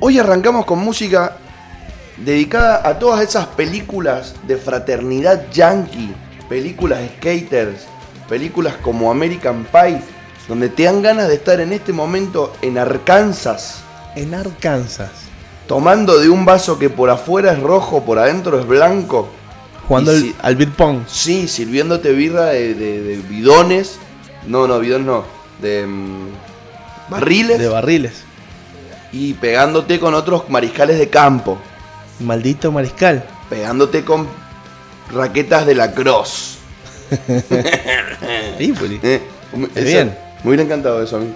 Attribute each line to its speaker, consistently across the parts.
Speaker 1: Hoy arrancamos con música dedicada a todas esas películas de fraternidad yankee, películas skaters, películas como American Pie, donde te dan ganas de estar en este momento en Arkansas,
Speaker 2: En Arkansas.
Speaker 1: tomando de un vaso que por afuera es rojo, por adentro es blanco.
Speaker 2: Jugando
Speaker 1: Y
Speaker 2: al-
Speaker 1: si-
Speaker 2: al beer pong.
Speaker 1: Sí, sirviéndote birra de, de- de bidones. No, no, bidones no. De mm, barriles.
Speaker 2: De barriles.
Speaker 1: y pegándote con otros mariscales de campo.
Speaker 2: Maldito mariscal.
Speaker 1: Pegándote con raquetas de la cross.
Speaker 2: Sí, Juli.
Speaker 1: Eso-
Speaker 2: bien.
Speaker 1: ¿Eh? Me hubiera encantado eso a mí.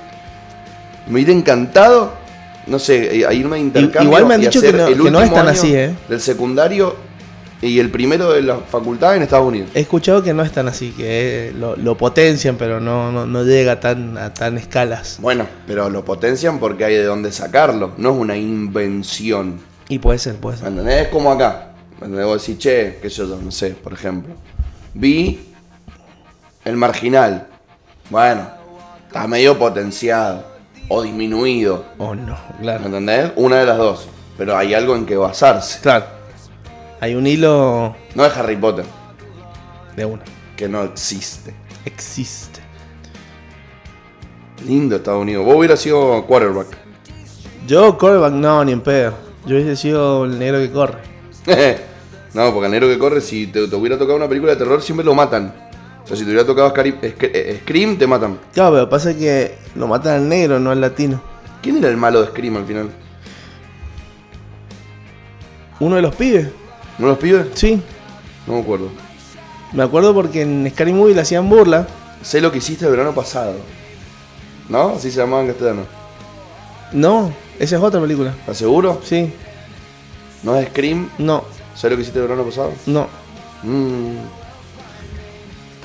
Speaker 1: Me hubiera encantado, no sé, eh, a irme a intercambio.
Speaker 2: igual me han
Speaker 1: y
Speaker 2: dicho
Speaker 1: hacer
Speaker 2: que no-
Speaker 1: el
Speaker 2: que no es
Speaker 1: último
Speaker 2: tan
Speaker 1: año
Speaker 2: así, ¿eh?
Speaker 1: Del secundario y el primero de la facultad en Estados Unidos.
Speaker 2: He escuchado que no es tan así, que eh, lo, lo potencian, pero no, no, no llega tan, a tan escalas.
Speaker 1: Bueno, pero lo potencian porque hay de dónde sacarlo. No es una invención.
Speaker 2: Y puede ser, puede ser.
Speaker 1: ¿Entendés? Es como acá. ¿Entendés? Vos decís, che, qué sé yo, no sé, por ejemplo. Vi el marginal. Bueno, está medio potenciado o disminuido.
Speaker 2: Oh, no, claro.
Speaker 1: ¿Entendés? Una de las dos. Pero hay algo en que basarse.
Speaker 2: Claro. Hay un hilo
Speaker 1: No es Harry Potter,
Speaker 2: de una.
Speaker 1: que no existe.
Speaker 2: Existe.
Speaker 1: Lindo Estados Unidos. Vos hubieras sido quarterback.
Speaker 2: Yo, quarterback, no, ni en pedo. Yo hubiese sido el negro que corre.
Speaker 1: no, porque al negro que corre, si te, te hubiera tocado una película de terror, siempre lo matan. O sea, si te hubiera tocado Scary- Sc- eh, Scream, te matan.
Speaker 2: Claro, pero pasa que lo matan al negro, no al latino.
Speaker 1: ¿Quién era el malo de Scream al final?
Speaker 2: Uno de los pibes,
Speaker 1: ¿No los pibes?
Speaker 2: sí.
Speaker 1: No me acuerdo.
Speaker 2: Me acuerdo porque en Scary Movie le hacían burla.
Speaker 1: Sé lo que hiciste el verano pasado. ¿No? Así se llamaba en castellano.
Speaker 2: No, esa es otra película.
Speaker 1: ¿Estás seguro?
Speaker 2: Sí,
Speaker 1: ¿No es Scream?
Speaker 2: no,
Speaker 1: ¿Sé lo que hiciste el verano pasado?
Speaker 2: no.
Speaker 1: Mm.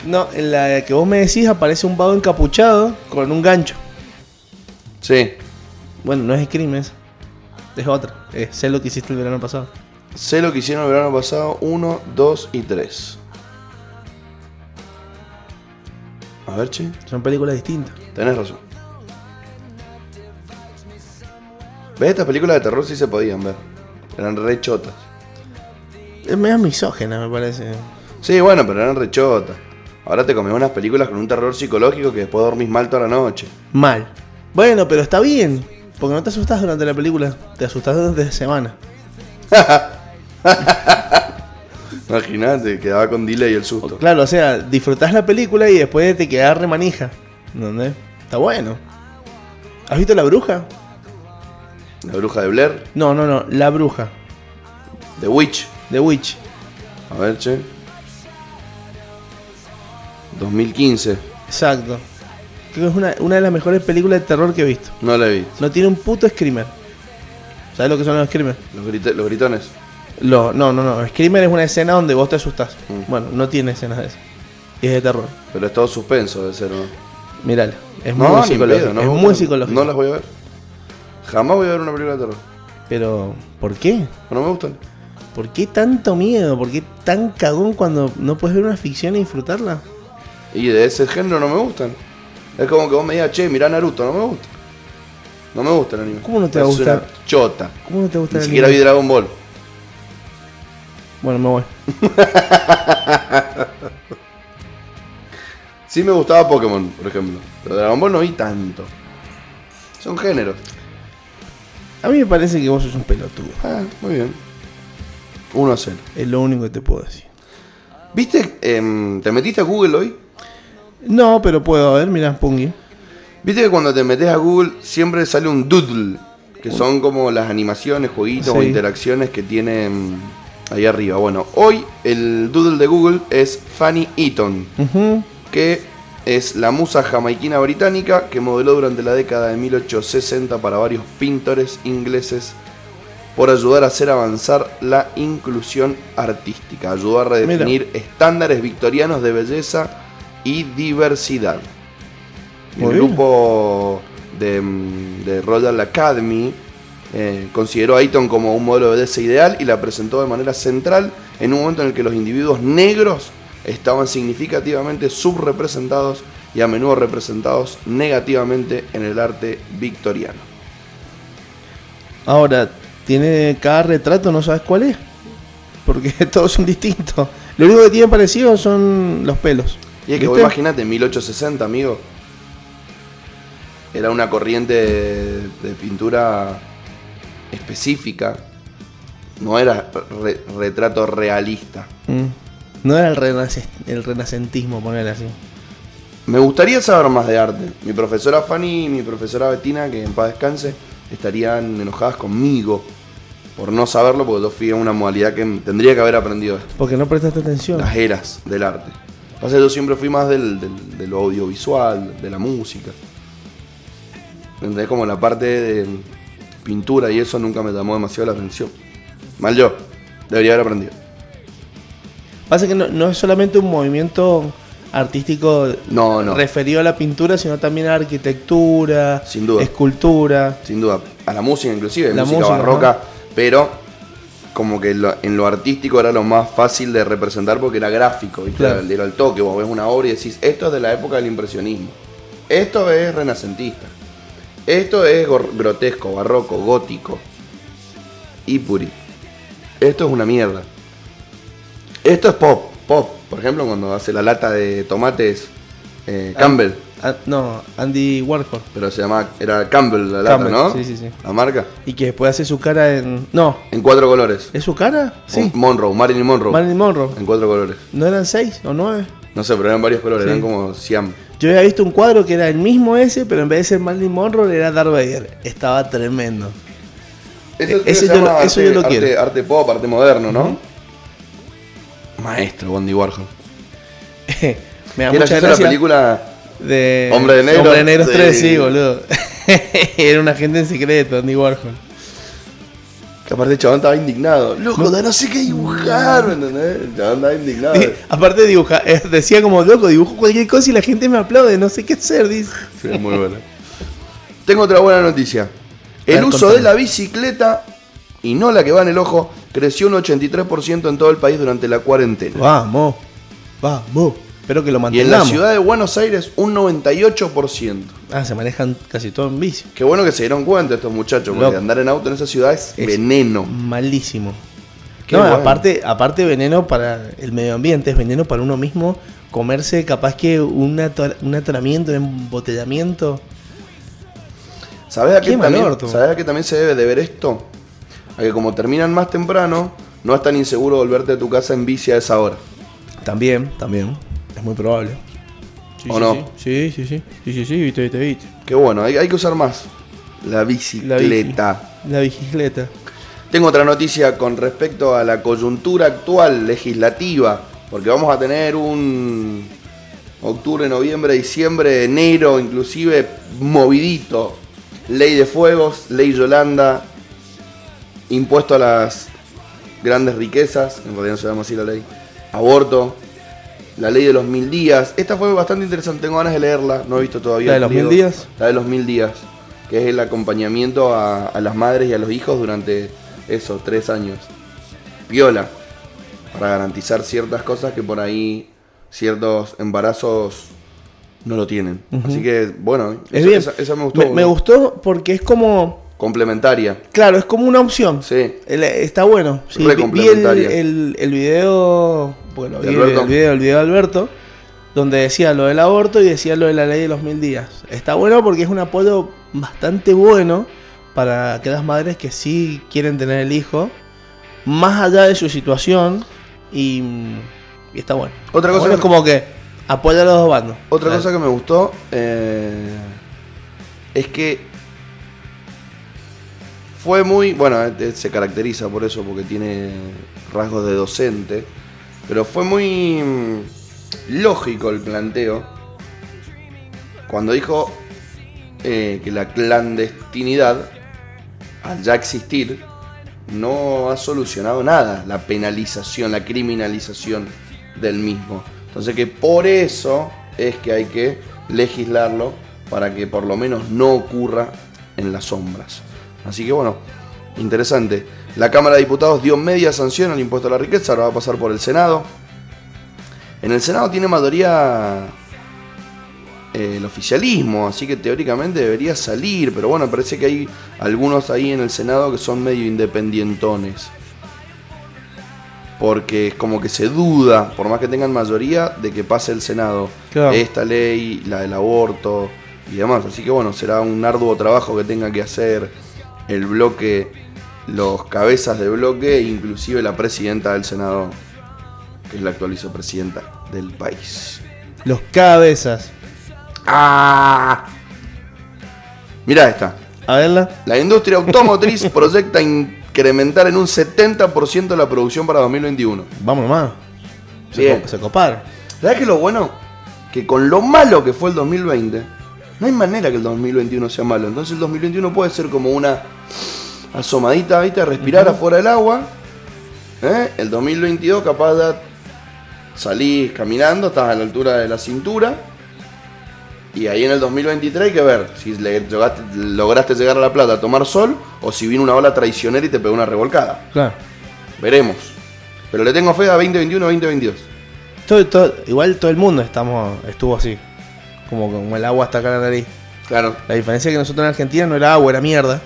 Speaker 2: No, en la que vos me decís aparece un vago encapuchado con un gancho.
Speaker 1: Sí.
Speaker 2: Bueno, no es Scream esa. Es otra. Es sé lo que hiciste el verano pasado.
Speaker 1: Sé lo que hicieron el verano pasado 1, 2 y 3. A ver, che.
Speaker 2: Son películas distintas.
Speaker 1: Tenés razón. ¿Ves? Estas películas de terror sí se podían ver. Eran rechotas.
Speaker 2: Es medio misógena, me parece.
Speaker 1: Sí, bueno, pero eran rechotas. Ahora te comes unas películas con un terror psicológico que después dormís mal toda la noche.
Speaker 2: Mal. Bueno, pero está bien. Porque no te asustas durante la película. Te asustas durante la semana.
Speaker 1: Imagínate, quedaba con delay el
Speaker 2: O-
Speaker 1: susto.
Speaker 2: Claro, o sea, disfrutás la película y después te quedás remanija. ¿Dónde? Está bueno. ¿Has visto La Bruja?
Speaker 1: La bruja de Blair,
Speaker 2: No, no, no. La Bruja.
Speaker 1: The Witch.
Speaker 2: The Witch.
Speaker 1: A ver, che. 2015.
Speaker 2: Exacto. Creo que es una, una de las mejores películas de terror que he visto.
Speaker 1: No la vi.
Speaker 2: No tiene un puto screamer. ¿Sabes lo que son los screamers?
Speaker 1: Los, grite- los gritones.
Speaker 2: Lo- no, no, no. Screamer es una escena donde vos te asustás.
Speaker 1: Mm.
Speaker 2: Bueno, no tiene escenas de esas. Y es de terror.
Speaker 1: Pero es todo suspenso de ser, ¿no?
Speaker 2: Mírala. Es
Speaker 1: No,
Speaker 2: muy
Speaker 1: ni
Speaker 2: psicológico.
Speaker 1: pedo, no
Speaker 2: es
Speaker 1: me
Speaker 2: muy
Speaker 1: gustan.
Speaker 2: psicológico.
Speaker 1: No las voy a ver. Jamás voy a ver una película de terror.
Speaker 2: Pero, ¿por qué?
Speaker 1: No me gustan.
Speaker 2: ¿Por qué tanto miedo? ¿Por qué tan cagón cuando no puedes ver una ficción y disfrutarla?
Speaker 1: Y de ese género no me gustan. Es como que vos me digas, che, mirá Naruto. No me gusta. No me gusta el anime.
Speaker 2: ¿Cómo no te va a
Speaker 1: Es una
Speaker 2: gustar?
Speaker 1: Chota.
Speaker 2: ¿Cómo no te gusta
Speaker 1: Ni
Speaker 2: el
Speaker 1: siquiera vi
Speaker 2: anime?
Speaker 1: Dragon Ball.
Speaker 2: Bueno, me voy.
Speaker 1: Sí me gustaba Pokémon, por ejemplo. Pero Dragon Ball no vi tanto. Son géneros.
Speaker 2: A mí me parece que vos sos un pelotudo.
Speaker 1: Ah, muy bien. 1 a 0.
Speaker 2: Es lo único que te puedo decir.
Speaker 1: ¿Viste? em, ¿Te metiste a Google hoy?
Speaker 2: No, pero puedo. A ver, mirá, Pungi.
Speaker 1: ¿Viste que cuando te metes a Google siempre sale un doodle? Que son como las animaciones, jueguitos o
Speaker 2: Sí.
Speaker 1: interacciones que tienen ahí arriba. Bueno, hoy el doodle de Google es Fanny Eaton,
Speaker 2: Ujú.
Speaker 1: que es la musa jamaiquina británica que modeló durante la década de 1860 para varios pintores ingleses por ayudar a hacer avanzar la inclusión artística, ayudó a redefinir estándares victorianos de belleza y diversidad. El
Speaker 2: Muy bien.
Speaker 1: grupo de, mm, de Royal Academy eh, consideró a Eaton como un modelo de belleza ideal y la presentó de manera central en un momento en el que los individuos negros estaban significativamente subrepresentados y a menudo representados negativamente en el arte victoriano.
Speaker 2: Ahora, tiene cada retrato, no sabes cuál es. Porque todos son distintos. Lo único que tienen parecido son los pelos.
Speaker 1: Y es que
Speaker 2: ¿Viste?
Speaker 1: vos imagínate, 1860, amigo. Era una corriente de, de pintura específica. No era re- retrato realista.
Speaker 2: Mm. No era el, renace- el renacentismo, ponerle así.
Speaker 1: Me gustaría saber más de arte. Mi profesora Fanny y mi profesora Bettina, que en paz descanse, estarían enojadas conmigo por no saberlo, porque yo fui a una modalidad que tendría que haber aprendido esto.
Speaker 2: Porque no prestaste atención.
Speaker 1: Las eras del arte. Pasa que yo siempre fui más del, del- de lo audiovisual, de la música. ¿Entendés? Como la parte de pintura y eso nunca me llamó demasiado la atención. Mal yo. Debería haber aprendido.
Speaker 2: Pasa que no, no es solamente un movimiento artístico
Speaker 1: No, no.
Speaker 2: referido a la pintura, sino también a arquitectura,
Speaker 1: Sin duda.
Speaker 2: escultura.
Speaker 1: sin duda, a la música inclusive,
Speaker 2: La
Speaker 1: música,
Speaker 2: música,
Speaker 1: barroca, pero como que lo- en lo artístico era lo más fácil de representar porque era gráfico, ¿viste?
Speaker 2: Claro.
Speaker 1: Era, era el toque, vos ves una obra y decís, esto es de la época del impresionismo, esto es renacentista, esto es gor- grotesco, barroco, gótico, ípuri, esto es una mierda, esto es pop, pop, por ejemplo cuando hace la lata de tomates eh, Campbell.
Speaker 2: Ah, no, Andy Warhol.
Speaker 1: Pero se llama, era Campbell la lata,
Speaker 2: Campbell,
Speaker 1: ¿no?
Speaker 2: sí, sí, sí.
Speaker 1: La marca.
Speaker 2: Y que después hace su cara en. No,
Speaker 1: En cuatro colores.
Speaker 2: ¿es su cara? Sí.
Speaker 1: Mon- Monroe, Marilyn Monroe.
Speaker 2: Marilyn Monroe.
Speaker 1: En cuatro colores.
Speaker 2: ¿No eran seis o nueve?
Speaker 1: No sé, pero eran varios colores,
Speaker 2: Sí.
Speaker 1: eran como Siam.
Speaker 2: Yo había visto un cuadro que era el mismo ese, pero en vez de ser Marilyn Monroe era Darth Vader. Estaba tremendo.
Speaker 1: Eso,
Speaker 2: E-
Speaker 1: creo que
Speaker 2: ese
Speaker 1: se
Speaker 2: yo
Speaker 1: llama
Speaker 2: lo- eso
Speaker 1: arte-
Speaker 2: yo lo
Speaker 1: arte-
Speaker 2: quiero.
Speaker 1: Arte pop, arte moderno, ¿no? Maestro, Bondi Warhol.
Speaker 2: Me da
Speaker 1: ¿Quién
Speaker 2: mucha
Speaker 1: hizo
Speaker 2: gracia.
Speaker 1: la película?
Speaker 2: de
Speaker 1: Hombre de Negro?
Speaker 2: Hombre de Negro
Speaker 1: Sí.
Speaker 2: 3, sí, boludo. era un agente en secreto, Andy Warhol.
Speaker 1: Que aparte el chabón estaba indignado. Loco, no, no sé qué dibujar, ¿me entendés? El chabón estaba indignado.
Speaker 2: Di- aparte dibuja, eh, decía como loco, dibujo cualquier cosa y la gente me aplaude, no sé qué hacer, dice.
Speaker 1: Sí, es muy buena. Tengo otra buena noticia. El
Speaker 2: ver,
Speaker 1: uso
Speaker 2: contame.
Speaker 1: de la bicicleta, y no la que va en el ojo, creció un 83% en todo el país durante la cuarentena.
Speaker 2: Vamos, vamos. Espero que
Speaker 1: Y
Speaker 2: lo
Speaker 1: en la
Speaker 2: mantengamos.
Speaker 1: ciudad de Buenos Aires, un 98%.
Speaker 2: Ah, se manejan casi todo en bici.
Speaker 1: Qué bueno que se dieron cuenta estos muchachos, porque
Speaker 2: Loco.
Speaker 1: andar en auto en esa ciudad es,
Speaker 2: Es-
Speaker 1: veneno.
Speaker 2: Malísimo.
Speaker 1: Qué
Speaker 2: no,
Speaker 1: bueno.
Speaker 2: aparte, aparte veneno para el medio ambiente, es veneno para uno mismo. Comerse capaz que un, ator- un atoramiento, un embotellamiento.
Speaker 1: ¿Sabes a qué,
Speaker 2: Qué mal
Speaker 1: también,
Speaker 2: orto.
Speaker 1: sabés a qué también se debe de ver esto? A que como terminan más temprano, no es tan inseguro volverte a tu casa en bici a esa hora.
Speaker 2: También, también. Es muy probable. Sí,
Speaker 1: ¿O
Speaker 2: sí,
Speaker 1: no?
Speaker 2: Sí, sí, sí. Sí, sí, sí, sí, viste, viste, viste.
Speaker 1: Qué bueno, hay, hay que usar más la
Speaker 2: La bici.
Speaker 1: bicicleta.
Speaker 2: La bicicleta.
Speaker 1: Tengo otra noticia con respecto a la coyuntura actual legislativa, porque vamos a tener un octubre, noviembre, diciembre, enero, inclusive movidito. Ley de fuegos, ley Yolanda, impuesto a las grandes riquezas, en realidad no se llama así la ley, aborto, la ley de los mil días. Esta fue bastante interesante, tengo ganas de leerla, no he visto todavía.
Speaker 2: ¿La de
Speaker 1: el
Speaker 2: los mil
Speaker 1: pliego.
Speaker 2: días?
Speaker 1: La de los mil días, que es el acompañamiento a, a las madres y a los hijos durante esos tres años. Piola, para garantizar ciertas cosas que por ahí ciertos embarazos no lo tienen.
Speaker 2: Ujú.
Speaker 1: Así que, bueno,
Speaker 2: Es
Speaker 1: esa,
Speaker 2: bien.
Speaker 1: esa- esa me gustó.
Speaker 2: Me, me
Speaker 1: boludo.
Speaker 2: gustó porque es como.
Speaker 1: Complementaria,
Speaker 2: Claro, es como una opción.
Speaker 1: sí.
Speaker 2: El- eh, Está bueno. Sí,
Speaker 1: Re
Speaker 2: vi- vi el,
Speaker 1: complementaria.
Speaker 2: el- el video. Bueno,
Speaker 1: ¿De
Speaker 2: vi el,
Speaker 1: Alberto?
Speaker 2: el video, el video de Alberto. Donde decía lo del aborto y decía lo de la ley de los mil días. Está bueno porque es un apoyo bastante bueno para aquellas madres que sí quieren tener el hijo. Más allá de su situación. Y, y está bueno.
Speaker 1: Otra cosa
Speaker 2: Bueno,
Speaker 1: que-
Speaker 2: es como que apoya a los dos bandos.
Speaker 1: Otra
Speaker 2: Claro.
Speaker 1: cosa que me gustó eh, es que fue muy, bueno, eh, se caracteriza por eso, porque tiene rasgos de docente, pero fue muy mm, lógico el planteo cuando dijo eh, que la clandestinidad, al ya existir, no ha solucionado nada, la penalización, la criminalización del mismo. Entonces que por eso es que hay que legislarlo para que por lo menos no ocurra en las sombras. Así que bueno, interesante. La Cámara de Diputados dio media sanción al impuesto a la riqueza, ahora va a pasar por el Senado. En el Senado tiene mayoría eh, el oficialismo, así que teóricamente debería salir, pero bueno, parece que hay algunos ahí en el Senado que son medio independientones. Porque es como que se duda, por más que tengan mayoría, de que pase el Senado.
Speaker 2: Claro.
Speaker 1: Esta ley, la del aborto y demás. Así que bueno, será un arduo trabajo que tenga que hacer el bloque, los cabezas de bloque, inclusive la presidenta del Senado, que es la actual vicepresidenta del país.
Speaker 2: Los cabezas.
Speaker 1: ¡Ah! Mirá esta.
Speaker 2: A verla.
Speaker 1: La industria automotriz proyecta incrementar en un 70% la producción para 2021.
Speaker 2: Vamos nomás. Se,
Speaker 1: Bien.
Speaker 2: co- se coparon.
Speaker 1: ¿Sabes qué es lo bueno? Que con lo malo que fue el 2020, no hay manera que el 2021 sea malo. Entonces el 2021 puede ser como una asomadita, ¿viste? A respirar afuera del agua. ¿eh? El 2022 capaz ya salís caminando, estás a la altura de la cintura. Y ahí en el 2023 hay que ver si le llegaste- lograste llegar a La Plata a tomar sol o si vino una ola traicionera y te pegó una revolcada.
Speaker 2: Claro.
Speaker 1: Veremos. Pero le tengo fe a 2021, 2022.
Speaker 2: Todo- todo- igual todo el mundo estamos, estuvo así. Como, como el agua hasta acá la nariz.
Speaker 1: Claro,
Speaker 2: La diferencia es que nosotros en Argentina no era agua, era mierda.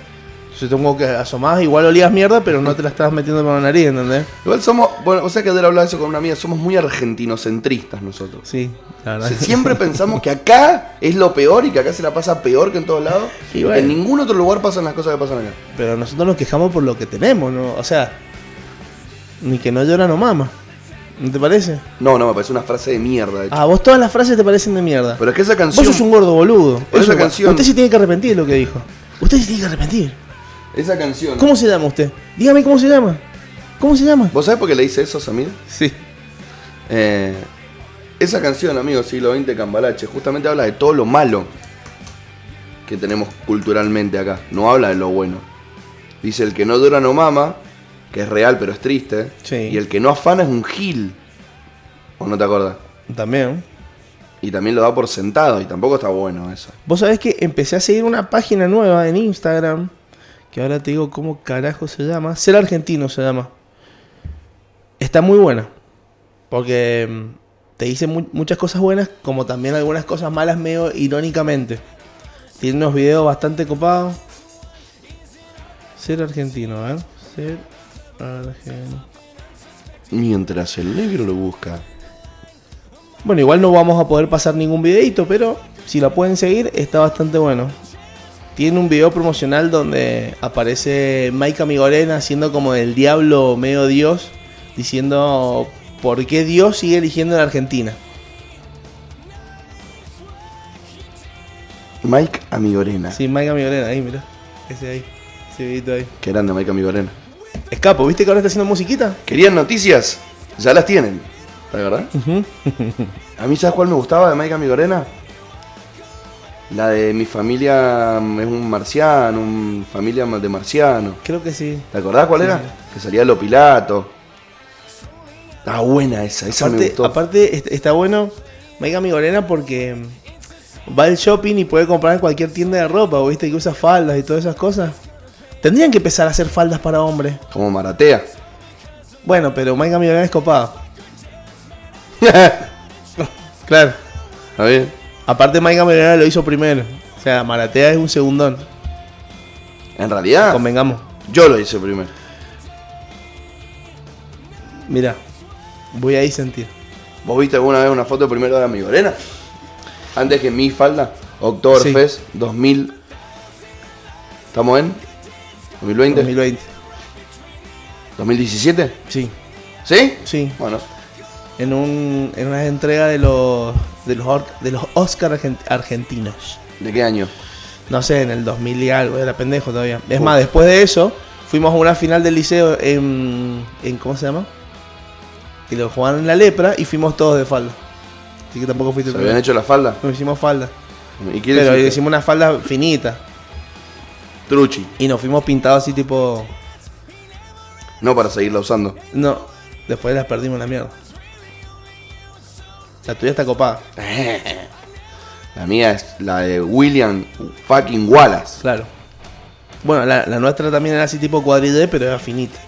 Speaker 2: Entonces tengo que asomás, igual olías mierda, pero no te la estabas metiendo por la nariz, ¿entendés?
Speaker 1: Igual somos, bueno, o sea que ayer hablaba eso con una amiga, somos muy argentinocentristas nosotros.
Speaker 2: Sí, la
Speaker 1: O
Speaker 2: verdad.
Speaker 1: sea, siempre pensamos que acá es lo peor y que acá se la pasa peor que en todos lados.
Speaker 2: Y
Speaker 1: y
Speaker 2: bueno.
Speaker 1: que en ningún otro lugar pasan las cosas que pasan acá.
Speaker 2: Pero nosotros nos quejamos por lo que tenemos, ¿no? O sea, ni que no llora no mama. ¿No te parece?
Speaker 1: No, no, me parece una frase de mierda, de hecho.
Speaker 2: Ah, vos todas las frases te parecen de mierda.
Speaker 1: Pero es que esa
Speaker 2: vos
Speaker 1: canción,
Speaker 2: sos un gordo boludo.
Speaker 1: Por esa
Speaker 2: Eso,
Speaker 1: canción-
Speaker 2: Usted se tiene que arrepentir de lo que dijo. Usted se tiene que arrepentir.
Speaker 1: esa canción.
Speaker 2: ¿Cómo se llama usted? Dígame cómo se llama. ¿Cómo se llama?
Speaker 1: ¿Vos sabés por qué le dice eso, Samir?
Speaker 2: Sí.
Speaker 1: Eh, esa canción, amigo, siglo XX Cambalache, justamente habla de todo lo malo que tenemos culturalmente acá. No habla de lo bueno. Dice el que no dura no mama, que es real pero es triste.
Speaker 2: Sí.
Speaker 1: Y el que no afana es un gil. ¿O no te acordás?
Speaker 2: También.
Speaker 1: Y también lo da por sentado y tampoco está bueno eso.
Speaker 2: Vos sabés que empecé a seguir una página nueva en Instagram. Que ahora te digo cómo carajo se llama. Ser argentino se llama. Está muy buena. Porque mm, te dice mu- muchas cosas buenas, como también algunas cosas malas, medio irónicamente. Tiene unos videos bastante copados. Ser argentino, a ver. Ser argentino.
Speaker 1: Mientras el negro lo busca.
Speaker 2: Bueno, igual no vamos a poder pasar ningún videito, pero si la pueden seguir, está bastante bueno. Tiene un video promocional donde aparece Mike Migorena haciendo como el diablo medio dios, diciendo por qué Dios sigue eligiendo a la Argentina.
Speaker 1: Mike Amigorena.
Speaker 2: Sí, Mike Migorena, ahí, mira. Ese ahí, ese videito ahí.
Speaker 1: Qué grande Mike Amigorena.
Speaker 2: Escapo, ¿viste que ahora está haciendo musiquita?
Speaker 1: ¿Querían noticias? Ya las tienen. ¿La verdad? A mí, ¿sabes cuál me gustaba de Maica Migorena? La de mi familia mm, es un marciano, un familia ma- de marciano.
Speaker 2: Creo que sí.
Speaker 1: ¿Te acordás cuál era? Que salía Lo Pilato. Está buena esa, esa me
Speaker 2: Aparte,
Speaker 1: gustó.
Speaker 2: aparte est- está bueno Maica Migorena porque mm, va al shopping y puede comprar en cualquier tienda de ropa, ¿viste? Que usa faldas y todas esas cosas. Tendrían que empezar a hacer faldas para hombres.
Speaker 1: Como Maratea.
Speaker 2: Bueno, pero Maica Migorena es copada. Claro.
Speaker 1: A ver.
Speaker 2: Aparte Maica Migorena lo hizo primero. O sea, Maratea es un segundón.
Speaker 1: En realidad,
Speaker 2: Convengamos.
Speaker 1: yo lo hice primero.
Speaker 2: Mira, voy a sentir.
Speaker 1: ¿Vos viste alguna vez una foto primero de Migorena? Antes que mi falda. Oktoberfest 2000. ¿Estamos en? ¿2020?
Speaker 2: 2020.
Speaker 1: ¿2017?
Speaker 2: Sí,
Speaker 1: ¿Sí?
Speaker 2: sí.
Speaker 1: Bueno.
Speaker 2: En, un, en una entrega de los, de los, or- de los Oscar argent- argentinos.
Speaker 1: ¿De qué año?
Speaker 2: no sé, en el 2000 y algo, era pendejo todavía. Es más, después de eso, fuimos a una final del liceo en, en ¿cómo se llama? Y lo jugaron en la lepra y fuimos todos de falda. Así que tampoco fuiste
Speaker 1: ¿Se
Speaker 2: tú.
Speaker 1: habían hecho la falda?
Speaker 2: Nos hicimos falda.
Speaker 1: ¿Y qué
Speaker 2: Pero
Speaker 1: decís?
Speaker 2: hicimos una falda finita.
Speaker 1: Truchi.
Speaker 2: Y nos fuimos pintados así tipo...
Speaker 1: No para seguirla usando.
Speaker 2: No, después las perdimos en la mierda. La tuya está copada,
Speaker 1: La mía es la de William fucking Wallace.
Speaker 2: claro. Bueno, la, la nuestra también era así tipo cuadrille, pero era finita.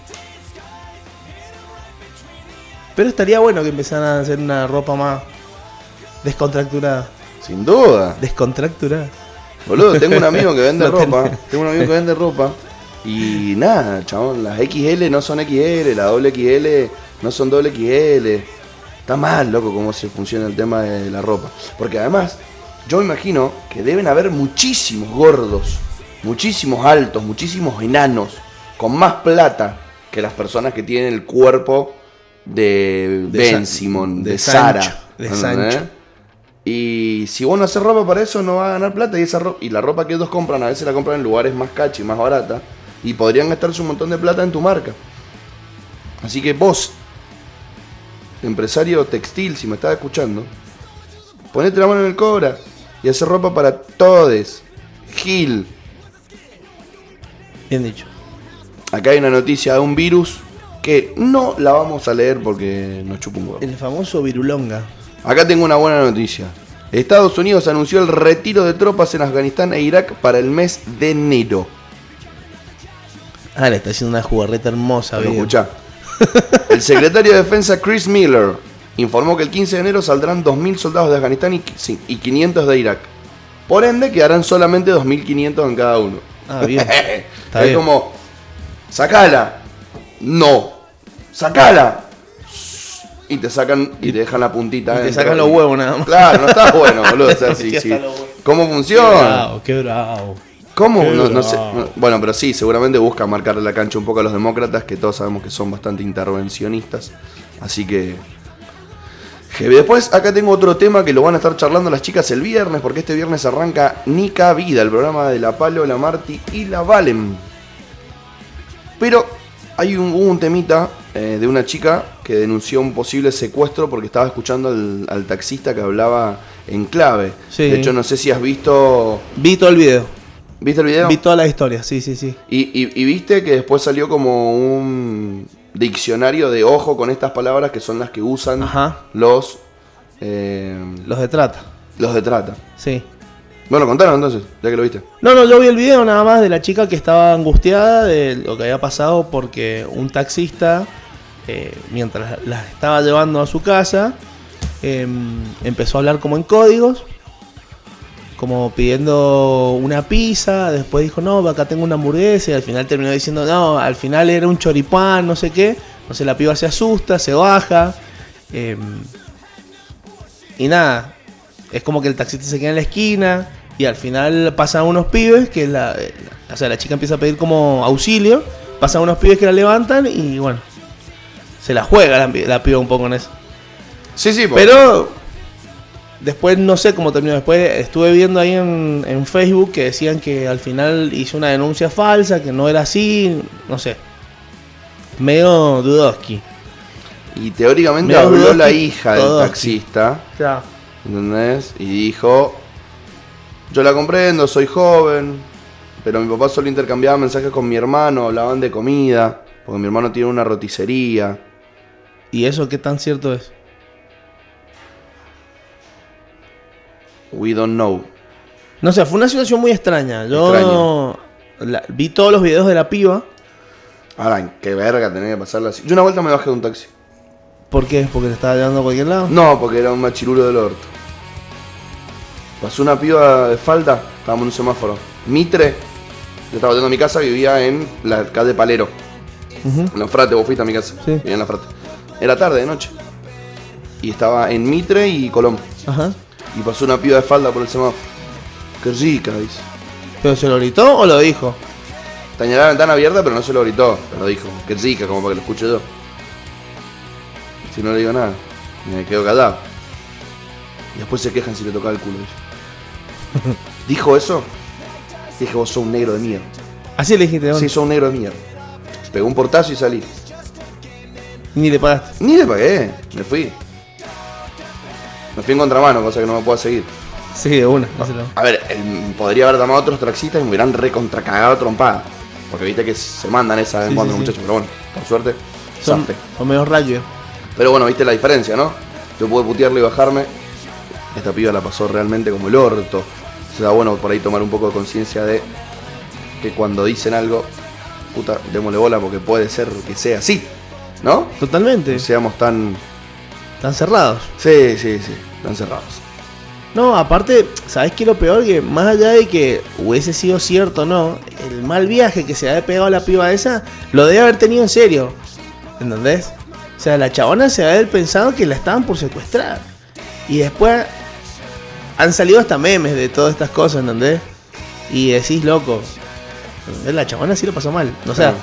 Speaker 2: Pero estaría bueno que empezaran a hacer una ropa más descontracturada.
Speaker 1: Sin duda.
Speaker 2: Descontracturás.
Speaker 1: Boludo, tengo un amigo que vende
Speaker 2: No
Speaker 1: ropa.
Speaker 2: tenés.
Speaker 1: Tengo un amigo que vende ropa. Y nada, chabón, las XL no son XL, las doble XL no son doble XL. Está mal, loco, cómo se funciona el tema de la ropa. Porque además, yo me imagino que deben haber muchísimos gordos, muchísimos altos, muchísimos enanos, con más plata que las personas que tienen el cuerpo de,
Speaker 2: De
Speaker 1: Ben
Speaker 2: Sa-
Speaker 1: Simon, de,
Speaker 2: de
Speaker 1: Sara.
Speaker 2: Sancho, de
Speaker 1: ¿entendés?
Speaker 2: Sancho.
Speaker 1: Y si vos no haces ropa para eso, no va a ganar plata. Y, esa ro- y la ropa que ellos compran, a veces la compran en lugares más cachi, más barata. Y podrían gastarse un montón de plata en tu marca. Así que vos, empresario textil, si me estás escuchando, ponete la mano en el cobra y hace ropa para todes. Gil.
Speaker 2: Bien dicho.
Speaker 1: Acá hay una noticia de un virus que no la vamos a leer porque nos chupa un huevo.
Speaker 2: El famoso virulonga.
Speaker 1: Acá tengo una buena noticia. Estados Unidos anunció el retiro de tropas en Afganistán e Irak para el mes de enero.
Speaker 2: Ah, le está haciendo una jugarreta hermosa,
Speaker 1: Bueno,
Speaker 2: bien.
Speaker 1: escuchá. El secretario de Defensa Chris Miller informó que el 15 de enero saldrán 2.000 soldados de Afganistán y qui- sí, y 500 de Irak. Por ende, quedarán solamente 2.500 en cada uno. Eh,
Speaker 2: Ah, bien.
Speaker 1: es
Speaker 2: bien.
Speaker 1: como, sacala. No. Sacala. Y te sacan y te dejan la puntita.
Speaker 2: Y te
Speaker 1: adentro.
Speaker 2: sacan los huevos nada más.
Speaker 1: Claro, no está bueno, boludo. O sea,
Speaker 2: Te
Speaker 1: sí,
Speaker 2: metió
Speaker 1: sí.
Speaker 2: hasta los huevos.
Speaker 1: ¿Cómo
Speaker 2: Qué
Speaker 1: funciona?
Speaker 2: bravo, qué bravo.
Speaker 1: ¿Cómo?
Speaker 2: Qué
Speaker 1: No, no sé.
Speaker 2: bravo.
Speaker 1: No, Bueno, pero sí, seguramente busca marcarle la cancha un poco a los demócratas, que todos sabemos que son bastante intervencionistas. Así que. heavy. Después, acá tengo otro tema que lo van a estar charlando las chicas el viernes, porque este viernes arranca Nica Vida, el programa de La Palo, La Marti y La Valen. Pero hay un, hubo un temita eh, de una chica que denunció un posible secuestro porque estaba escuchando al, al taxista que hablaba en clave.
Speaker 2: Sí.
Speaker 1: De hecho, no sé si has visto.
Speaker 2: Vi todo el video.
Speaker 1: ¿Viste el video?
Speaker 2: Vi toda la historia, sí, sí, sí.
Speaker 1: Y, y- y viste que después salió como un diccionario de ojo con estas palabras que son las que usan
Speaker 2: Ajá.
Speaker 1: los eh,
Speaker 2: Los de trata.
Speaker 1: los de trata.
Speaker 2: Sí.
Speaker 1: Bueno, contaron entonces, ya que lo viste.
Speaker 2: No, no, yo vi el video nada más de la chica que estaba angustiada de lo que había pasado porque un taxista, eh, mientras las estaba llevando a su casa, eh, empezó a hablar como en códigos, como pidiendo una pizza, después dijo, no, acá tengo una hamburguesa, y al final terminó diciendo, no, al final era un choripán, no sé qué, no sé, la piba se asusta, se baja, eh, y nada, es como que el taxista se queda en la esquina y al final pasan unos pibes que la, eh, o sea, la chica empieza a pedir como auxilio, pasan unos pibes que la levantan y bueno, se la juega la, pi- la piba un poco en eso.
Speaker 1: Sí, sí, porque-
Speaker 2: Pero después no sé cómo terminó, después estuve viendo ahí en, en Facebook que decían que al final hizo una denuncia falsa, que no era así, no sé. Medio dudoski.
Speaker 1: y teóricamente
Speaker 2: Me
Speaker 1: habló
Speaker 2: dudó
Speaker 1: la
Speaker 2: que-
Speaker 1: hija
Speaker 2: todo
Speaker 1: del
Speaker 2: aquí.
Speaker 1: taxista,
Speaker 2: O sea,
Speaker 1: ¿entendés? Y dijo, yo la comprendo, soy joven, pero mi papá solo intercambiaba mensajes con mi hermano, hablaban de comida, porque mi hermano tiene una roticería.
Speaker 2: ¿y eso qué tan cierto es?
Speaker 1: We don't know.
Speaker 2: No sé, fue una situación muy extraña. Yo la- vi todos los videos de la piba.
Speaker 1: Ahora, ¿en qué verga tenía que pasarla así? Yo una vuelta me bajé de un taxi.
Speaker 2: ¿Por qué? ¿Porque le estaba llevando a cualquier lado?
Speaker 1: No, porque era un machirulo del orto. Pasó una piba de falda, estábamos en un semáforo. Mitre, yo estaba volviendo a mi casa, vivía en la calle Palero.
Speaker 2: Ujú.
Speaker 1: En la frate, vos fuiste a mi casa.
Speaker 2: Sí.
Speaker 1: Vivía en la frate. Era tarde, de noche. Y estaba en Mitre y Colón.
Speaker 2: Ajá.
Speaker 1: Y pasó una piba de falda por el semáforo. Qué rica, dice.
Speaker 2: ¿Pero se lo gritó o lo dijo?
Speaker 1: Tenía la ventana abierta, pero no se lo gritó. Pero dijo, qué rica, como para que lo escuche yo. Si no le digo nada, me quedo callado. Y después se quejan si le tocaba el culo. dice. ¿Dijo eso? Dije, vos sos un negro de mierda.
Speaker 2: Así le dijiste,
Speaker 1: Sí,
Speaker 2: bueno,
Speaker 1: sos un negro de mierda. Pegó un portazo y salí.
Speaker 2: ni le pagaste.
Speaker 1: Ni le pagué, me fui. Me fui en contramano, cosa que no me puedo seguir.
Speaker 2: Sí, de una. no se lo-
Speaker 1: A ver, el- podría haber tomado otros taxistas y me hubieran recontracagado trompada. Porque viste que se mandan esas de vez en
Speaker 2: Sí,
Speaker 1: cuando,
Speaker 2: sí, sí.
Speaker 1: muchachos. Pero bueno, por suerte,
Speaker 2: Son,
Speaker 1: zafe.
Speaker 2: son medio rayos.
Speaker 1: Pero bueno, viste la diferencia, ¿no? Yo pude putearle y bajarme. Esta piba la pasó realmente como el orto. Se da bueno por ahí tomar un poco de conciencia de que cuando dicen algo, puta, démosle bola porque puede ser que sea así, ¿no?
Speaker 2: Totalmente.
Speaker 1: No seamos tan.
Speaker 2: Están cerrados.
Speaker 1: Sí, sí, sí, tan cerrados.
Speaker 2: No, aparte, ¿sabes qué es lo peor? Que más allá de que hubiese sido cierto o no, el mal viaje que se había pegado a la piba esa, lo debe haber tenido en serio. ¿Entendés? O sea, la chabona se había pensado que la estaban por secuestrar. Y después han salido hasta memes de todas estas cosas, ¿entendés? Y decís, loco, ¿entendés? la chabona sí lo pasó mal. O sea,
Speaker 1: Claro.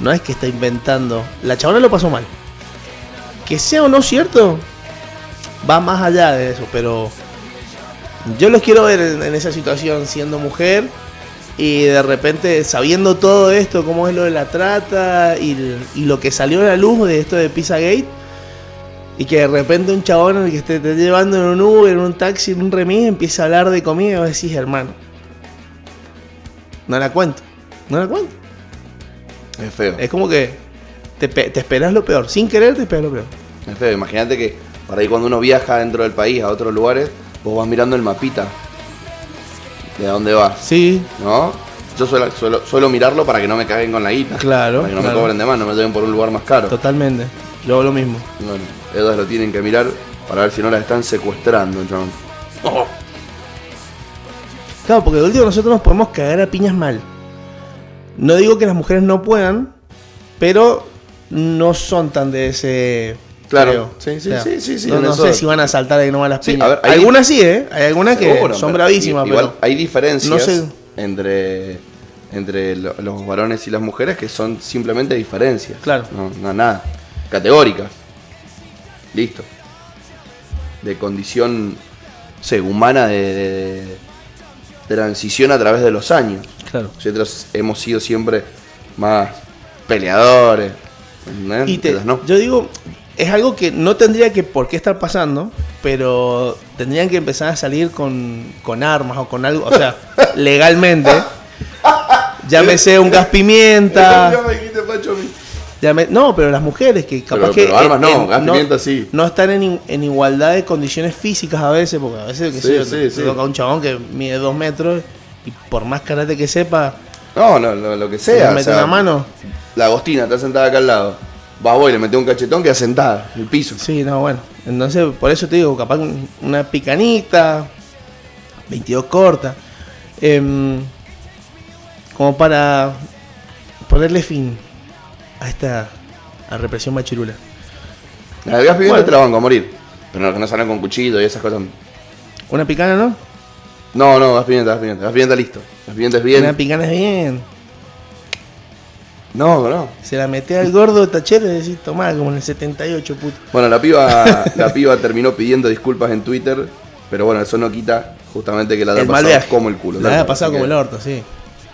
Speaker 2: no es que está inventando. La chabona lo pasó mal. Que sea o no cierto, va más allá de eso, pero yo los quiero ver en, en esa situación siendo mujer y de repente sabiendo todo esto, cómo es lo de la trata y, l- y lo que salió a la luz de esto de Pizzagate y que de repente un chabón al que te esté llevando en un Uber, en un taxi, en un remis, empieza a hablar de comida y vos decís, hermano, no la cuento, no la cuento.
Speaker 1: Es feo.
Speaker 2: Es como que te, pe- te esperas lo peor, sin querer te esperas lo peor.
Speaker 1: Es feo. Imagínate que para ahí cuando uno viaja dentro del país a otros lugares, vos vas mirando el mapita de a dónde vas,
Speaker 2: Sí,
Speaker 1: ¿no? Yo suelo, suelo, suelo mirarlo para que no me caguen con la guita.
Speaker 2: Claro,
Speaker 1: Para que no
Speaker 2: claro.
Speaker 1: me cobren de más, no me lleven por un lugar más caro.
Speaker 2: totalmente. Yo hago lo mismo.
Speaker 1: Bueno, ellas lo tienen que mirar para ver si no las están secuestrando, John.
Speaker 2: Claro, porque de último nosotros nos podemos cagar a piñas mal. No digo que las mujeres no puedan, pero no son tan de ese.
Speaker 1: Claro.
Speaker 2: creo.
Speaker 1: Sí, sí,
Speaker 2: O sea,
Speaker 1: sí, sí, sí,
Speaker 2: No,
Speaker 1: en
Speaker 2: no
Speaker 1: eso-
Speaker 2: sé si van a saltar y no van a las
Speaker 1: Sí,
Speaker 2: piñas.
Speaker 1: a ver, hay-
Speaker 2: algunas sí, ¿eh? Hay algunas que
Speaker 1: Seguro,
Speaker 2: son
Speaker 1: pero-
Speaker 2: bravísimas,
Speaker 1: i- igual
Speaker 2: pero.
Speaker 1: hay diferencias
Speaker 2: no sé.
Speaker 1: entre, entre lo- los varones y las mujeres que son simplemente diferencias.
Speaker 2: Claro.
Speaker 1: No, no, nada. Categóricas. Listo. De condición no sé, humana de, de- de transición a través de los años.
Speaker 2: Claro.
Speaker 1: Nosotros hemos sido siempre más peleadores. ¿entendés?
Speaker 2: Y te-
Speaker 1: Ellas no.
Speaker 2: Yo digo, es algo que no tendría que por qué estar pasando, pero tendrían que empezar a salir con, con armas o con algo, o sea, legalmente. Llámese un gas pimienta.
Speaker 1: Ya me dijiste, Pacho, mi-
Speaker 2: Ya me- no, pero las mujeres que capaz
Speaker 1: Pero-
Speaker 2: que.
Speaker 1: pero armas no, gas pimienta sí.
Speaker 2: No están en, in- en igualdad de condiciones físicas a veces, porque a veces que
Speaker 1: Sí,
Speaker 2: sé yo,
Speaker 1: sí,
Speaker 2: te- te
Speaker 1: sí.
Speaker 2: toca un chabón que mide dos metros y por más karate que sepa,
Speaker 1: No, no, lo, lo que
Speaker 2: le
Speaker 1: sea. o
Speaker 2: mete
Speaker 1: sea,
Speaker 2: una mano.
Speaker 1: La Agostina está sentada acá al lado. Va vos y le metés un cachetón que sentada en el piso.
Speaker 2: Sí, no, bueno. Entonces, por eso te digo, capaz un- una picanita, 22 corta, em, como para ponerle fin a esta a represión machirula.
Speaker 1: La gas pimienta
Speaker 2: Bueno.
Speaker 1: te la banco a morir. Pero los que no salen con cuchillo y esas cosas.
Speaker 2: Una picana, ¿no?
Speaker 1: No, no, gas pimienta, gas pimienta. Gas pimienta listo. Gas pimienta es
Speaker 2: Una
Speaker 1: bien.
Speaker 2: picana es bien.
Speaker 1: No, no.
Speaker 2: Se la mete al gordo tachero y decís, tomá, como en el 78, puto.
Speaker 1: Bueno, la piba, la piba terminó pidiendo disculpas en Twitter. Pero bueno, eso no quita justamente que la haya
Speaker 2: el mal
Speaker 1: pasado
Speaker 2: viaje.
Speaker 1: como el culo.
Speaker 2: La
Speaker 1: tal
Speaker 2: haya
Speaker 1: cual.
Speaker 2: pasado
Speaker 1: Así
Speaker 2: como el
Speaker 1: que-
Speaker 2: orto, sí.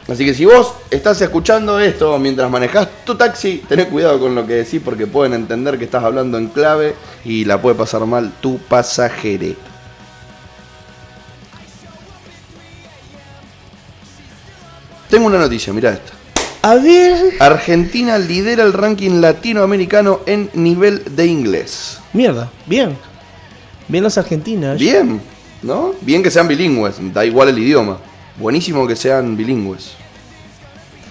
Speaker 1: Así que si vos estás escuchando esto mientras manejás tu taxi, tenés cuidado con lo que decís porque pueden entender que estás hablando en clave y la puede pasar mal tu pasajere. Tengo una noticia, mirá esta.
Speaker 2: A ver.
Speaker 1: Argentina lidera el ranking latinoamericano en nivel de inglés.
Speaker 2: Mierda, bien. Bien los argentinos.
Speaker 1: Bien, ¿no? Bien que sean bilingües, da igual el idioma. Buenísimo que sean bilingües.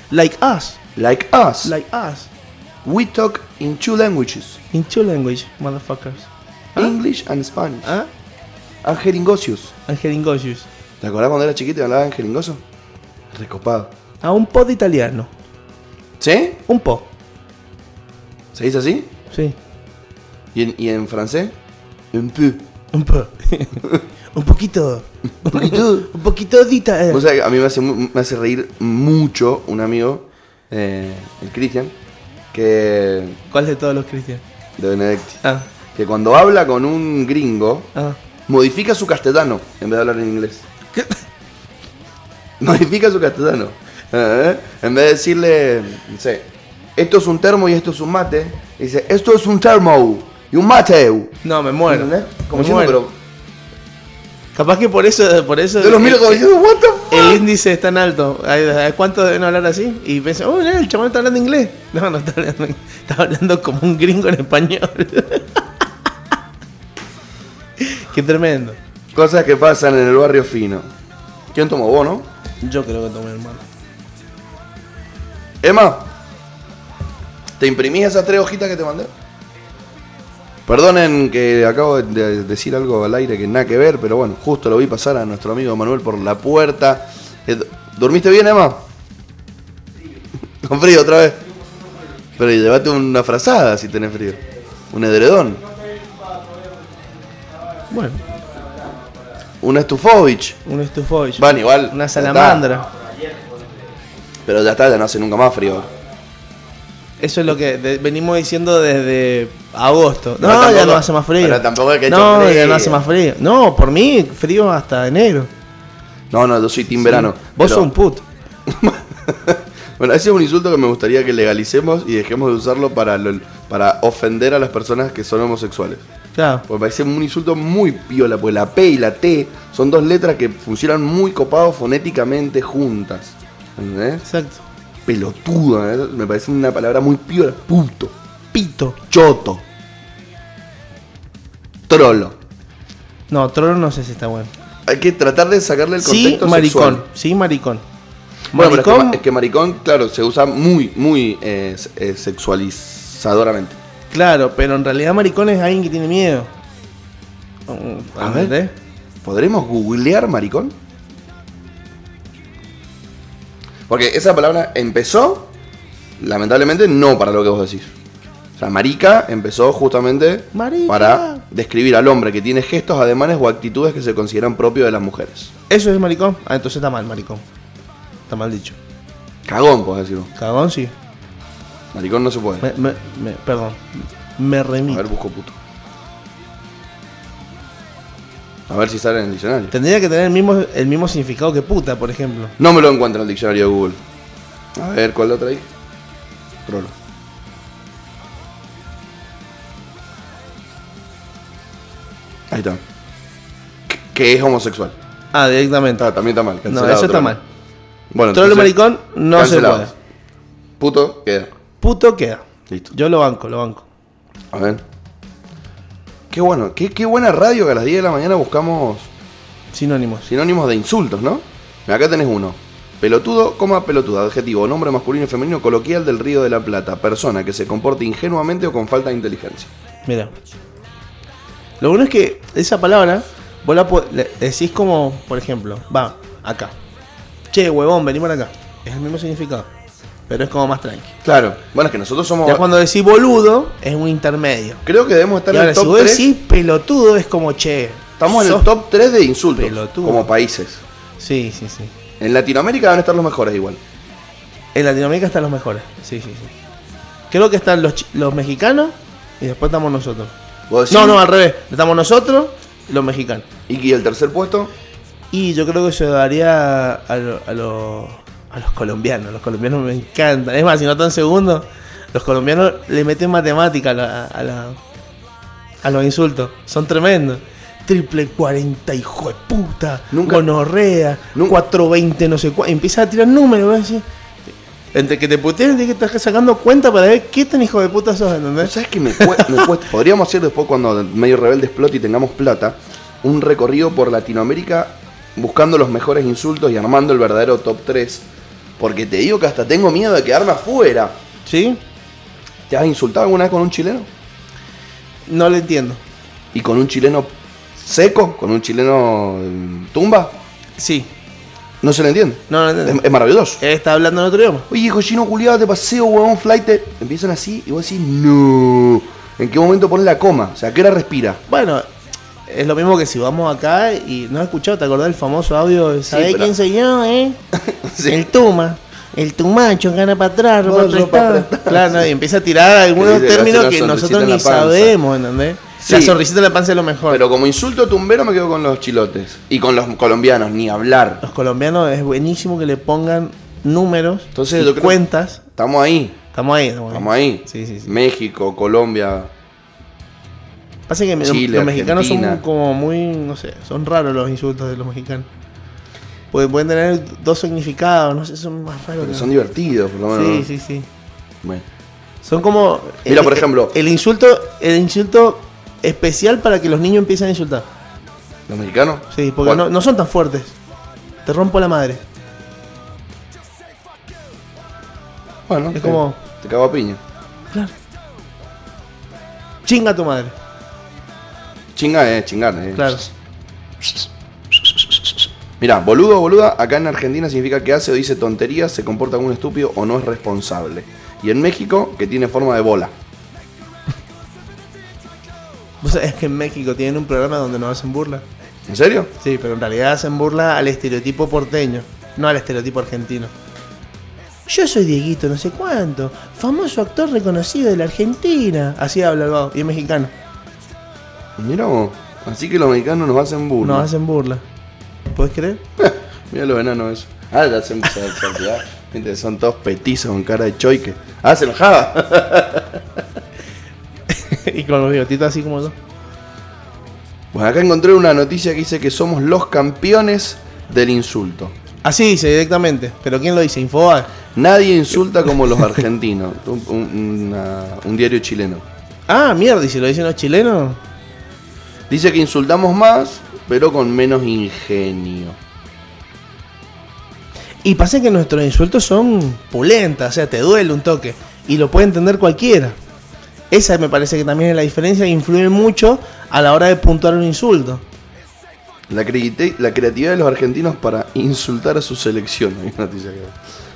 Speaker 2: Like us.
Speaker 1: Like us,
Speaker 2: Like us.
Speaker 1: we talk in two languages.
Speaker 2: In two language, motherfuckers. ¿Ah?
Speaker 1: English and Spanish.
Speaker 2: ¿Ah?
Speaker 1: Angelingocios.
Speaker 2: Angelingosius.
Speaker 1: ¿Te acordás cuando era chiquito y hablaba angelingoso? Recopado.
Speaker 2: A un pod italiano.
Speaker 1: ¿Sí?
Speaker 2: Un po.
Speaker 1: ¿Se dice así?
Speaker 2: Sí.
Speaker 1: ¿Y en, y en francés? Un peu.
Speaker 2: Un po. un poquito.
Speaker 1: Un poquito.
Speaker 2: Un poquito de Ita-
Speaker 1: Vos sabés que a mí me hace, mu- me hace reír mucho un amigo, eh, el Cristian, que.
Speaker 2: ¿Cuál de todos los cristianos?
Speaker 1: de Benedetti.
Speaker 2: Ah,
Speaker 1: Que cuando habla con un gringo,
Speaker 2: ah.
Speaker 1: modifica su castellano en vez de hablar en inglés.
Speaker 2: ¿Qué?
Speaker 1: Modifica su castellano. ¿Eh? En vez de decirle, no sé, esto es un termo y esto es un mate, dice, esto es un termo y un mate.
Speaker 2: No, me muero.
Speaker 1: ¿Entendés? Como
Speaker 2: Me
Speaker 1: diciendo,
Speaker 2: muero.
Speaker 1: pero
Speaker 2: Capaz que por eso. Por eso
Speaker 1: yo los miro como diciendo, what the fuck.
Speaker 2: El índice es tan alto. Ay, ay, ¿Cuántos deben hablar así? Y piensan, oh, mirá, el chaval está hablando inglés. No, no está hablando inglés. Está hablando como un gringo en español. Qué tremendo.
Speaker 1: Cosas que pasan en el barrio fino. ¿Quién tomó vos, no?
Speaker 2: Yo creo que tomé hermano.
Speaker 1: Emma, ¿te imprimís esas tres hojitas que te mandé? Perdonen que acabo de decir algo al aire que nada que ver, pero bueno, justo lo vi pasar a nuestro amigo Manuel por la puerta. Eh, ¿Dormiste bien, Emma? Con frío otra vez. Pero llévate una frazada si tenés frío. Un edredón.
Speaker 2: Bueno,
Speaker 1: Un estufovich.
Speaker 2: un estufovich.
Speaker 1: Van igual. ya
Speaker 2: Una
Speaker 1: está.
Speaker 2: salamandra.
Speaker 1: Pero ya está, ya no hace nunca más frío.
Speaker 2: Eso es lo que de- venimos diciendo desde agosto. No,
Speaker 1: Pero
Speaker 2: ya
Speaker 1: tampoco-
Speaker 2: no hace más frío.
Speaker 1: pero tampoco es que haya
Speaker 2: No,
Speaker 1: hecho
Speaker 2: ya
Speaker 1: frío.
Speaker 2: no hace más frío. No, por mí, frío hasta enero.
Speaker 1: No, no, yo soy team verano. pero-
Speaker 2: Vos sos un puto.
Speaker 1: Bueno, ese es un insulto que me gustaría que legalicemos y dejemos de usarlo para, lo- para ofender a las personas que son homosexuales.
Speaker 2: Claro.
Speaker 1: Porque me parece un insulto muy piola, porque la P y la T son dos letras que funcionan muy copados fonéticamente juntas. ¿Entendés?
Speaker 2: Exacto.
Speaker 1: Pelotudo, ¿eh? me parece una palabra muy piola. Puto,
Speaker 2: Pito.
Speaker 1: choto, trolo.
Speaker 2: No, trolo no sé si está bueno.
Speaker 1: Hay que tratar de sacarle el
Speaker 2: Sí,
Speaker 1: contexto
Speaker 2: maricón.
Speaker 1: sexual.
Speaker 2: Sí, maricón.
Speaker 1: Bueno, pero es que
Speaker 2: maricón,
Speaker 1: ma- es, que, maricón, claro, se usa muy, muy eh, se- eh, sexualizadoramente.
Speaker 2: claro, pero en realidad maricón es alguien que tiene miedo. Mm,
Speaker 1: A ver.
Speaker 2: ¿entendés?
Speaker 1: ¿Podremos googlear maricón? Porque esa palabra empezó, lamentablemente, no para lo que vos decís. O sea, marica empezó justamente
Speaker 2: Marica.
Speaker 1: para describir al hombre que tiene gestos, ademanes o actitudes que se consideran propios de las mujeres.
Speaker 2: Eso es maricón. Ah, entonces está mal, maricón. Está mal dicho.
Speaker 1: Cagón, podés decirlo.
Speaker 2: Cagón, sí.
Speaker 1: Maricón no se puede.
Speaker 2: Me- me- me- perdón. Me
Speaker 1: A
Speaker 2: remito.
Speaker 1: ver, busco puto. A ver si sale en el diccionario.
Speaker 2: Tendría que tener el mismo, el mismo significado que puta, por ejemplo.
Speaker 1: No me lo encuentro en el diccionario de Google. A ver, ¿cuál otra hay? Trolo. Ahí está. Que- Que es homosexual.
Speaker 2: Ah, directamente.
Speaker 1: Está, también está mal.
Speaker 2: no,
Speaker 1: cancelado,
Speaker 2: eso está
Speaker 1: trolo.
Speaker 2: mal.
Speaker 1: Bueno,
Speaker 2: Trolo
Speaker 1: entonces,
Speaker 2: maricón no
Speaker 1: cancelado.
Speaker 2: se puede.
Speaker 1: Puto, queda.
Speaker 2: Puto queda.
Speaker 1: Listo.
Speaker 2: Yo lo banco, lo banco.
Speaker 1: A ver. Qué bueno, qué, qué buena radio que a las 10 de la mañana buscamos
Speaker 2: Sinónimos.
Speaker 1: sinónimos de insultos, ¿no? Mirá, Acá tenés uno. Pelotudo, coma pelotuda, adjetivo, nombre masculino y femenino coloquial del Río de la Plata, persona que se comporte ingenuamente o con falta de inteligencia.
Speaker 2: Mira. Lo bueno es que esa palabra, vos la po- le decís como, por ejemplo, va, acá. Che, huevón, vení para acá. Es el mismo significado. Pero es como más tranqui.
Speaker 1: Claro. Bueno, es que nosotros somos...
Speaker 2: Ya cuando decís boludo, es un intermedio.
Speaker 1: Creo que debemos estar
Speaker 2: Y
Speaker 1: en el
Speaker 2: ahora, si
Speaker 1: top
Speaker 2: vos
Speaker 1: 3.
Speaker 2: decís pelotudo, es como che.
Speaker 1: Estamos en el
Speaker 2: sos-
Speaker 1: top 3 de insultos
Speaker 2: Pelotudo.
Speaker 1: como países.
Speaker 2: Sí, sí, sí.
Speaker 1: En Latinoamérica van a estar los mejores igual.
Speaker 2: En Latinoamérica están los mejores. Sí, sí, sí. Creo que están los, chi- los mexicanos y después estamos nosotros.
Speaker 1: Vos decís-
Speaker 2: No, no, al revés. Estamos nosotros, los mexicanos.
Speaker 1: ¿Y el tercer puesto?
Speaker 2: Y yo creo que se daría a, lo- a lo- a los colombianos. Los colombianos me encantan. Es más, si no están segundos, los colombianos le meten matemática a, la- a la- a los insultos. Son tremendos. Triple 40, hijo de puta.
Speaker 1: Nunca-
Speaker 2: Gonorrea.
Speaker 1: Nun-
Speaker 2: 420, no sé cuánto. Empiezas a tirar números. ¿ves? Así. Entre que te puteen, tienes que estar sacando cuenta para ver qué tan hijo de puta sos,
Speaker 1: ¿No
Speaker 2: ¿entendés?
Speaker 1: ¿Sabes qué me, cue- me cuesta? Podríamos hacer después cuando Medio Rebelde explote y tengamos plata, un recorrido por Latinoamérica buscando los mejores insultos y armando el verdadero top 3. Porque te digo que hasta tengo miedo de quedarme afuera.
Speaker 2: ¿Sí?
Speaker 1: ¿Te has insultado alguna vez con un chileno?
Speaker 2: No lo entiendo.
Speaker 1: ¿Y con un chileno seco? ¿Con un chileno mm, tumba?
Speaker 2: Sí.
Speaker 1: No se le entiende.
Speaker 2: No, no,
Speaker 1: Es,
Speaker 2: no.
Speaker 1: es maravilloso.
Speaker 2: Él está hablando en otro pues. idioma.
Speaker 1: Oye, cochino culiado, te paseo, huevón, flight. Empiezan así y vos decís, no. ¿En qué momento pones la coma? O sea, ¿a qué hora respira?
Speaker 2: Bueno, es lo mismo que si vamos acá y no has escuchado, ¿te acordás del famoso audio? de, ¿Sabés
Speaker 1: pero-
Speaker 2: quién soy yo, eh?
Speaker 1: Sí.
Speaker 2: El Tuma. El Tumacho, gana para atrás, ropa
Speaker 1: Vos, ropa
Speaker 2: prestada.
Speaker 1: prestada.
Speaker 2: Claro, no, y empieza a tirar
Speaker 1: Que
Speaker 2: algunos
Speaker 1: dice,
Speaker 2: términos
Speaker 1: hace
Speaker 2: que
Speaker 1: una
Speaker 2: nosotros ni
Speaker 1: sonrisita en la panza.
Speaker 2: sabemos, ¿entendés? La
Speaker 1: Sí.
Speaker 2: sonrisita en la panza es lo mejor.
Speaker 1: Pero como insulto tumbero me quedo con los chilotes. Y con los colombianos, ni hablar.
Speaker 2: Los colombianos es buenísimo que le pongan números,
Speaker 1: Entonces
Speaker 2: y
Speaker 1: yo creo-
Speaker 2: cuentas.
Speaker 1: Estamos ahí,
Speaker 2: Estamos ahí, estamos ahí.
Speaker 1: estamos ahí.
Speaker 2: Sí, sí, sí.
Speaker 1: México, Colombia.
Speaker 2: Pasa que los-
Speaker 1: Chile,
Speaker 2: los mexicanos son
Speaker 1: Argentina.
Speaker 2: como muy, no sé, son raros los insultos de los mexicanos. Porque pueden tener dos significados, no sé, son más raros.
Speaker 1: Pero
Speaker 2: que-
Speaker 1: son divertidos, por lo menos.
Speaker 2: Sí,
Speaker 1: ¿no?
Speaker 2: sí, sí.
Speaker 1: Bueno.
Speaker 2: Son como.
Speaker 1: Mira, por ejemplo-
Speaker 2: El insulto, el insulto especial para que los niños empiecen a insultar.
Speaker 1: ¿Los mexicanos?
Speaker 2: Sí, porque
Speaker 1: Bueno,
Speaker 2: no, no son tan fuertes. Te rompo la madre.
Speaker 1: Bueno,
Speaker 2: es
Speaker 1: te-
Speaker 2: como-
Speaker 1: Te cago a piña.
Speaker 2: Claro. Chinga tu madre.
Speaker 1: Chinga es chingar. eh.
Speaker 2: Claro.
Speaker 1: Mirá, boludo o boluda, acá en Argentina significa que hace o dice tonterías, se comporta como un estúpido o no es responsable. Y en México, que tiene forma de bola.
Speaker 2: ¿Vos sabés que en México tienen un programa donde nos hacen burla?
Speaker 1: ¿En serio?
Speaker 2: Sí, pero en realidad hacen burla al estereotipo porteño, no al estereotipo argentino. Yo soy Dieguito, no sé cuánto, famoso actor reconocido de la Argentina. Así habla el vago, y es mexicano.
Speaker 1: Mirá vos. Así que los mexicanos nos hacen burla.
Speaker 2: Nos hacen burla. ¿Podés creer?
Speaker 1: Mirá los enanos eso. Ah, ya se empezó a charlar. Gente, son todos petizos con cara de choique. Ah, se enojaba.
Speaker 2: y con los bigotitos así como yo.
Speaker 1: Bueno, Pues acá encontré una noticia que dice que somos los campeones del insulto.
Speaker 2: Así Ah, dice directamente. ¿Pero quién lo dice? Infobae.
Speaker 1: Nadie insulta como los argentinos. Un, un- una- un diario chileno.
Speaker 2: Ah, mierda, y si lo dicen los chilenos.
Speaker 1: Dice que insultamos más, pero con menos ingenio.
Speaker 2: Y pasa que nuestros insultos son pulentas, o sea, te duele un toque. Y lo puede entender cualquiera. Esa me parece que también es la diferencia que influye mucho a la hora de puntuar un insulto.
Speaker 1: La, creati- la creatividad de los argentinos para insultar a su selección. Hay una noticia acá.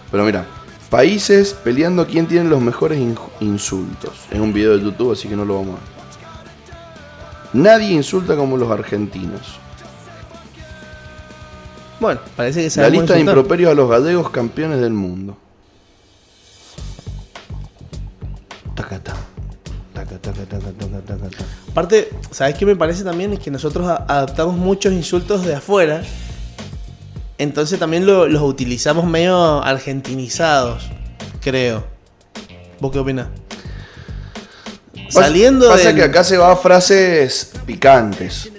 Speaker 1: Pero mira, países peleando quién tiene los mejores inju- insultos. Es un video de YouTube, así que no lo vamos a ver. Nadie insulta como los argentinos.
Speaker 2: Bueno, parece que
Speaker 1: La
Speaker 2: sabemos
Speaker 1: lista de
Speaker 2: insultar.
Speaker 1: improperios a los gallegos campeones del mundo. Tacata. Taca, taca, taca, taca, taca, taca.
Speaker 2: Aparte, ¿sabes qué me parece también? Es que nosotros a- adaptamos muchos insultos de afuera. Entonces también lo- los utilizamos medio argentinizados, creo. ¿Vos qué opinás?
Speaker 1: Pasa-
Speaker 2: Saliendo
Speaker 1: Pasa
Speaker 2: del-
Speaker 1: que acá se va a frases picantes.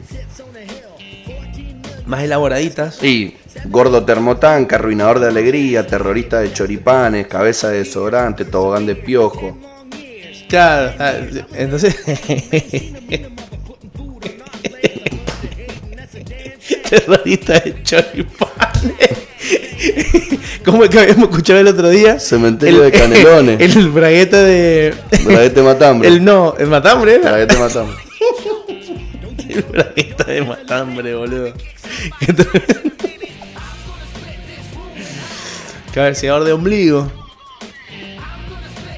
Speaker 2: más elaboraditas.
Speaker 1: Y gordo termotanca, arruinador de alegría, terrorista de choripanes, cabeza de desodorante, tobogán de piojo.
Speaker 2: Claro, ah, entonces. Terrorista de choripanes. ¿Cómo es que habíamos escuchado el otro día?
Speaker 1: Cementerio de canelones.
Speaker 2: El, bragueta de.
Speaker 1: Braguete matambre.
Speaker 2: El no, el matambre era.
Speaker 1: Braguete matambre.
Speaker 2: El bragueta de matambre, boludo. Entonces- Cabeceador de ombligo.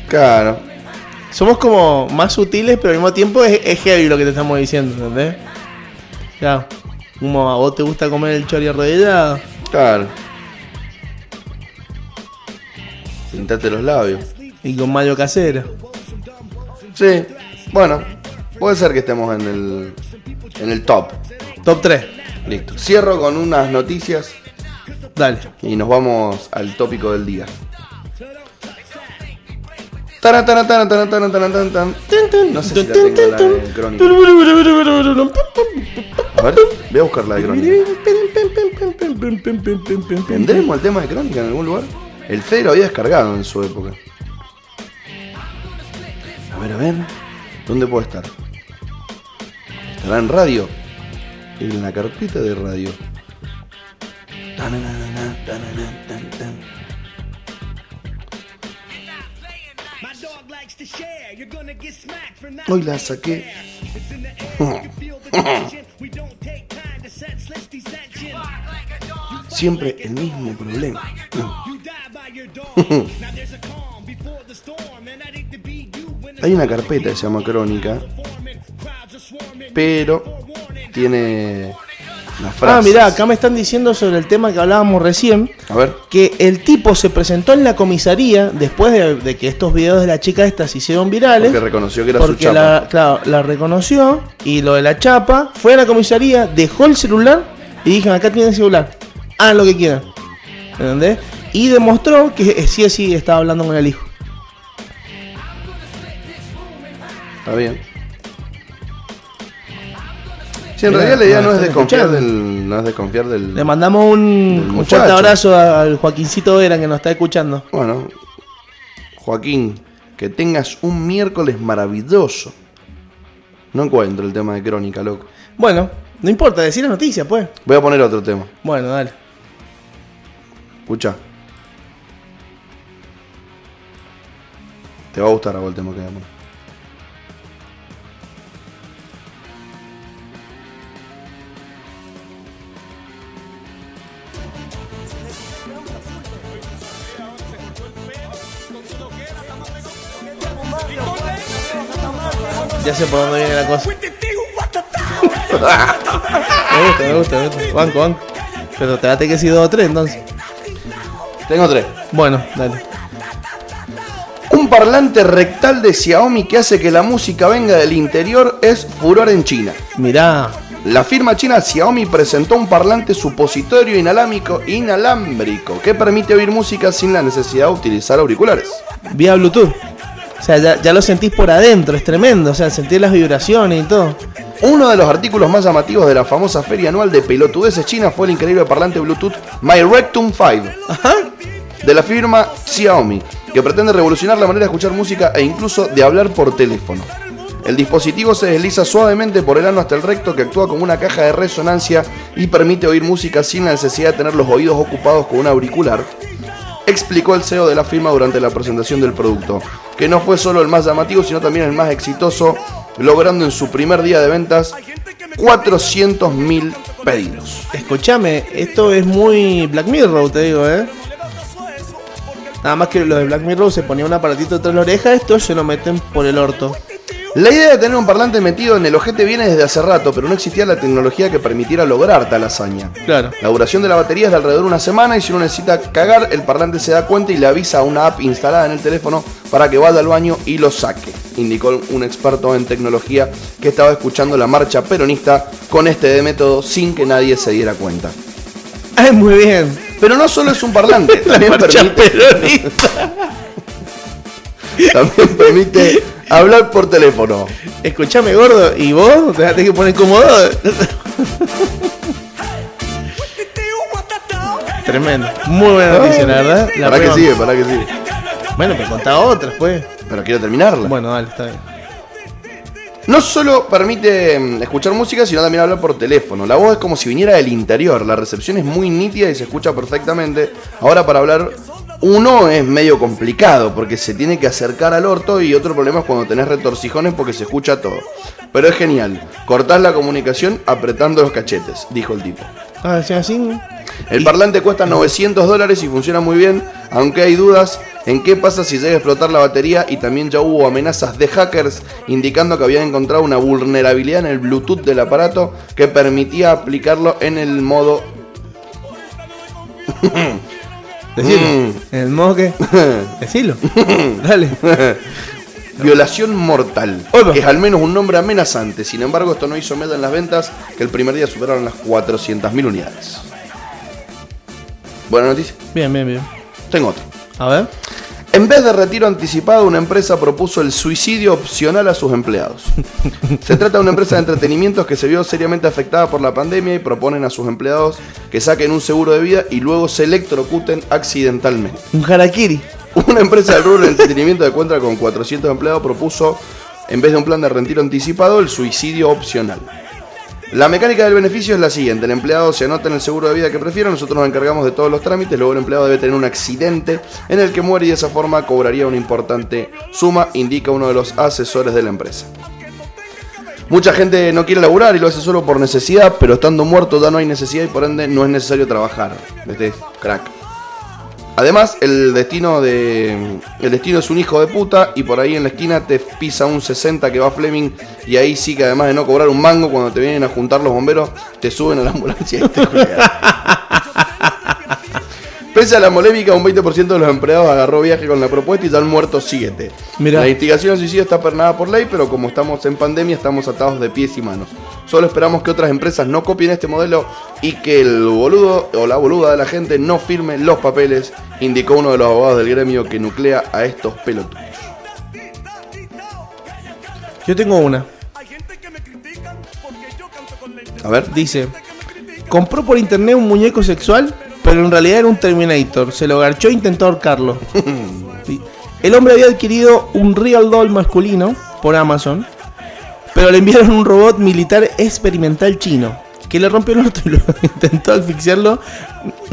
Speaker 1: Claro.
Speaker 2: Somos como más sutiles, pero al mismo tiempo es, es heavy lo que te estamos diciendo, ¿entendés? Ya, como a vos te gusta comer el chori arrodillado.
Speaker 1: Claro. Pintate los labios.
Speaker 2: Y con mayo casero.
Speaker 1: Sí. Bueno, puede ser que estemos en el, en el top.
Speaker 2: Top 3.
Speaker 1: Listo. Cierro con unas noticias
Speaker 2: Dale.
Speaker 1: y nos vamos al tópico del día. Taran, taran, taran, taran, taran, taran, taran, taran. No sé si la tengo la de Crónica. A ver, voy a buscar la de Crónica. ¿Tendremos el tema de Crónica en algún lugar? El Fede lo había descargado en su época. A ver, a ver. ¿Dónde puede estar? ¿Estará en radio? En la carpeta de radio. Tananana, tananana, tan, tan.
Speaker 3: Hoy la saqué.
Speaker 1: Siempre el mismo problema. Hay una carpeta que se llama Crónica, pero tiene las frases.
Speaker 2: Ah, mirá, acá me están diciendo sobre el tema que hablábamos recién.
Speaker 1: A ver.
Speaker 2: que el tipo se presentó en la comisaría después de, de que estos videos de la chica esta se hicieron virales.
Speaker 1: Porque reconoció que era su
Speaker 2: porque
Speaker 1: chapa.
Speaker 2: La, claro, la reconoció y lo de la chapa, fue a la comisaría, dejó el celular y dijeron, acá tienen el celular, hagan lo que quieran. ¿Entendés? Y demostró que eh, sí o sí estaba hablando con el hijo.
Speaker 1: Está bien. Sí, en
Speaker 2: Mirá,
Speaker 1: realidad la idea
Speaker 2: nos
Speaker 1: no es,
Speaker 2: están
Speaker 1: desconfiar
Speaker 2: escuchando.
Speaker 1: del, no es desconfiar del...
Speaker 2: Le mandamos un, un fuerte
Speaker 1: muchacho.
Speaker 2: abrazo a- al Joaquincito Vera que nos está escuchando.
Speaker 1: Bueno, Joaquín, que tengas un miércoles maravilloso. No encuentro el tema de Crónica, loco.
Speaker 2: Bueno, no importa, decir la noticia, pues.
Speaker 1: Voy a poner otro tema.
Speaker 2: Bueno, dale.
Speaker 1: Escucha. Te va a gustar a el tema que voy a poner.
Speaker 2: Ya sé por dónde viene la cosa. Me gusta, me gusta, me gusta. Banco, banco. Pero te va a tener que decir dos o tres entonces.
Speaker 1: Tengo tres.
Speaker 2: Bueno, dale.
Speaker 1: Un parlante rectal de Xiaomi que hace que la música venga del interior es furor en China.
Speaker 2: Mirá.
Speaker 1: La firma china Xiaomi presentó un parlante supositorio inalámbrico, inalámbrico que permite oír música sin la necesidad de utilizar auriculares.
Speaker 2: Vía Bluetooth. O sea, ya, ya lo sentís por adentro, es tremendo. O sea, sentir las vibraciones y todo.
Speaker 1: Uno de los artículos más llamativos de la famosa feria anual de pelotudeces china fue el increíble parlante Bluetooth My Rectum 5
Speaker 2: Ajá.
Speaker 1: de la firma Xiaomi, que pretende revolucionar la manera de escuchar música e incluso de hablar por teléfono. El dispositivo se desliza suavemente por el ano hasta el recto que actúa como una caja de resonancia y permite oír música sin la necesidad de tener los oídos ocupados con un auricular, explicó el CEO de la firma durante la presentación del producto, que no fue solo el más llamativo sino también el más exitoso, logrando en su primer día de ventas 400.000 pedidos.
Speaker 2: Escúchame, esto es muy Black Mirror, te digo, ¿eh? Nada más que lo de Black Mirror se ponía un aparatito detrás de la oreja, esto se lo meten por el orto.
Speaker 1: La idea de tener un parlante metido en el ojete viene desde hace rato, pero no existía la tecnología que permitiera lograr tal hazaña.
Speaker 2: Claro.
Speaker 1: La duración de la batería es de alrededor de una semana y si uno necesita cagar, el parlante se da cuenta y le avisa a una app instalada en el teléfono para que vaya al baño y lo saque, indicó un experto en tecnología que estaba escuchando la marcha peronista con este de método sin que nadie se diera cuenta.
Speaker 2: Ay, muy bien.
Speaker 1: Pero no solo es un parlante, también
Speaker 2: marcha
Speaker 1: permite... También permite hablar por teléfono.
Speaker 2: Escúchame, gordo, ¿y vos? ¿Te tenés que poner cómodo? Tremendo. Muy buena noticia, la verdad. La
Speaker 1: para que
Speaker 2: prima-
Speaker 1: sigue, para que sigue.
Speaker 2: Bueno, pero contá otra, pues.
Speaker 1: Pero quiero terminarla.
Speaker 2: Bueno, dale, está bien.
Speaker 1: No solo permite mm, escuchar música, sino también hablar por teléfono. La voz es como si viniera del interior. La recepción es muy nítida y se escucha perfectamente. Ahora para hablar uno es medio complicado porque se tiene que acercar al orto y otro problema es cuando tenés retorcijones porque se escucha todo. Pero es genial. Cortás la comunicación apretando los cachetes, dijo el tipo.
Speaker 2: Ah, sí, así.
Speaker 1: El parlante cuesta 900 dólares y funciona muy bien, aunque hay dudas en qué pasa si llega a explotar la batería y también ya hubo amenazas de hackers indicando que habían encontrado una vulnerabilidad en el Bluetooth del aparato que permitía aplicarlo en el modo...
Speaker 2: Decilo.
Speaker 1: Mm.
Speaker 2: En el modo que. Decilo. dale.
Speaker 1: Violación mortal,
Speaker 2: Opa.
Speaker 1: que es al menos un nombre amenazante. Sin embargo, esto no hizo meta en las ventas, que el primer día superaron las 400.000 unidades. Buena noticia,
Speaker 2: Bien, bien, bien.
Speaker 1: tengo otra.
Speaker 2: A ver.
Speaker 1: En vez de retiro anticipado, una empresa propuso el suicidio opcional a sus empleados. Se trata de una empresa de entretenimientos que se vio seriamente afectada por la pandemia y proponen a sus empleados que saquen un seguro de vida y luego se electrocuten accidentalmente.
Speaker 2: Un harakiri.
Speaker 1: Una empresa del rubro del entretenimiento que cuenta con 400 empleados propuso, en vez de un plan de retiro anticipado, el suicidio opcional. La mecánica del beneficio es la siguiente: el empleado se anota en el seguro de vida que prefiera, nosotros nos encargamos de todos los trámites, luego el empleado debe tener un accidente en el que muere y de esa forma cobraría una importante suma, indica uno de los asesores de la empresa. Mucha gente no quiere laburar y lo hace solo por necesidad, pero estando muerto ya no hay necesidad y por ende no es necesario trabajar. Este es crack. Además, el destino de. El destino es un hijo de puta y por ahí en la esquina te pisa un 60 que va Fleming y ahí sí que además de no cobrar un mango cuando te vienen a juntar los bomberos, te suben a la ambulancia y te cuidan. Pese a la molémica, un 20% de los empleados agarró viaje con la propuesta y ya han muerto 7.
Speaker 2: Mirá.
Speaker 1: La instigación al suicidio está pernada por ley, pero como estamos en pandemia, estamos atados de pies y manos. Solo esperamos que otras empresas no copien este modelo y que el boludo o la boluda de la gente no firme los papeles, indicó uno de los abogados del gremio que nuclea a estos pelotudos.
Speaker 2: Yo tengo una.
Speaker 1: A ver,
Speaker 2: Dice: Compró por internet un muñeco sexual, pero en realidad era un Terminator. Se lo garchó e intentó ahorcarlo. Sí. El hombre había adquirido un Real Doll masculino por Amazon, pero le enviaron un robot militar experimental chino que le rompió el orto y lo intentó asfixiarlo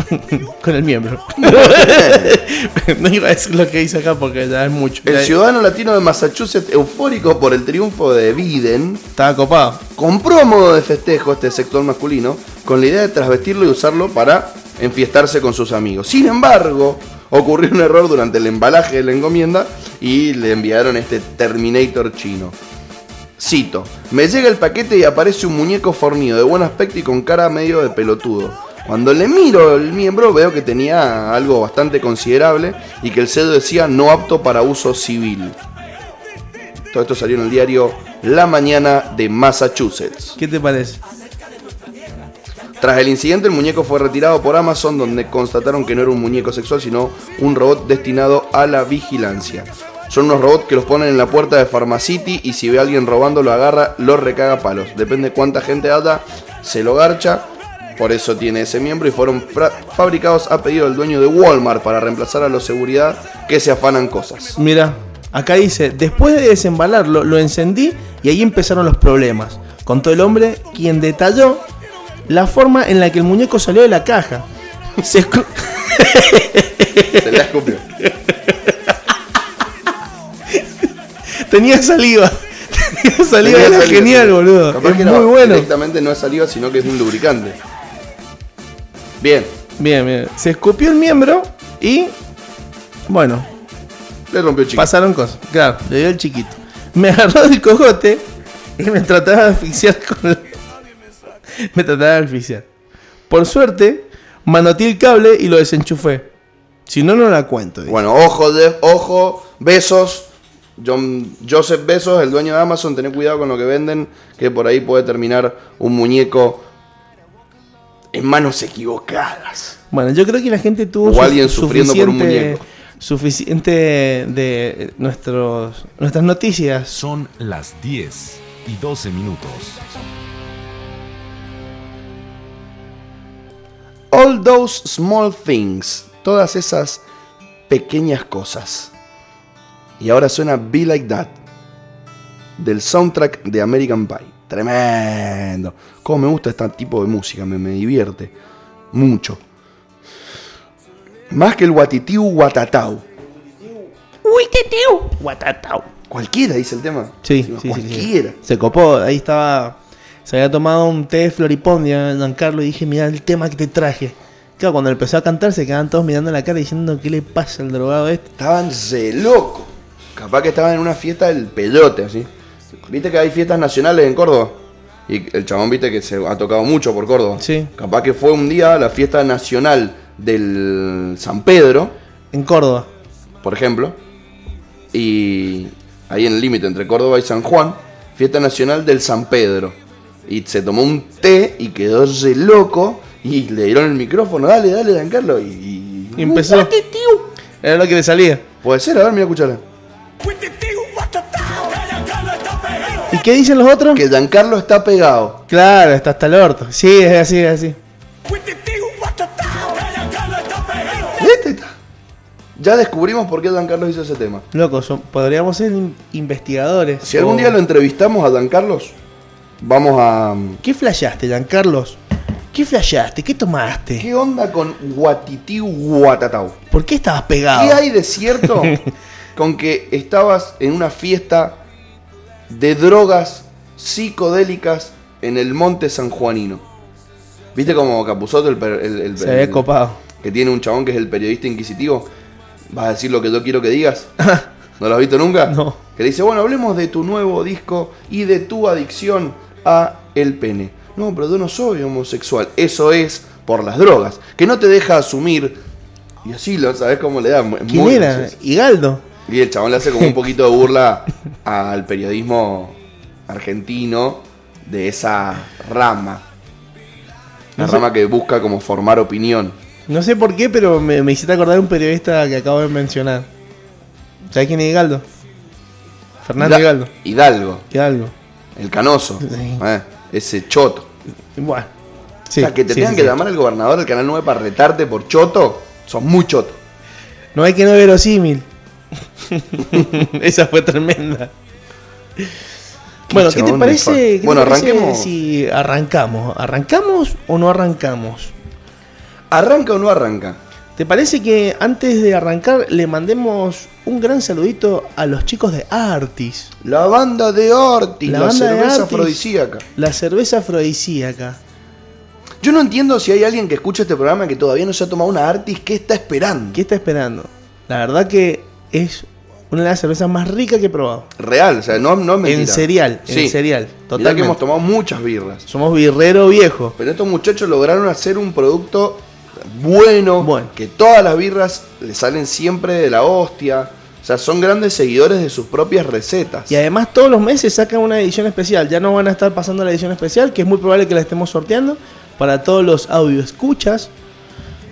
Speaker 2: con el miembro. no iba a decir lo que dice acá porque ya es mucho.
Speaker 1: el
Speaker 2: Ya
Speaker 1: ciudadano latino de Massachusetts, eufórico por el triunfo de Biden,
Speaker 2: Estaba copado.
Speaker 1: compró a modo de festejo este sector masculino con la idea de trasvestirlo y usarlo para enfiestarse con sus amigos. Sin embargo, ocurrió un error durante el embalaje de la encomienda y le enviaron este Terminator chino. Cito, me llega el paquete y aparece un muñeco fornido de buen aspecto y con cara medio de pelotudo. Cuando le miro el miembro veo que tenía algo bastante considerable y que el sello decía no apto para uso civil. Todo esto salió en el diario La Mañana de Massachusetts.
Speaker 2: ¿Qué te parece?
Speaker 1: Tras el incidente, el muñeco fue retirado por Amazon, donde constataron que no era un muñeco sexual, sino un robot destinado a la vigilancia. Son unos robots que los ponen en la puerta de Pharmacity y si ve a alguien robando lo agarra, lo recaga a palos. Depende cuánta gente ata, se lo garcha. Por eso tiene ese miembro y fueron fra- fabricados a pedido del dueño de Walmart para reemplazar a los seguridad que se afanan cosas.
Speaker 2: Mira, acá dice, después de desembalarlo, lo encendí y ahí empezaron los problemas. Contó el hombre quien detalló la forma en la que el muñeco salió de la caja. Se escu-
Speaker 1: Se la escupió.
Speaker 2: Tenía saliva. Tenía saliva,
Speaker 1: Tenía
Speaker 2: era
Speaker 1: saliva,
Speaker 2: genial,
Speaker 1: sí.
Speaker 2: boludo.
Speaker 1: Capaz
Speaker 2: es
Speaker 1: que
Speaker 2: muy
Speaker 1: era-
Speaker 2: bueno.
Speaker 1: Directamente no es saliva, sino que es un lubricante. Bien,
Speaker 2: Bien, bien. Se escupió el miembro y. Bueno,
Speaker 1: le rompió chico.
Speaker 2: pasaron cosas. Claro, le dio el chiquito. Me agarró del cogote y me trataba de asfixiar con la- Me trataba de asfixiar. Por suerte, manoteé el cable y lo desenchufé. Si no, no la cuento. dice.
Speaker 1: Bueno, ojo, de, ojo, besos. John, Joseph Besos, el dueño de Amazon, tened cuidado con lo que venden, que por ahí puede terminar un muñeco en manos equivocadas.
Speaker 2: Bueno, yo creo que la gente tuvo
Speaker 1: O
Speaker 2: su-
Speaker 1: alguien sufriendo por un
Speaker 2: suficiente-
Speaker 1: muñeco.
Speaker 2: Suficiente de nuestros, nuestras noticias
Speaker 3: Son las 10 y 12 minutos.
Speaker 1: All those small things, todas esas pequeñas cosas. Y ahora suena Be Like That del soundtrack de American Pie. Tremendo. Cómo me gusta este tipo de música, me, me divierte mucho. Más que el guatitiu guatatau.
Speaker 2: Guatatau.
Speaker 1: Cualquiera dice el tema.
Speaker 2: Sí, sí,
Speaker 1: Digo,
Speaker 2: sí, sí.
Speaker 1: cualquiera.
Speaker 2: Se copó, ahí estaba. Se había tomado un té de floripondia, Giancarlo, y dije, mirá el tema que te traje. Claro, cuando empezó a cantar se quedaban todos mirando la cara diciendo, ¿qué le pasa al drogado este?
Speaker 1: Estaban re locos. Capaz que estaban en una fiesta del pelote, así. Viste que hay fiestas nacionales en Córdoba. Y el chabón, viste que se ha tocado mucho por Córdoba.
Speaker 2: Sí.
Speaker 1: Capaz que fue un día a la fiesta nacional del San Pedro,
Speaker 2: En Córdoba.
Speaker 1: por ejemplo. Y ahí en el límite entre Córdoba y San Juan, fiesta nacional del San Pedro. Y se tomó un té y quedó re loco. Y le dieron el micrófono, dale, dale, Dan Carlos. Y,
Speaker 2: Y empezó. Era lo que le salía.
Speaker 1: Puede ser, a ver, mira, escuchala.
Speaker 2: ¿Y qué dicen los otros?
Speaker 1: Que Giancarlo está pegado.
Speaker 2: Claro, está hasta el orto. Sí, es así, es así.
Speaker 1: Este está. Ya descubrimos por qué Dan Carlos hizo ese tema.
Speaker 2: Loco, son- podríamos ser in- investigadores.
Speaker 1: Si algún
Speaker 2: O-
Speaker 1: día lo entrevistamos a Dan Carlos, vamos a. mm,
Speaker 2: ¿Qué flasheaste, Giancarlos? ¿Qué flasheaste? ¿Qué tomaste?
Speaker 1: ¿Qué onda con Guatitiu Guatatau?
Speaker 2: ¿Por qué estabas pegado?
Speaker 1: ¿Qué hay de cierto con que estabas en una fiesta de drogas psicodélicas en el monte sanjuanino? ¿Viste como Capuzoto, el, per- el- el-
Speaker 2: Se había
Speaker 1: el-
Speaker 2: copado.
Speaker 1: que tiene un chabón que es el periodista inquisitivo? ¿Vas a decir lo que yo quiero que digas? ¿No lo has visto nunca?
Speaker 2: No.
Speaker 1: Que le dice, bueno, hablemos de tu nuevo disco y de tu adicción a el pene. No, pero yo no soy homosexual. Eso es por las drogas. Que no te deja asumir. Y así lo sabes cómo le da. Mu-
Speaker 2: ¿Quién
Speaker 1: muy
Speaker 2: era?
Speaker 1: gracioso.
Speaker 2: Higaldo.
Speaker 1: Y el chabón le hace como un poquito de burla al periodismo argentino de esa rama. La
Speaker 2: No sé.
Speaker 1: rama que busca como formar opinión.
Speaker 2: No sé por qué, pero me, me hiciste acordar de un periodista que acabo de mencionar. ¿Sabes quién es Higaldo? Fernando
Speaker 1: Hidal-
Speaker 2: Higaldo.
Speaker 1: Hidalgo,
Speaker 2: Hidalgo.
Speaker 1: el canoso.
Speaker 2: Sí.
Speaker 1: eh, ese choto.
Speaker 2: Bueno. Sí,
Speaker 1: o sea, que te
Speaker 2: sí,
Speaker 1: tengan
Speaker 2: sí,
Speaker 1: que
Speaker 2: sí.
Speaker 1: llamar al gobernador del Canal 9 para retarte por choto, son muy choto.
Speaker 2: No hay que no es verosímil. Esa fue tremenda. Bueno, ¿qué te
Speaker 1: chabón
Speaker 2: parece?
Speaker 1: de
Speaker 2: qué te
Speaker 1: Bueno,
Speaker 2: parece
Speaker 1: arranquemos.
Speaker 2: Si arrancamos. ¿Arrancamos o no arrancamos?
Speaker 1: ¿Arranca o no arranca?
Speaker 2: ¿Te parece que antes de arrancar le mandemos un gran saludito a los chicos de Artis?
Speaker 1: La banda de Ortiz, la,
Speaker 2: La banda de
Speaker 1: cerveza
Speaker 2: Ortiz.
Speaker 1: afrodisíaca.
Speaker 2: La cerveza afrodisíaca.
Speaker 1: Yo no entiendo si hay alguien que escucha este programa que todavía no se ha tomado una Artis, ¿qué está esperando?
Speaker 2: ¿Qué está esperando? La verdad que es una de las cervezas más ricas que he probado.
Speaker 1: Real, o sea, no, no es mentira.
Speaker 2: En cereal,
Speaker 1: Sí.
Speaker 2: en cereal.
Speaker 1: Mirá que
Speaker 2: Totalmente.
Speaker 1: hemos tomado muchas birras.
Speaker 2: Somos birrero viejo.
Speaker 1: Pero estos muchachos lograron hacer un producto bueno,
Speaker 2: Bueno.
Speaker 1: que todas las birras le salen siempre de la hostia. O sea, son grandes seguidores de sus propias recetas.
Speaker 2: Y además todos los meses sacan una edición especial. Ya no van a estar pasando la edición especial, que es muy probable que la estemos sorteando para todos los audio escuchas.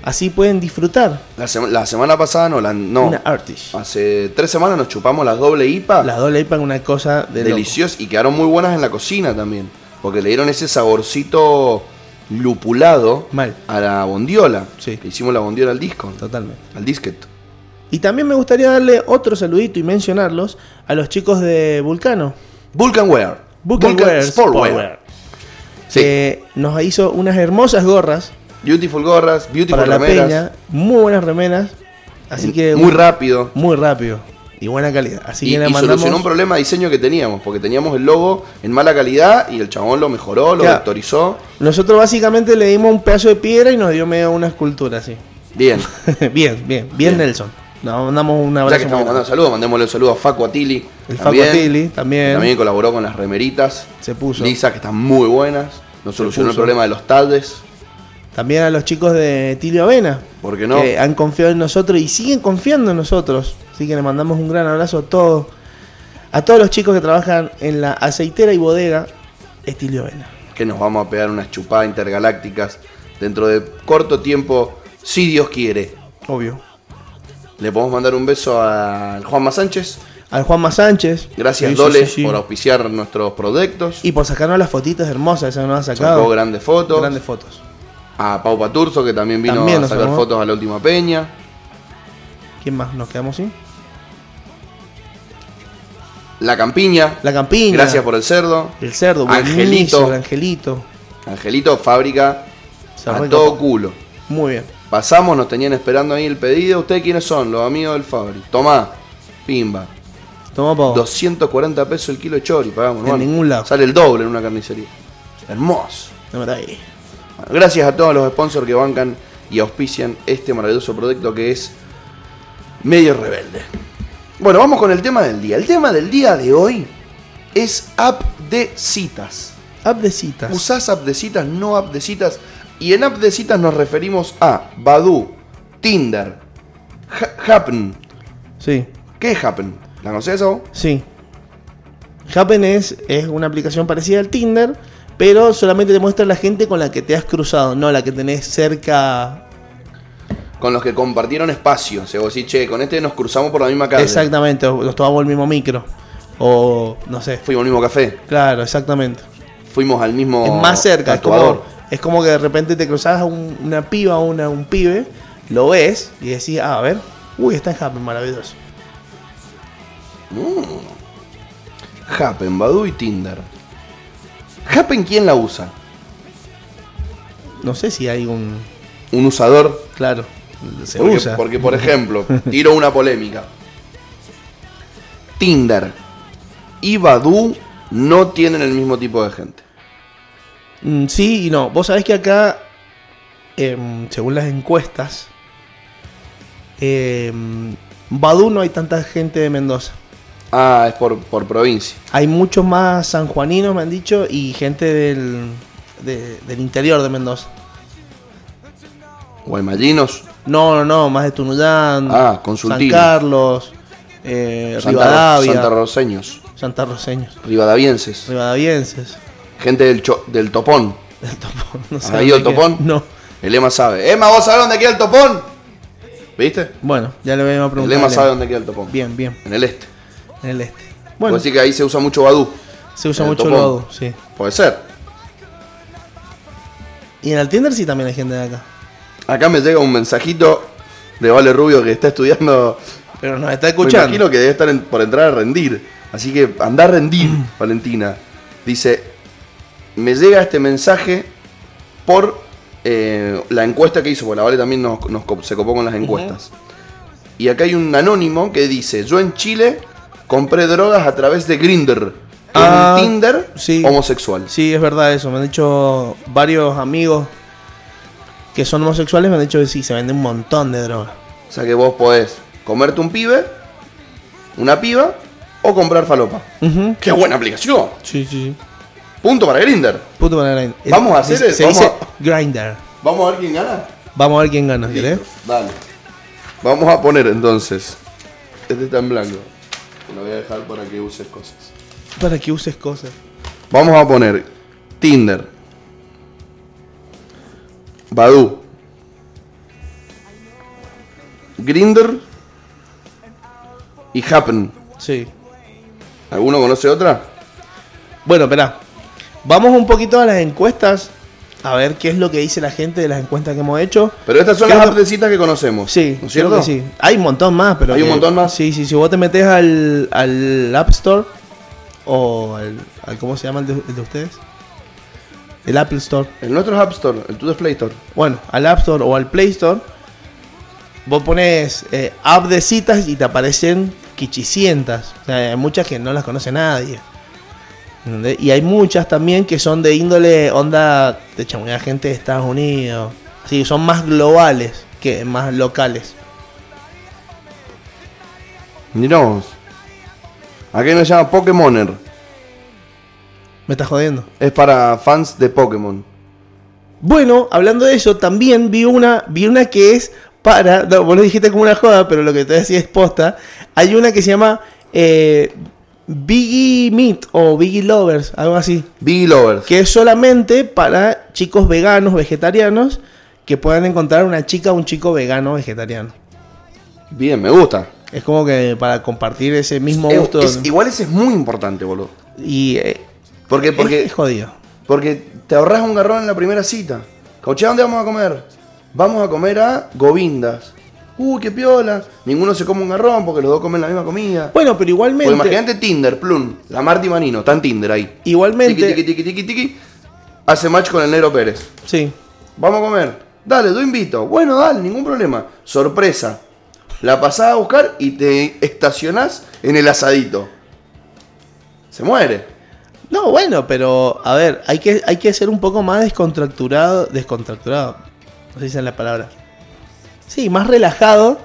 Speaker 2: Así pueden disfrutar
Speaker 1: La, sema- la semana pasada no, la, no. Ah.
Speaker 2: una Artish.
Speaker 1: hace tres semanas nos chupamos las doble IPA.
Speaker 2: La doble IPA es una cosa de loco.
Speaker 1: deliciosas y quedaron muy buenas en la cocina también. Porque le dieron ese saborcito lupulado
Speaker 2: Mal.
Speaker 1: a la bondiola.
Speaker 2: Sí.
Speaker 1: Le hicimos la bondiola al disco,
Speaker 2: Totalmente.
Speaker 1: al disquet.
Speaker 2: Y también me gustaría darle otro saludito y mencionarlos a los chicos de Vulcano.
Speaker 1: Vulcanware.
Speaker 2: Vulcanware
Speaker 1: Sportwear.
Speaker 2: Sportwear,
Speaker 1: Sí.
Speaker 2: que nos hizo unas hermosas gorras
Speaker 1: Beautiful gorras, beautiful
Speaker 2: para
Speaker 1: remeras.
Speaker 2: la peña, muy buenas remenas, así que
Speaker 1: muy rápido.
Speaker 2: muy rápido y buena calidad. Así
Speaker 1: Y,
Speaker 2: que le
Speaker 1: y
Speaker 2: mandamos
Speaker 1: solucionó un problema de diseño que teníamos, porque teníamos el logo en mala calidad y el chabón lo mejoró, lo
Speaker 2: Claro.
Speaker 1: vectorizó.
Speaker 2: Nosotros básicamente le dimos un pedazo de piedra y nos dio medio una escultura así.
Speaker 1: Bien.
Speaker 2: bien, bien, bien,
Speaker 1: Bien.
Speaker 2: Nelson. Nos mandamos un
Speaker 1: ya
Speaker 2: abrazo.
Speaker 1: que
Speaker 2: muy
Speaker 1: estamos
Speaker 2: grande.
Speaker 1: mandando saludos, mandémosle un saludo a Facu Atili.
Speaker 2: El Facu Atili también.
Speaker 1: También colaboró con las remeritas.
Speaker 2: Se puso.
Speaker 1: Lisa, que están muy buenas. Nos solucionó el
Speaker 2: puso.
Speaker 1: problema de los tardes.
Speaker 2: También a los chicos de Tilio Avena.
Speaker 1: ¿Por qué no?
Speaker 2: Que han confiado en nosotros y siguen confiando en nosotros. Así que les mandamos un gran abrazo a todos. A todos los chicos que trabajan en la aceitera y bodega Estilio Avena.
Speaker 1: Que nos vamos a pegar unas chupadas intergalácticas dentro de corto tiempo, si Dios quiere.
Speaker 2: Obvio.
Speaker 1: Le podemos mandar un beso al Juanma Sánchez.
Speaker 2: Al Juanma Sánchez.
Speaker 1: Gracias,
Speaker 2: Sí, sí,
Speaker 1: Dole,
Speaker 2: sí, sí.
Speaker 1: por auspiciar nuestros proyectos.
Speaker 2: Y por sacarnos las fotitas hermosas esas que nos han
Speaker 1: Sacó
Speaker 2: sacado.
Speaker 1: grandes fotos.
Speaker 2: Grandes fotos.
Speaker 1: a Pau Paturzo, que también vino
Speaker 2: También
Speaker 1: a
Speaker 2: nos
Speaker 1: sacar
Speaker 2: sacó.
Speaker 1: fotos a la última peña.
Speaker 2: ¿Quién más? ¿Nos quedamos sin?
Speaker 1: La Campiña.
Speaker 2: La Campiña.
Speaker 1: Gracias por el cerdo.
Speaker 2: El cerdo,
Speaker 1: Angelito.
Speaker 2: buenísimo, el Angelito.
Speaker 1: Angelito, fábrica
Speaker 2: Se
Speaker 1: a
Speaker 2: recopó.
Speaker 1: todo culo.
Speaker 2: Muy bien.
Speaker 1: Pasamos, nos tenían esperando ahí el pedido. ¿Ustedes quiénes son? Los amigos del Fabri. Tomá, pimba.
Speaker 2: Toma pavo.
Speaker 1: 240 pesos el kilo de chori, pagamos.
Speaker 2: Oh. En
Speaker 1: hermano.
Speaker 2: ningún lado.
Speaker 1: Sale el doble en una carnicería. Hermoso.
Speaker 2: No me da ahí.
Speaker 1: Bueno, gracias a todos los sponsors que bancan y auspician este maravilloso proyecto que es Medio Rebelde. Bueno, vamos con el tema del día. El tema del día de hoy es app de citas.
Speaker 2: App de citas.
Speaker 1: ¿Usás app de citas, no app de citas? Y en app de citas nos referimos a Badu, Tinder, Ha- Happen.
Speaker 2: Sí,
Speaker 1: ¿Qué es Happen? ¿La conocés o?
Speaker 2: sí. Happen es, es una aplicación parecida al Tinder, pero solamente te muestra la gente con la que te has cruzado, no la que tenés cerca.
Speaker 1: Con los que compartieron espacio. O sea, vos decís, che, con este nos cruzamos por la misma calle.
Speaker 2: Exactamente, o los tomamos el mismo micro. O no sé.
Speaker 1: Fuimos al mismo café.
Speaker 2: Claro, exactamente.
Speaker 1: Fuimos al mismo.
Speaker 2: es más cerca, es
Speaker 1: tatuador.
Speaker 2: como, es como que de repente te cruzas a un- una piba o una, un pibe, lo ves y decís, ah, a ver, uy, está en Happen, maravilloso.
Speaker 1: Happen, Badu y Tinder. Happen, ¿quién la usa?
Speaker 2: No sé si hay un.
Speaker 1: ¿Un usador?
Speaker 2: Claro, se
Speaker 1: porque,
Speaker 2: usa.
Speaker 1: porque, por ejemplo, tiro una polémica. Tinder y Badu no tienen el mismo tipo de gente.
Speaker 2: Mm, Sí y no. Vos sabés que acá, em, según las encuestas, em, Badú no hay tanta gente de Mendoza.
Speaker 1: Ah, es por, por provincia.
Speaker 2: Hay muchos más sanjuaninos, me han dicho, y gente del, de- del interior de Mendoza.
Speaker 1: Guaymallinos.
Speaker 2: No, no, no, más de Tunuyán,
Speaker 1: Ah, Consultino.
Speaker 2: San Carlos, eh,
Speaker 1: Santa,
Speaker 2: Rivadavia,
Speaker 1: santarroceños.
Speaker 2: santarroseños,
Speaker 1: Rivadavienses.
Speaker 2: rivadavienses.
Speaker 1: Gente del, cho- del Topón.
Speaker 2: El topón, no sé.
Speaker 1: ¿Has ido
Speaker 2: dónde
Speaker 1: al
Speaker 2: queda.
Speaker 1: Topón?
Speaker 2: No.
Speaker 1: El Ema sabe. Emma, ¿vos sabés dónde queda el Topón? ¿Viste?
Speaker 2: Bueno, ya le voy a
Speaker 1: El
Speaker 2: preguntar.
Speaker 1: Ema
Speaker 2: a Lema.
Speaker 1: sabe dónde queda el Topón.
Speaker 2: Bien, bien,
Speaker 1: En el este.
Speaker 2: en el este.
Speaker 1: Bueno.
Speaker 2: Bueno,
Speaker 1: Así que ahí se usa mucho Badu.
Speaker 2: se usa
Speaker 1: en el
Speaker 2: mucho el
Speaker 1: Topón.
Speaker 2: Badú, sí.
Speaker 1: Puede ser.
Speaker 2: Y en el Tinder sí también hay gente de acá.
Speaker 1: Acá me llega un mensajito de Vale Rubio que está estudiando.
Speaker 2: Pero nos está
Speaker 1: Me imagino que debe estar en- por entrar a rendir. Así que anda a rendir,
Speaker 2: Mm.
Speaker 1: Valentina. Dice, me llega este mensaje por eh, la encuesta que hizo, porque la Vale también nos, nos co- se copó con las encuestas. Y acá hay un anónimo que dice, yo en Chile compré drogas a través de Grindr. que es
Speaker 2: Ah,
Speaker 1: un Tinder
Speaker 2: sí.
Speaker 1: homosexual.
Speaker 2: Sí, es verdad eso. Me han dicho varios amigos que son homosexuales, me han dicho que sí, se vende un montón de droga.
Speaker 1: O sea que vos podés comerte un pibe una piba o comprar falopa.
Speaker 2: Ujú.
Speaker 1: ¡Qué buena aplicación!
Speaker 2: Sí, sí, sí.
Speaker 1: Punto para Grinder.
Speaker 2: Punto para Grindr.
Speaker 1: Vamos a hacer
Speaker 2: Se,
Speaker 1: el-
Speaker 2: se
Speaker 1: vamos
Speaker 2: dice Grinder.
Speaker 1: Vamos a ver quién gana.
Speaker 2: Vamos a ver quién gana, ¿querés?
Speaker 1: Listo, Dale. Vamos a poner entonces. Este está en blanco. Lo voy a dejar para que uses cosas.
Speaker 2: Para que uses cosas.
Speaker 1: Vamos a poner Tinder. Badu. Grinder. Y Happen.
Speaker 2: Sí.
Speaker 1: ¿Alguno conoce otra?
Speaker 2: Bueno, espera. Vamos un poquito a las encuestas. A ver qué es lo que dice la gente de las encuestas que hemos hecho.
Speaker 1: Pero estas son
Speaker 2: Creo
Speaker 1: las
Speaker 2: que-
Speaker 1: aptecitas que conocemos.
Speaker 2: Sí,
Speaker 1: ¿no es
Speaker 2: creo
Speaker 1: cierto?
Speaker 2: que sí. Hay un montón más, pero.
Speaker 1: ¿Hay un
Speaker 2: que-
Speaker 1: montón más?
Speaker 2: Sí, sí. Si vos te metes al, al App Store o al, al- ¿Cómo se llama el de, el de ustedes? El Apple Store.
Speaker 1: El nuestro es App Store, el tuyo es Play Store.
Speaker 2: Bueno, al App Store o al Play Store. Vos pones eh, app de citas y te aparecen quichicientas. O sea, hay muchas que no las conoce nadie. ¿Entendés? Y hay muchas también que son de índole onda de chamuñar gente de Estados Unidos. Así que son más globales que más locales.
Speaker 1: Miramos. Aquí nos llama Pokémoner.
Speaker 2: Me estás jodiendo.
Speaker 1: Es para fans de Pokémon.
Speaker 2: Bueno, hablando de eso, también vi una, vi una que es para. No, vos lo dijiste como una joda, pero lo que te decía es posta. Hay una que se llama eh, Biggie Meat o Biggie Lovers, algo así.
Speaker 1: Big Lovers.
Speaker 2: Que es solamente para chicos veganos, vegetarianos, que puedan encontrar una chica o un chico vegano, vegetariano.
Speaker 1: Bien, me gusta.
Speaker 2: Es como que para compartir ese mismo
Speaker 1: Eh,
Speaker 2: gusto.
Speaker 1: es- igual ese es muy importante, boludo.
Speaker 2: y eh,
Speaker 1: Porque,
Speaker 2: es-
Speaker 1: porque,
Speaker 2: es jodido.
Speaker 1: porque te ahorras un garrón en la primera cita. Cauché, ¿a dónde vamos a comer? Vamos a comer a Govindas. Uy, qué piola. Ninguno se come un garrón porque los dos comen la misma comida.
Speaker 2: Bueno, pero
Speaker 1: Porque
Speaker 2: igualmente.
Speaker 1: imagínate Tinder, Plum, la Marti Manino, está en Tinder ahí.
Speaker 2: Igualmente.
Speaker 1: Tiki, tiki, tiki, tiki, tiki. Hace match con el negro Pérez.
Speaker 2: Sí.
Speaker 1: Vamos a comer. Dale, yo invito. Bueno, dale, ningún problema. Sorpresa. La pasás a buscar y te estacionás en el asadito. Se muere.
Speaker 2: No, bueno, pero a ver, hay que, hay que ser un poco más descontracturado. Descontracturado, no sé si es la palabra. Sí, más relajado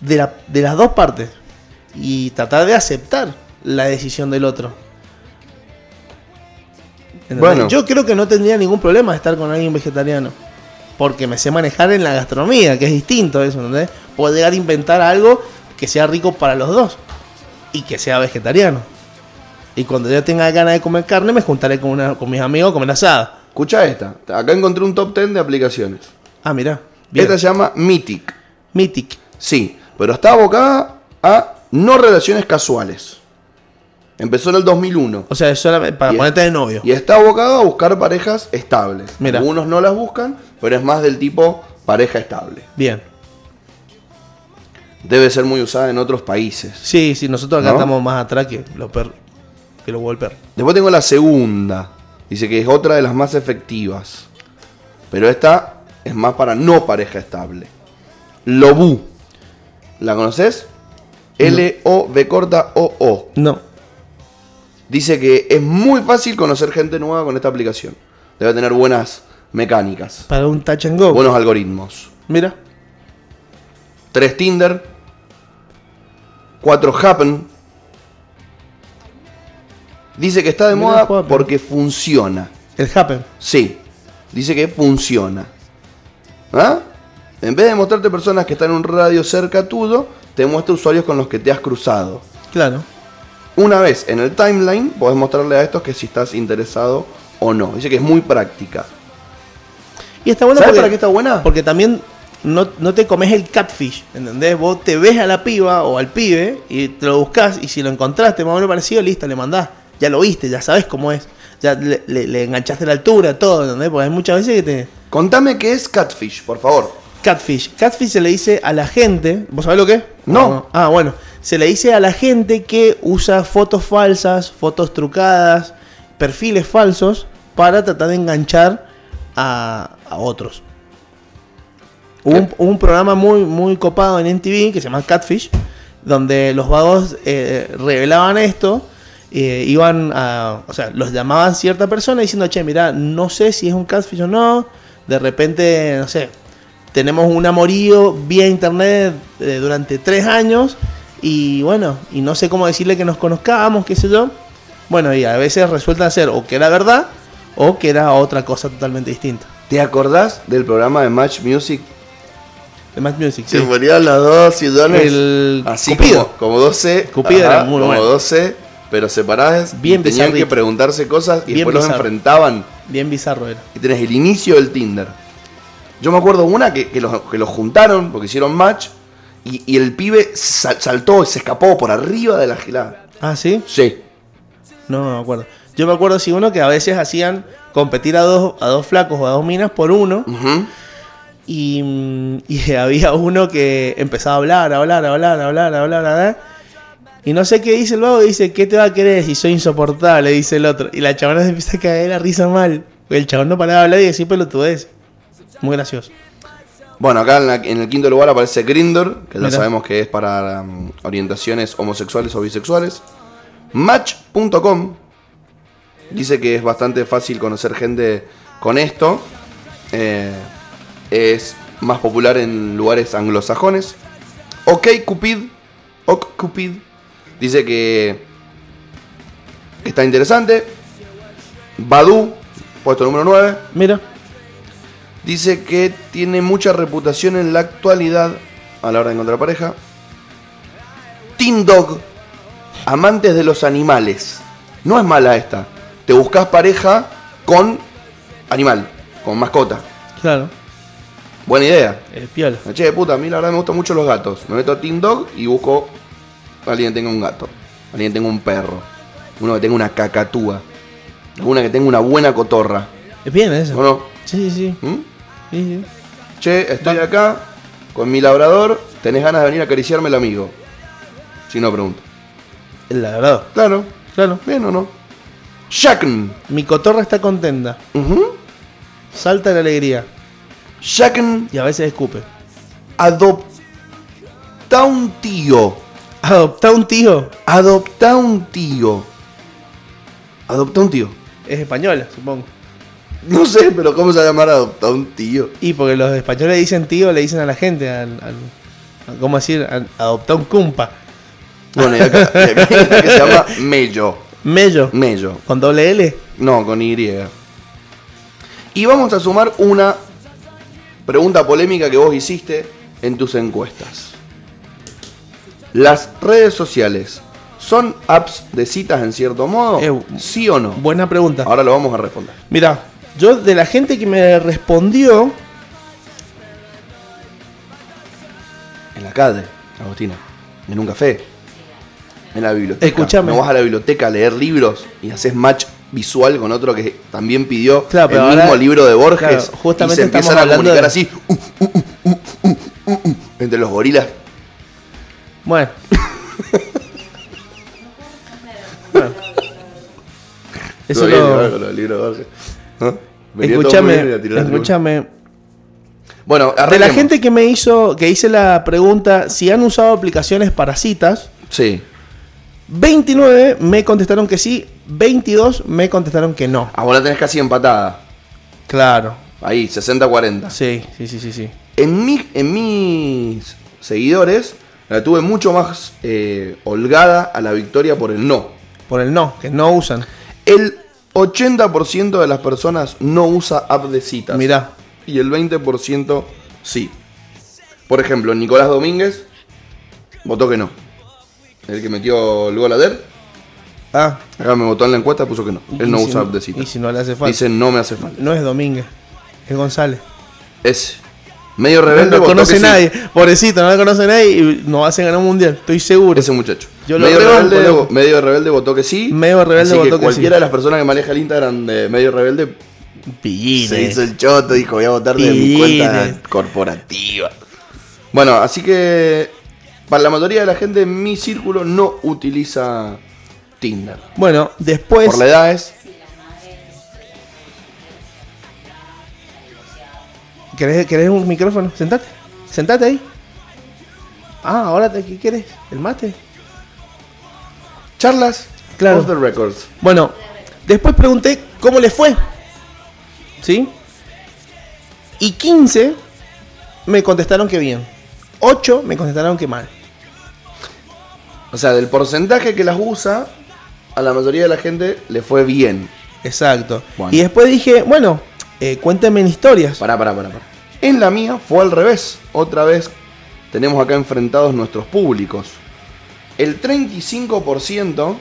Speaker 2: de, la- de las dos partes. Y tratar de aceptar la decisión del otro. ¿Entendés?
Speaker 1: Bueno.
Speaker 2: Yo creo que no tendría ningún problema estar con alguien vegetariano. Porque me sé manejar en la gastronomía, que es distinto eso, ¿entendés? Puedo llegar a inventar algo que sea rico para los dos. Y que sea vegetariano. Y cuando yo tenga ganas de comer carne, me juntaré con, una, con mis amigos a comer asada.
Speaker 1: Escucha esta. Acá encontré un top 10 de aplicaciones.
Speaker 2: Ah, mirá. Bien.
Speaker 1: Esta se llama Mythic.
Speaker 2: Mythic.
Speaker 1: Sí, pero está abocada a no relaciones casuales. Empezó en el 2001.
Speaker 2: O sea, es solamente para
Speaker 1: Y es-
Speaker 2: ponerte de novio.
Speaker 1: Y está abocado a buscar parejas estables.
Speaker 2: Mira.
Speaker 1: Algunos no las buscan, pero es más del tipo pareja estable.
Speaker 2: Bien.
Speaker 1: Debe ser muy usada en otros países.
Speaker 2: Sí, sí, nosotros acá
Speaker 1: ¿No?
Speaker 2: estamos más atrás que los perros. Que los huevos del perro.
Speaker 1: Después tengo la segunda. Dice que es otra de las más efectivas. Pero esta es más para no pareja estable. Lobu. ¿La conoces? L-O-B corta O-O.
Speaker 2: No.
Speaker 1: Dice que es muy fácil conocer gente nueva con esta aplicación. Debe tener buenas mecánicas,
Speaker 2: Para un touch and go.
Speaker 1: buenos algoritmos.
Speaker 2: Mira.
Speaker 1: 3 Tinder, 4 Happen. Dice que está de
Speaker 2: Mirá,
Speaker 1: moda
Speaker 2: Happn.
Speaker 1: porque funciona.
Speaker 2: El happen.
Speaker 1: Sí, dice que funciona. ¿Ah? En vez de mostrarte personas que están en un radio cerca tuyo, te muestra usuarios con los que te has cruzado.
Speaker 2: Claro.
Speaker 1: Una vez en el timeline, podés mostrarle a estos que si estás interesado o no. Dice que es muy práctica.
Speaker 2: Y está bueno
Speaker 1: ¿Sabes
Speaker 2: porque,
Speaker 1: para qué está buena?
Speaker 2: porque también no, no te comes el catfish. ¿Entendés? Vos te ves a la piba o al pibe y te lo buscas. Y si lo encontraste más o menos parecido, listo, le mandás. Ya lo viste, ya sabes cómo es. Ya le, le- le enganchaste la altura, todo, ¿entendés? Porque hay muchas veces que te.
Speaker 1: Contame qué es Catfish, por favor.
Speaker 2: Catfish. Catfish se le dice a la gente. ¿Vos sabés lo que es?
Speaker 1: No.
Speaker 2: Ah, bueno. Se le dice a la gente que usa fotos falsas, fotos trucadas, perfiles falsos para tratar de enganchar a, a otros. Hubo un, hubo un programa muy, muy copado en NTV que se llama Catfish, donde los vagos eh, revelaban esto. eh, iban a. O sea, los llamaban cierta persona diciendo, che, mirá, no sé si es un catfish o no. De repente, no sé, tenemos un amorío vía internet eh, durante tres años Y bueno, y no sé cómo decirle que nos conozcamos, qué sé yo. Bueno, y a veces resulta ser o que era verdad o que era otra cosa totalmente distinta.
Speaker 1: ¿Te acordás del programa de Match Music?
Speaker 2: De Match Music,
Speaker 1: Se
Speaker 2: sí.
Speaker 1: ponían los dos sillones.
Speaker 2: El
Speaker 1: así
Speaker 2: Cupido.
Speaker 1: como, como 12.
Speaker 2: Cupido era muy
Speaker 1: como
Speaker 2: bueno.
Speaker 1: 12, pero separadas. y
Speaker 2: Bien
Speaker 1: tenían que
Speaker 2: bizarrito.
Speaker 1: preguntarse cosas y
Speaker 2: Bien
Speaker 1: después los
Speaker 2: bizarro.
Speaker 1: enfrentaban.
Speaker 2: Bien bizarro era.
Speaker 1: Y tenés el inicio del Tinder. Yo me acuerdo una que, que los, que los juntaron porque hicieron match y, y el pibe sal- saltó y se escapó por arriba de la gelada.
Speaker 2: Ah, sí.
Speaker 1: Sí.
Speaker 2: No, no me acuerdo. Yo me acuerdo sí uno que a veces hacían competir a dos, a dos flacos o a dos minas por uno.
Speaker 1: Ujú.
Speaker 2: Y, mm, y había uno que empezaba a hablar, a hablar, a hablar, a hablar, a hablar, a hablar. Y no sé qué dice luego, dice, ¿qué te va a querer si soy insoportable? Dice el otro. Y la chabona se empieza a caer la risa mal. El chabón no paraba de hablar y decía pelotudez. Muy gracioso.
Speaker 1: Bueno, acá en, la- en el quinto lugar aparece Grindr, que ya
Speaker 2: Mirá.
Speaker 1: sabemos que es para um, orientaciones homosexuales o bisexuales. Match.com dice que es bastante fácil conocer gente con esto. Eh, es más popular en lugares anglosajones. Ok Cupid, Ok Cupid dice que que está interesante. Badu, puesto número 9.
Speaker 2: Mira,
Speaker 1: Dice que tiene mucha reputación en la actualidad a la hora de encontrar pareja. Teen Dog, amantes de los animales. No es mala esta. Te buscas pareja con animal, con mascota.
Speaker 2: claro,
Speaker 1: Buena idea.
Speaker 2: eh, piola.
Speaker 1: Che, puta, a mí la verdad me gustan mucho los gatos. Me meto a Teen Dog y busco a alguien que tenga un gato. Alguien que tenga un perro. Uno que tenga una cacatúa. Alguna que tenga una buena cotorra.
Speaker 2: Es bien eso.
Speaker 1: ¿O no?
Speaker 2: Sí, sí, sí.
Speaker 1: ¿Mm?
Speaker 2: sí, sí.
Speaker 1: Che, estoy acá con mi labrador. ¿Tenés ganas de venir a acariciarme el amigo? Si no, pregunto.
Speaker 2: El labrador.
Speaker 1: Claro,
Speaker 2: Claro.
Speaker 1: bien o no. Shaken.
Speaker 2: Mi cotorra está contenta.
Speaker 1: Ujú.
Speaker 2: Salta de la alegría.
Speaker 1: Shaken
Speaker 2: Y a veces escupe.
Speaker 1: adopta un tío.
Speaker 2: Adopta un tío.
Speaker 1: Adopta un tío. Adopta un tío.
Speaker 2: Es española, supongo.
Speaker 1: No sé, pero ¿cómo se va a llamar adopta un tío?
Speaker 2: Y porque los españoles dicen tío, le dicen a la gente, al, al- a- ¿cómo decir? Al- adopta un cumpa.
Speaker 1: Bueno, y acá, y acá hay una que se llama Mello.
Speaker 2: Mello,
Speaker 1: Mello.
Speaker 2: con doble L.
Speaker 1: No, con Y. Y vamos a sumar una pregunta polémica que vos hiciste en tus encuestas. ¿Las redes sociales son apps de citas en cierto modo?
Speaker 2: Eh,
Speaker 1: ¿Sí o no?
Speaker 2: Buena pregunta.
Speaker 1: Ahora lo vamos a responder.
Speaker 2: Mira, yo de la gente que me respondió,
Speaker 1: En la calle, Agustina. En un café. En la biblioteca.
Speaker 2: Escuchame.
Speaker 1: No vas a la biblioteca a leer libros y haces match visual con otro que también pidió
Speaker 2: Claro,
Speaker 1: el
Speaker 2: pero ahora-
Speaker 1: mismo libro de Borges.
Speaker 2: claro, justamente
Speaker 1: y se empiezan
Speaker 2: estamos
Speaker 1: a
Speaker 2: hablando
Speaker 1: comunicar
Speaker 2: de-
Speaker 1: así. uh, uh, uh, uh, uh, uh, uh, entre los gorilas.
Speaker 2: bueno. Bueno. Eso
Speaker 1: Todo bien,
Speaker 2: lo-
Speaker 1: ¿no? Con los libros de Borges. ¿No? Venía todo muy
Speaker 2: Escúchame,
Speaker 1: bien y la tiró la tribuna.
Speaker 2: escúchame.
Speaker 1: Bueno,
Speaker 2: De la
Speaker 1: arranquemos.
Speaker 2: gente que me hizo, que hice la pregunta si han usado aplicaciones para citas,
Speaker 1: Sí.
Speaker 2: 29 me contestaron que sí, 22 me contestaron que no.
Speaker 1: Ahora tenés casi empatada.
Speaker 2: Claro.
Speaker 1: Ahí, 60-40.
Speaker 2: Sí, sí, sí, sí, sí.
Speaker 1: En, mi- en mis seguidores la tuve mucho más eh, holgada a la victoria por el no.
Speaker 2: Por el no, que no usan.
Speaker 1: El 80% de las personas no usa app de citas.
Speaker 2: Mirá,
Speaker 1: Y el 20% sí. Por ejemplo, Nicolás Domínguez votó que no. El que metió el gol a Der,
Speaker 2: ah,
Speaker 1: acá me votó en la encuesta, puso que no. Él no
Speaker 2: y si
Speaker 1: usa app de citas.
Speaker 2: Y si no le hace falta.
Speaker 1: Dice, no me hace falta.
Speaker 2: no es Domínguez, es González.
Speaker 1: Es medio
Speaker 2: No,
Speaker 1: rebelde.
Speaker 2: lo
Speaker 1: votó que
Speaker 2: conoce
Speaker 1: sí.
Speaker 2: nadie, pobrecito, no lo conoce nadie y no hacen ganar un mundial, estoy seguro.
Speaker 1: Ese muchacho.
Speaker 2: Yo lo
Speaker 1: medio,
Speaker 2: rebanco,
Speaker 1: rebelde,
Speaker 2: loco.
Speaker 1: medio rebelde votó que sí.
Speaker 2: Medio Rebelde
Speaker 1: Así que
Speaker 2: votó que sí.
Speaker 1: Cualquiera de las personas que maneja el Instagram de Medio Rebelde
Speaker 2: Pillines.
Speaker 1: se hizo el choto, dijo, voy a votar de mi
Speaker 2: Pillines.
Speaker 1: cuenta corporativa. Bueno, así que para la mayoría de la gente en mi círculo no utiliza Tinder.
Speaker 2: Bueno, después.
Speaker 1: Por la edad es.
Speaker 2: ¿Querés, querés un micrófono? Sentate. Sentate ahí. Ah, ahora te- ¿qué quieres? ¿El mate?
Speaker 1: Charlas
Speaker 2: Claro.
Speaker 1: off the records.
Speaker 2: Bueno, después pregunté cómo le fue. ¿Sí? Y 15 me contestaron que bien. 8 me contestaron que mal.
Speaker 1: O sea, del porcentaje que las usa, a la mayoría de la gente le fue bien.
Speaker 2: Exacto.
Speaker 1: Bueno.
Speaker 2: Y después dije, bueno, eh, cuéntenme en historias.
Speaker 1: Pará, pará, pará, pará. En la mía fue al revés. Otra vez tenemos acá enfrentados nuestros públicos. El 35%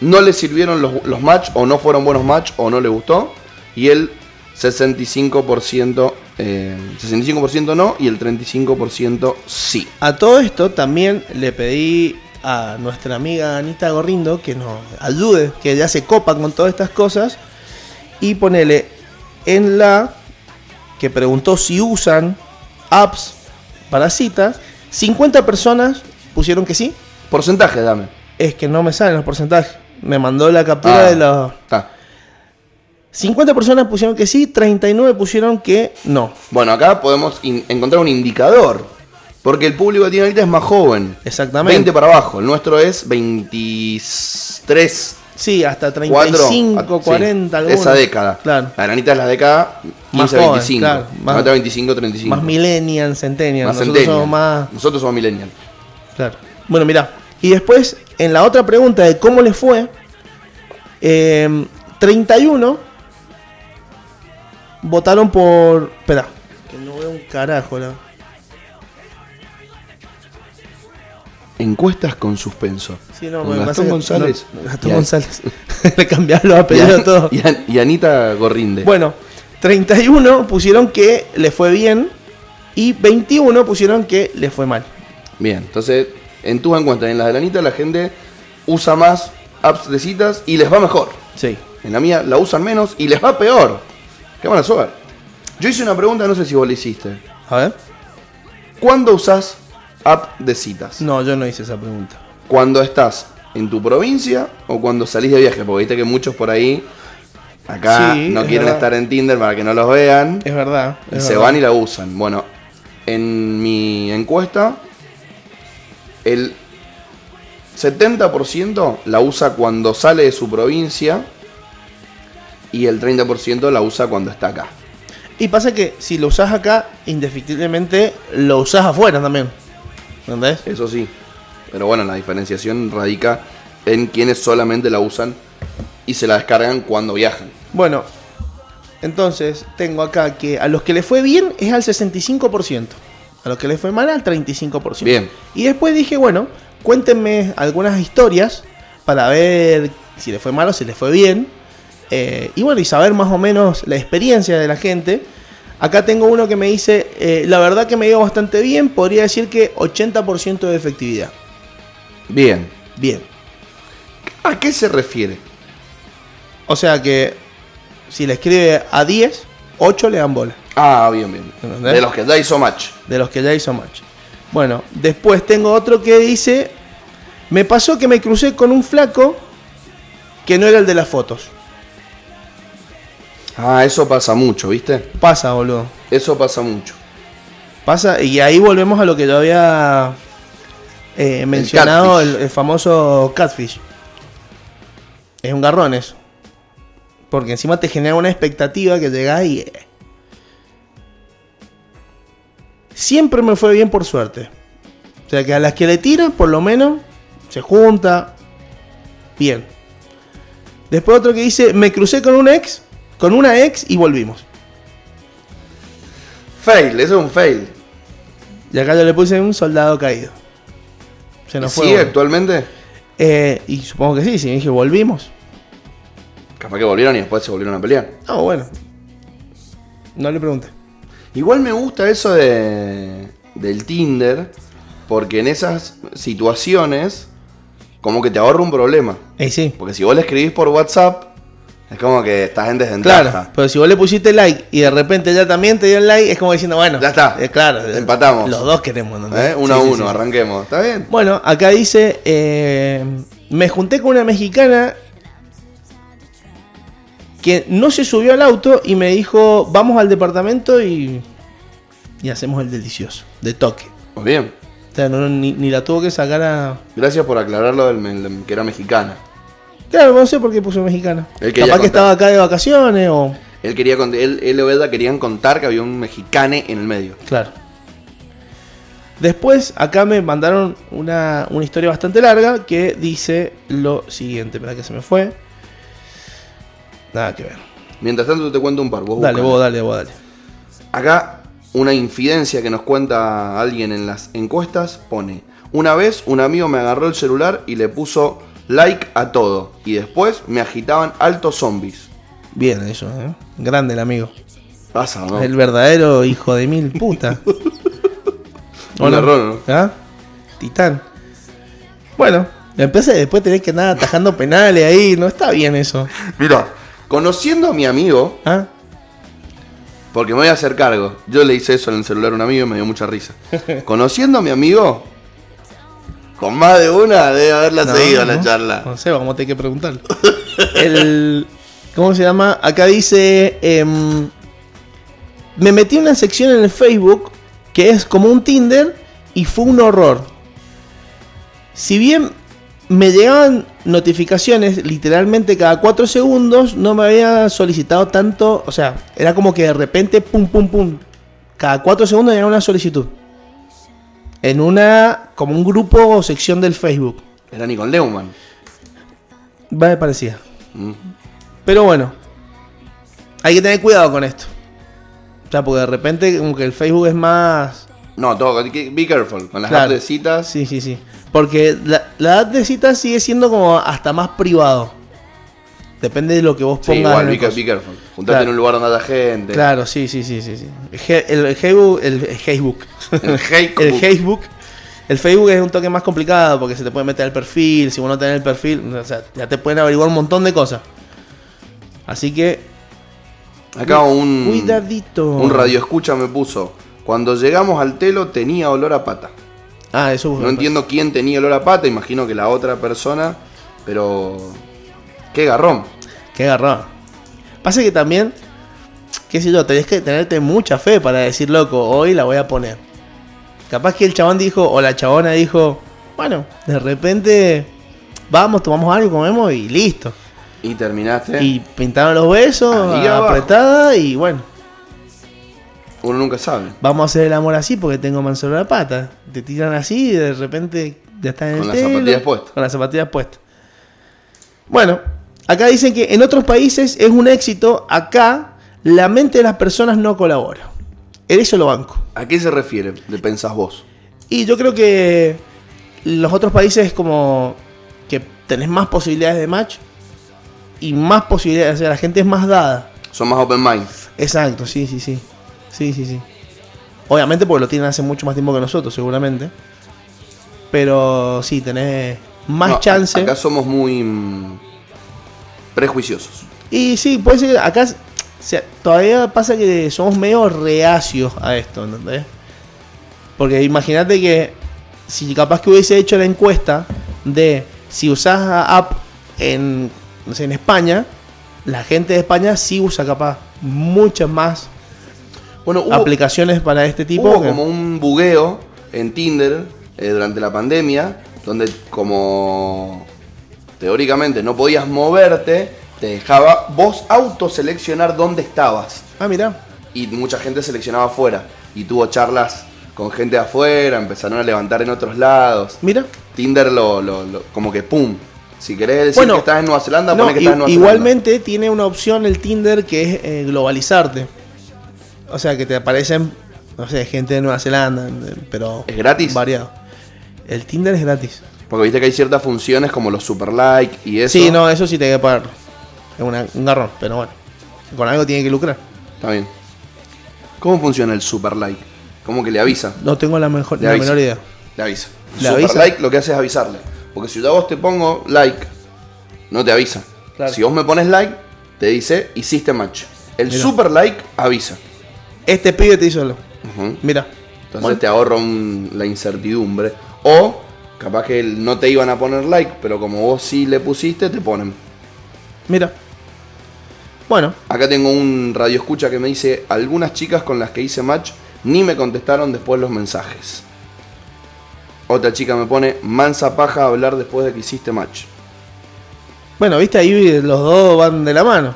Speaker 1: no le sirvieron los, los match o no fueron buenos match o no le gustó. Y el 65%, eh, 65% no y el 35% sí.
Speaker 2: A todo esto también le pedí a nuestra amiga Anita Gorrindo que nos ayude, que ya se copa con todas estas cosas. Y ponele en la que preguntó si usan apps para citas. 50 personas pusieron que sí.
Speaker 1: Porcentaje, dame.
Speaker 2: Es que no me salen los porcentajes. Me mandó la captura
Speaker 1: Ah,
Speaker 2: de los...
Speaker 1: está.
Speaker 2: 50 personas pusieron que sí, 39 pusieron que no.
Speaker 1: Bueno, acá podemos in- encontrar un indicador. Porque el público que tiene ahorita es más joven.
Speaker 2: Exactamente.
Speaker 1: 20 para abajo. El nuestro es 23,
Speaker 2: Sí, hasta
Speaker 1: 4.
Speaker 2: 35,
Speaker 1: ah, sí,
Speaker 2: 40, algunos.
Speaker 1: Esa década.
Speaker 2: Claro.
Speaker 1: La granita es la década 15
Speaker 2: Más
Speaker 1: a
Speaker 2: joven,
Speaker 1: 25.
Speaker 2: claro, más-
Speaker 1: Granita 25, 35.
Speaker 2: Más millennial, centennial.
Speaker 1: Más
Speaker 2: Nosotros
Speaker 1: centennial.
Speaker 2: somos más.
Speaker 1: Nosotros somos millennial.
Speaker 2: Claro. Bueno, mirá. Y después, en la otra pregunta de cómo le fue, eh, 31 votaron por. Espera, que no veo un carajo, ¿no?
Speaker 1: Encuestas con suspenso.
Speaker 2: Sí, no,
Speaker 1: Con
Speaker 2: me pasa
Speaker 1: Gastón
Speaker 2: que-
Speaker 1: González.
Speaker 2: no, Gastón
Speaker 1: Y a-
Speaker 2: González. Le cambiaron los
Speaker 1: Y,
Speaker 2: apellidos a
Speaker 1: An-
Speaker 2: todos.
Speaker 1: y An- y Anita Gorrinde.
Speaker 2: Bueno, 31 pusieron que le fue bien y 21 pusieron que le fue mal.
Speaker 1: Bien, entonces, en tus encuestas, en las de la Anita, la gente usa más apps de citas y les va mejor.
Speaker 2: Sí.
Speaker 1: En la mía la usan menos y les va peor. Qué mala suerte. Yo hice una pregunta, no sé si vos la hiciste.
Speaker 2: A ver.
Speaker 1: ¿Cuándo usás app de citas?
Speaker 2: No, yo no hice esa pregunta.
Speaker 1: ¿Cuando estás en tu provincia o cuando salís de viaje? Porque viste que muchos por ahí acá
Speaker 2: Sí,
Speaker 1: no
Speaker 2: es
Speaker 1: quieren
Speaker 2: verdad.
Speaker 1: estar en Tinder para que no los vean.
Speaker 2: Es verdad.
Speaker 1: Y
Speaker 2: es
Speaker 1: se
Speaker 2: verdad.
Speaker 1: van y la usan. Bueno, en mi encuesta, el 70% la usa cuando sale de su provincia y el 30% la usa cuando está acá.
Speaker 2: Y pasa que si lo usás acá, indefectiblemente lo usás afuera también. ¿Entendés?
Speaker 1: Eso sí. Pero bueno, la diferenciación radica en quienes solamente la usan y se la descargan cuando viajan.
Speaker 2: Bueno, entonces tengo acá que a los que le fue bien es al 65%, a los que le fue mal al 35%.
Speaker 1: Bien.
Speaker 2: Y después dije, bueno, cuéntenme algunas historias para ver si le fue mal o si le fue bien. eh, y bueno, y saber más o menos la experiencia de la gente. Acá tengo uno que me dice, eh, la verdad que me dio bastante bien, podría decir que 80% de efectividad.
Speaker 1: Bien.
Speaker 2: Bien.
Speaker 1: ¿A qué se refiere?
Speaker 2: O sea que si le escribe a 10, 8 le dan bola.
Speaker 1: Ah, bien, bien.
Speaker 2: ¿Entendés?
Speaker 1: De los que ya hizo match.
Speaker 2: de los que ya hizo match. Bueno, después tengo otro que dice, me pasó que me crucé con un flaco que no era el de las fotos.
Speaker 1: Ah, eso pasa mucho, ¿viste?
Speaker 2: Pasa, boludo.
Speaker 1: Eso pasa mucho.
Speaker 2: Pasa, y ahí volvemos a lo que yo había eh, mencionado, el,
Speaker 1: catfish.
Speaker 2: el famoso catfish. Es un garrón eso. Porque encima te genera una expectativa que llegás y... eh. Siempre me fue bien por suerte. O sea que a las que le tiran, por lo menos, se junta. Bien. Después otro que dice, me crucé con un ex, con una ex y volvimos.
Speaker 1: Fail, eso es un fail.
Speaker 2: Y acá yo le puse un soldado caído. Se nos fue.
Speaker 1: ¿Sigue
Speaker 2: bueno.
Speaker 1: actualmente?
Speaker 2: Eh, y supongo que sí, si me dije, volvimos.
Speaker 1: Capaz que volvieron y después se volvieron a pelear.
Speaker 2: No, bueno. No le pregunté.
Speaker 1: Igual me gusta eso de del Tinder, porque en esas situaciones como que te ahorra un problema.
Speaker 2: Eh, sí.
Speaker 1: Porque si vos le escribís por WhatsApp, es como que estás en
Speaker 2: Claro,
Speaker 1: desventaja.
Speaker 2: pero si vos le pusiste like y de repente ella también te dio el like, es como diciendo, bueno,
Speaker 1: Ya está.
Speaker 2: eh, claro, eh,
Speaker 1: Empatamos.
Speaker 2: Los dos queremos, ¿no?
Speaker 1: ¿Eh? Uno
Speaker 2: Sí,
Speaker 1: a
Speaker 2: sí,
Speaker 1: uno,
Speaker 2: sí, sí.
Speaker 1: arranquemos. ¿Está bien?
Speaker 2: Bueno, acá dice, eh, me junté con una mexicana que no se subió al auto y me dijo, vamos al departamento y, y hacemos el delicioso, de toque.
Speaker 1: Muy Pues bien.
Speaker 2: O sea, no- ni, ni la tuvo que sacar a...
Speaker 1: Gracias por aclararlo del, del- que era mexicana.
Speaker 2: Claro, no sé por qué puso mexicana.
Speaker 1: Él quería
Speaker 2: Capaz que
Speaker 1: contar.
Speaker 2: estaba acá de vacaciones o...
Speaker 1: Él quería cont- él, él o ella querían contar que había un mexicane en el medio.
Speaker 2: Claro. Después, acá me mandaron una, una historia bastante larga que dice lo siguiente. Espera que se me fue. Nada que ver.
Speaker 1: Mientras tanto te cuento un par. Vos
Speaker 2: Dale,
Speaker 1: buscala.
Speaker 2: vos, dale, vos, dale.
Speaker 1: Acá una infidencia que nos cuenta alguien en las encuestas pone, una vez un amigo me agarró el celular y le puso like a todo y después me agitaban altos zombies.
Speaker 2: Bien, eso, ¿eh? Grande el amigo.
Speaker 1: Pasa, ¿no?
Speaker 2: El verdadero hijo de mil puta.
Speaker 1: Un error,
Speaker 2: ¿Ah? Titán. Bueno, entonces después tenés que andar atajando penales ahí. No está bien eso.
Speaker 1: Mira, conociendo a mi amigo,
Speaker 2: ¿Ah?
Speaker 1: porque me voy a hacer cargo, yo le hice eso en el celular a un amigo y me dio mucha risa. Conociendo a mi amigo, con más de una debe haberla
Speaker 2: No,
Speaker 1: seguido la
Speaker 2: no.
Speaker 1: charla.
Speaker 2: No sé, vamos a tener que preguntarle. El, ¿Cómo se llama? Acá dice. em, me metí en una sección en el Facebook que es como un Tinder y fue un horror. Si bien me llegaban notificaciones literalmente cada 4 segundos, no me había solicitado tanto. O sea, era como que de repente, pum, pum, pum. Cada 4 segundos llegaba una solicitud. En una. como un grupo o sección del Facebook.
Speaker 1: Era Nicole Neumann.
Speaker 2: Va, me parecía.
Speaker 1: Mm.
Speaker 2: Pero bueno, hay que tener cuidado con esto. O sea, porque de repente como que el Facebook es más...
Speaker 1: No, todo, be careful, con las
Speaker 2: Claro.
Speaker 1: apps de citas.
Speaker 2: Sí, sí, sí. Porque la, la edad de cita sigue siendo como hasta más privado. Depende de lo que vos
Speaker 1: Sí,
Speaker 2: pongas.
Speaker 1: igual,
Speaker 2: en el
Speaker 1: be,
Speaker 2: coso.
Speaker 1: be careful. Juntate
Speaker 2: Claro.
Speaker 1: en un lugar donde haya gente.
Speaker 2: Claro, sí, sí, sí, sí. sí. El, ge- el- el Facebook... El, el Facebook.
Speaker 1: El hate
Speaker 2: el Facebook. El Facebook es un toque más complicado porque se te puede meter el perfil. Si vos no tenés el perfil, o sea, ya te pueden averiguar un montón de cosas. Así que
Speaker 1: Acá un,
Speaker 2: Cuidadito.
Speaker 1: un radio escucha me puso. Cuando llegamos al telo tenía olor a pata.
Speaker 2: Ah, eso
Speaker 1: No entiendo quién tenía olor a pata, imagino que la otra persona, pero. Qué garrón.
Speaker 2: Qué agarrado. Pasa que también, qué sé yo, tenés que tenerte mucha fe para decir, loco, hoy la voy a poner. Capaz que el chabón dijo, o la chabona dijo, bueno, de repente vamos, tomamos algo, comemos y listo.
Speaker 1: Y terminaste.
Speaker 2: Y pintaron los besos,
Speaker 1: Ahí abajo.
Speaker 2: apretada y bueno,
Speaker 1: Uno nunca sabe.
Speaker 2: vamos a hacer el amor así porque tengo manzana la pata. Te tiran así y de repente ya estás en
Speaker 1: Con
Speaker 2: el
Speaker 1: las
Speaker 2: telo,
Speaker 1: zapatillas puestas.
Speaker 2: Con las zapatillas puestas. Bueno, acá dicen que en otros países es un éxito, acá la mente de las personas no colabora. En eso lo banco.
Speaker 1: ¿A qué se refiere? De pensás vos.
Speaker 2: Y yo creo que los otros países como que tenés más posibilidades de match y más posibilidades, o sea, la gente es más dada.
Speaker 1: Son más open mind.
Speaker 2: Exacto, sí, sí, sí. Sí, sí, sí. Obviamente porque lo tienen hace mucho más tiempo que nosotros, seguramente. Pero sí, tenés más
Speaker 1: No,
Speaker 2: chance.
Speaker 1: Acá somos muy. mm, prejuiciosos.
Speaker 2: Y sí, puede ser que acá s- se- todavía pasa que somos medio reacios a esto, ¿entendés? Porque imagínate que si capaz que hubiese hecho la encuesta de si usás a app en, no sé, en España, la gente de España sí usa capaz muchas más
Speaker 1: Bueno, hubo-
Speaker 2: aplicaciones para este tipo.
Speaker 1: Uh. Hubo
Speaker 2: que-
Speaker 1: como un bugueo en Tinder eh, durante la pandemia, donde como teóricamente no podías moverte, te dejaba vos autoseleccionar dónde estabas.
Speaker 2: Ah, mira.
Speaker 1: Y mucha gente seleccionaba afuera. Y tuvo charlas con gente de afuera, empezaron a levantar en otros lados.
Speaker 2: Mira.
Speaker 1: Tinder lo, lo- lo- como que pum. Si querés decir
Speaker 2: Bueno,
Speaker 1: que estás en Nueva Zelanda,
Speaker 2: No,
Speaker 1: poné que
Speaker 2: i-
Speaker 1: estás en Nueva
Speaker 2: igualmente tiene una opción el Tinder que es eh, globalizarte. O sea, que te aparecen, no sé, gente de Nueva Zelanda, de- pero...
Speaker 1: ¿Es gratis?
Speaker 2: Variado. El Tinder es gratis.
Speaker 1: Zelanda. Porque viste que hay ciertas funciones como los super like y eso.
Speaker 2: Sí, no, eso sí te que pagar. Es una- un garrón, pero bueno. Con algo tiene que lucrar.
Speaker 1: Está bien. ¿Cómo funciona el super like? ¿Cómo que le avisa?
Speaker 2: No tengo la, mejor,
Speaker 1: Le
Speaker 2: la
Speaker 1: avisa.
Speaker 2: menor idea.
Speaker 1: Le avisa. El
Speaker 2: ¿Le
Speaker 1: super
Speaker 2: avisa?
Speaker 1: like lo que hace es avisarle. Porque si yo a vos te pongo like, no te avisa.
Speaker 2: Claro.
Speaker 1: Si vos me pones like, te dice hiciste match. El
Speaker 2: Mirá.
Speaker 1: super like avisa.
Speaker 2: Este pibe te hizo lo.
Speaker 1: Ujú.
Speaker 2: Mira.
Speaker 1: Entonces te ahorra un- la incertidumbre. O capaz que no te iban a poner like, pero como vos sí le pusiste, te ponen.
Speaker 2: Mira. Bueno,
Speaker 1: Acá tengo un radio escucha que me dice, algunas chicas con las que hice match ni me contestaron después los mensajes. Otra chica me pone, mansa paja hablar después de que hiciste match.
Speaker 2: bueno, viste, ahí los dos van de la mano.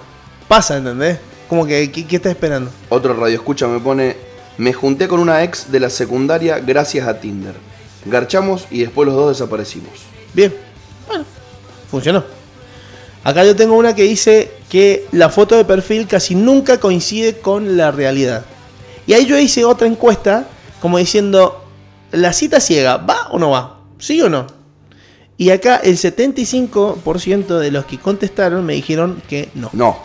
Speaker 2: Pasa, ¿entendés? Como que, ¿qué, qué estás esperando?
Speaker 1: Otro radio escucha me pone, Me junté con una ex de la secundaria gracias a Tinder. Garchamos y después los dos desaparecimos.
Speaker 2: Bien, bueno, funcionó. Acá yo tengo una que dice que la foto de perfil casi nunca coincide con la realidad. Y ahí yo hice otra encuesta como diciendo, ¿la cita ciega va o no va? ¿Sí o no? Y acá el 75% de los que contestaron me dijeron que no.
Speaker 1: No,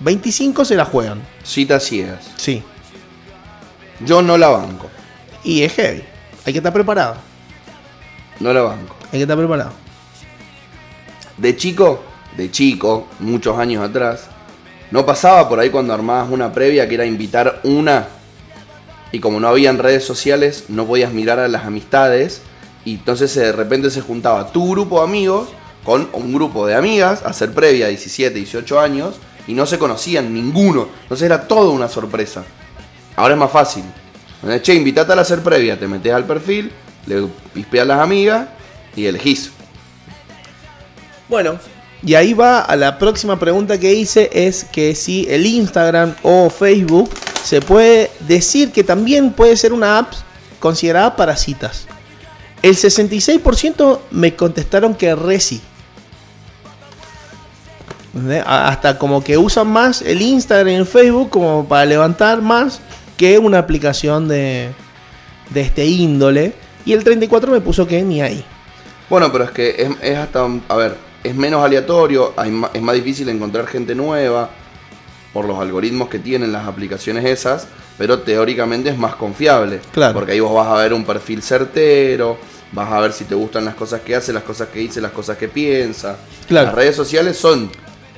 Speaker 2: 25 se la juegan.
Speaker 1: citas ciegas.
Speaker 2: Sí.
Speaker 1: Yo no la banco.
Speaker 2: Y es heavy. Hay que estar preparado.
Speaker 1: No la banco.
Speaker 2: Hay que estar preparado.
Speaker 1: De chico, de chico, muchos años atrás, no pasaba por ahí cuando armabas una previa que era invitar una. Y como no habían redes sociales, no podías mirar a las amistades. Y entonces se- de repente se juntaba tu grupo de amigos con un grupo de amigas a hacer previa, 17, 18 años, y no se conocían ninguno. Entonces era todo una sorpresa. Ahora es más fácil. Entonces, Che, invitate a la hacer previa, te metes al perfil, le pispeas las amigas y elegís.
Speaker 2: Bueno, y ahí va a la próxima pregunta que hice, es que si el Instagram o Facebook se puede decir que también puede ser una app considerada para citas. El 66% me contestaron que Resi. Hasta como que usan más el Instagram y el Facebook como para levantar más que una aplicación de, de este índole. Y el 34% me puso que ni ahí.
Speaker 1: Bueno, pero es que es, es hasta, a ver, es menos aleatorio, hay ma- es más difícil encontrar gente nueva por los algoritmos que tienen las aplicaciones esas, pero teóricamente es más confiable.
Speaker 2: Claro.
Speaker 1: Porque ahí vos vas a ver un perfil certero, vas a ver si te gustan las cosas que hace, las cosas que dice, las cosas que piensa.
Speaker 2: Claro.
Speaker 1: Las redes sociales son,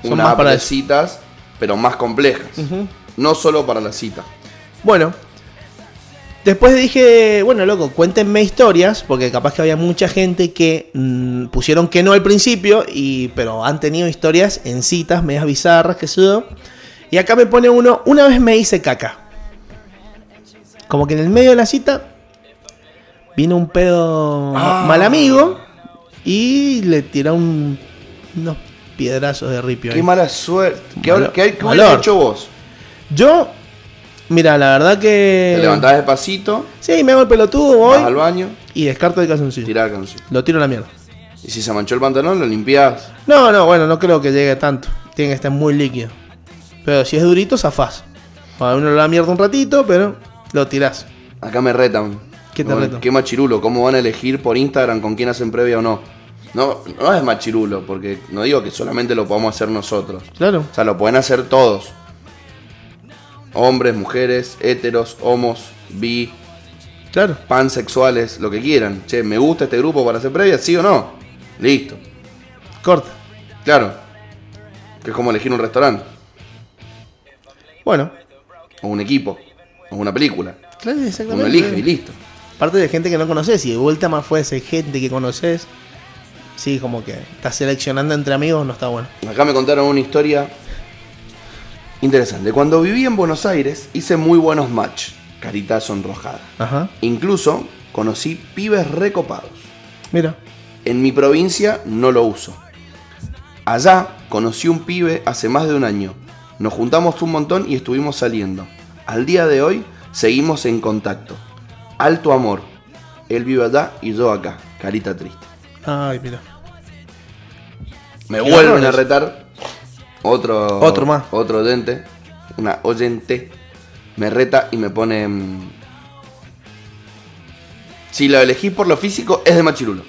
Speaker 2: Son
Speaker 1: una
Speaker 2: más
Speaker 1: app
Speaker 2: para
Speaker 1: de
Speaker 2: eso.
Speaker 1: citas, pero más complejas.
Speaker 2: Ujú.
Speaker 1: No solo para la cita.
Speaker 2: Bueno, después dije, bueno, loco, cuéntenme historias, porque capaz que había mucha gente que mm, pusieron que no al principio, y, pero han tenido historias en citas, medias bizarras, qué sé yo. Y acá me pone uno, una vez me hice caca. Como que en el medio de la cita vino un pedo
Speaker 1: Ah.
Speaker 2: mal amigo y le tiró un- unos piedrazos de ripio.
Speaker 1: Qué
Speaker 2: ahí.
Speaker 1: mala suerte. ¿Qué,
Speaker 2: Malo-
Speaker 1: hab- qué, qué
Speaker 2: mal
Speaker 1: hubieras
Speaker 2: orto.
Speaker 1: hecho vos?
Speaker 2: Yo, mira, la verdad que...
Speaker 1: Te levantás despacito,
Speaker 2: Sí, me hago el pelotudo, Eh. voy.
Speaker 1: vas al baño,
Speaker 2: Y descarto el calzoncillo.
Speaker 1: tirás la canción.
Speaker 2: Lo tiro a la mierda.
Speaker 1: Y si se manchó el pantalón, lo limpiás.
Speaker 2: No, no, bueno, no creo que llegue tanto. Tiene que estar muy líquido. Pero si es durito, zafás. Para uno la mierda un ratito, pero lo tirás.
Speaker 1: Acá me retan.
Speaker 2: ¿Qué te
Speaker 1: Bueno,
Speaker 2: retan?
Speaker 1: Qué machirulo, cómo van a elegir por Instagram con quién hacen previa o no. No, no es machirulo, porque no digo que solamente lo podamos hacer nosotros.
Speaker 2: Claro.
Speaker 1: O sea, lo pueden hacer todos. Hombres, mujeres, heteros, homos, bi,
Speaker 2: Claro.
Speaker 1: pansexuales, lo que quieran. Che, me gusta este grupo para hacer previa, sí o no. Listo.
Speaker 2: Corta.
Speaker 1: Claro. Que es como elegir un restaurante,
Speaker 2: Bueno.
Speaker 1: o un equipo, o una película.
Speaker 2: Claro, exactamente.
Speaker 1: Uno elige y listo.
Speaker 2: Parte de gente que no conoces. Y de vuelta más fuese gente que conoces. Sí, como que estás seleccionando entre amigos, no está bueno.
Speaker 1: Acá me contaron una historia interesante. Cuando viví en Buenos Aires hice muy buenos match, carita sonrojada.
Speaker 2: Ajá.
Speaker 1: Incluso conocí pibes recopados.
Speaker 2: Mira.
Speaker 1: En mi provincia no lo uso. Allá conocí un pibe hace más de un año. Nos juntamos un montón y estuvimos saliendo. Al día de hoy seguimos en contacto. Alto amor. Él vive allá y yo acá. Carita triste.
Speaker 2: Ay, mira.
Speaker 1: Me
Speaker 2: Qué
Speaker 1: vuelven
Speaker 2: horrores.
Speaker 1: a retar. Otro.
Speaker 2: Otro más.
Speaker 1: Otro oyente. Una oyente. Me reta y me pone. mm, Si lo elegís por lo físico, es de machirulo.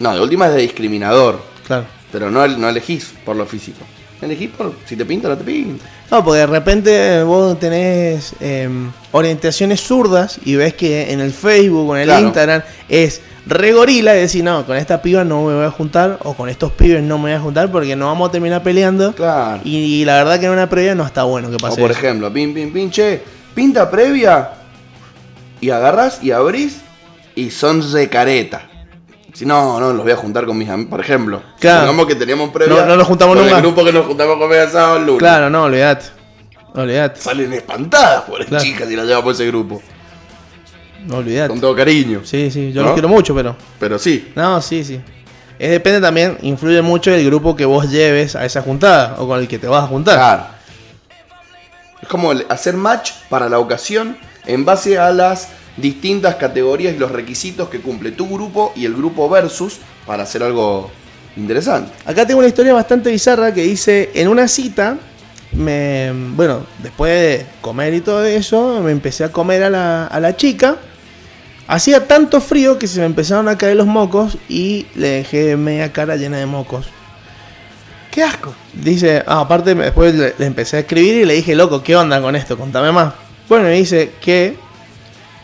Speaker 1: No, de última es de discriminador.
Speaker 2: Claro.
Speaker 1: Pero no, no elegís por lo físico. Elegís por si te pinta o no te pinta.
Speaker 2: No, porque de repente vos tenés eh, orientaciones zurdas y ves que en el Facebook o en el
Speaker 1: Claro.
Speaker 2: Instagram es re gorila y decís, no, con esta piba no me voy a juntar o con estos pibes no me voy a juntar porque nos vamos a terminar peleando.
Speaker 1: Claro.
Speaker 2: Y, la verdad que en una previa no está bueno que
Speaker 1: o
Speaker 2: pase.
Speaker 1: por
Speaker 2: eso.
Speaker 1: ejemplo, pin, pin, pin, che, pinta previa. Y agarrás y abrís y son de careta. Si no, no, los voy a juntar con mis amigos, por ejemplo.
Speaker 2: Claro.
Speaker 1: Digamos que teníamos previa.
Speaker 2: No, no nos juntamos
Speaker 1: con
Speaker 2: nunca.
Speaker 1: el grupo que nos juntamos con comer asado el lunes.
Speaker 2: Claro, no, olvidate. Olvidate,
Speaker 1: Salen espantadas por las
Speaker 2: Claro.
Speaker 1: chicas y las llevan por ese grupo. Con
Speaker 2: olvidate.
Speaker 1: todo cariño.
Speaker 2: Sí, sí, yo
Speaker 1: ¿No?
Speaker 2: los quiero mucho, pero.
Speaker 1: Pero sí.
Speaker 2: No, sí, sí. Es depende también, influye mucho el grupo que vos lleves a esa juntada o con el que te vas a juntar.
Speaker 1: Claro. Es como el- hacer match para la ocasión en base a las distintas categorías y los requisitos que cumple tu grupo y el grupo versus para hacer algo interesante.
Speaker 2: Acá tengo una historia bastante bizarra que dice, en una cita, me, bueno, después de comer y todo eso, me empecé a comer a la, a la chica. Hacía tanto frío que se me empezaron a caer los mocos y le dejé media cara llena de mocos.
Speaker 4: ¡Qué asco!
Speaker 2: Dice, ah, aparte me- después le, le empecé a escribir y le dije, loco, ¿qué onda con esto? Contame más. Bueno, me dice que,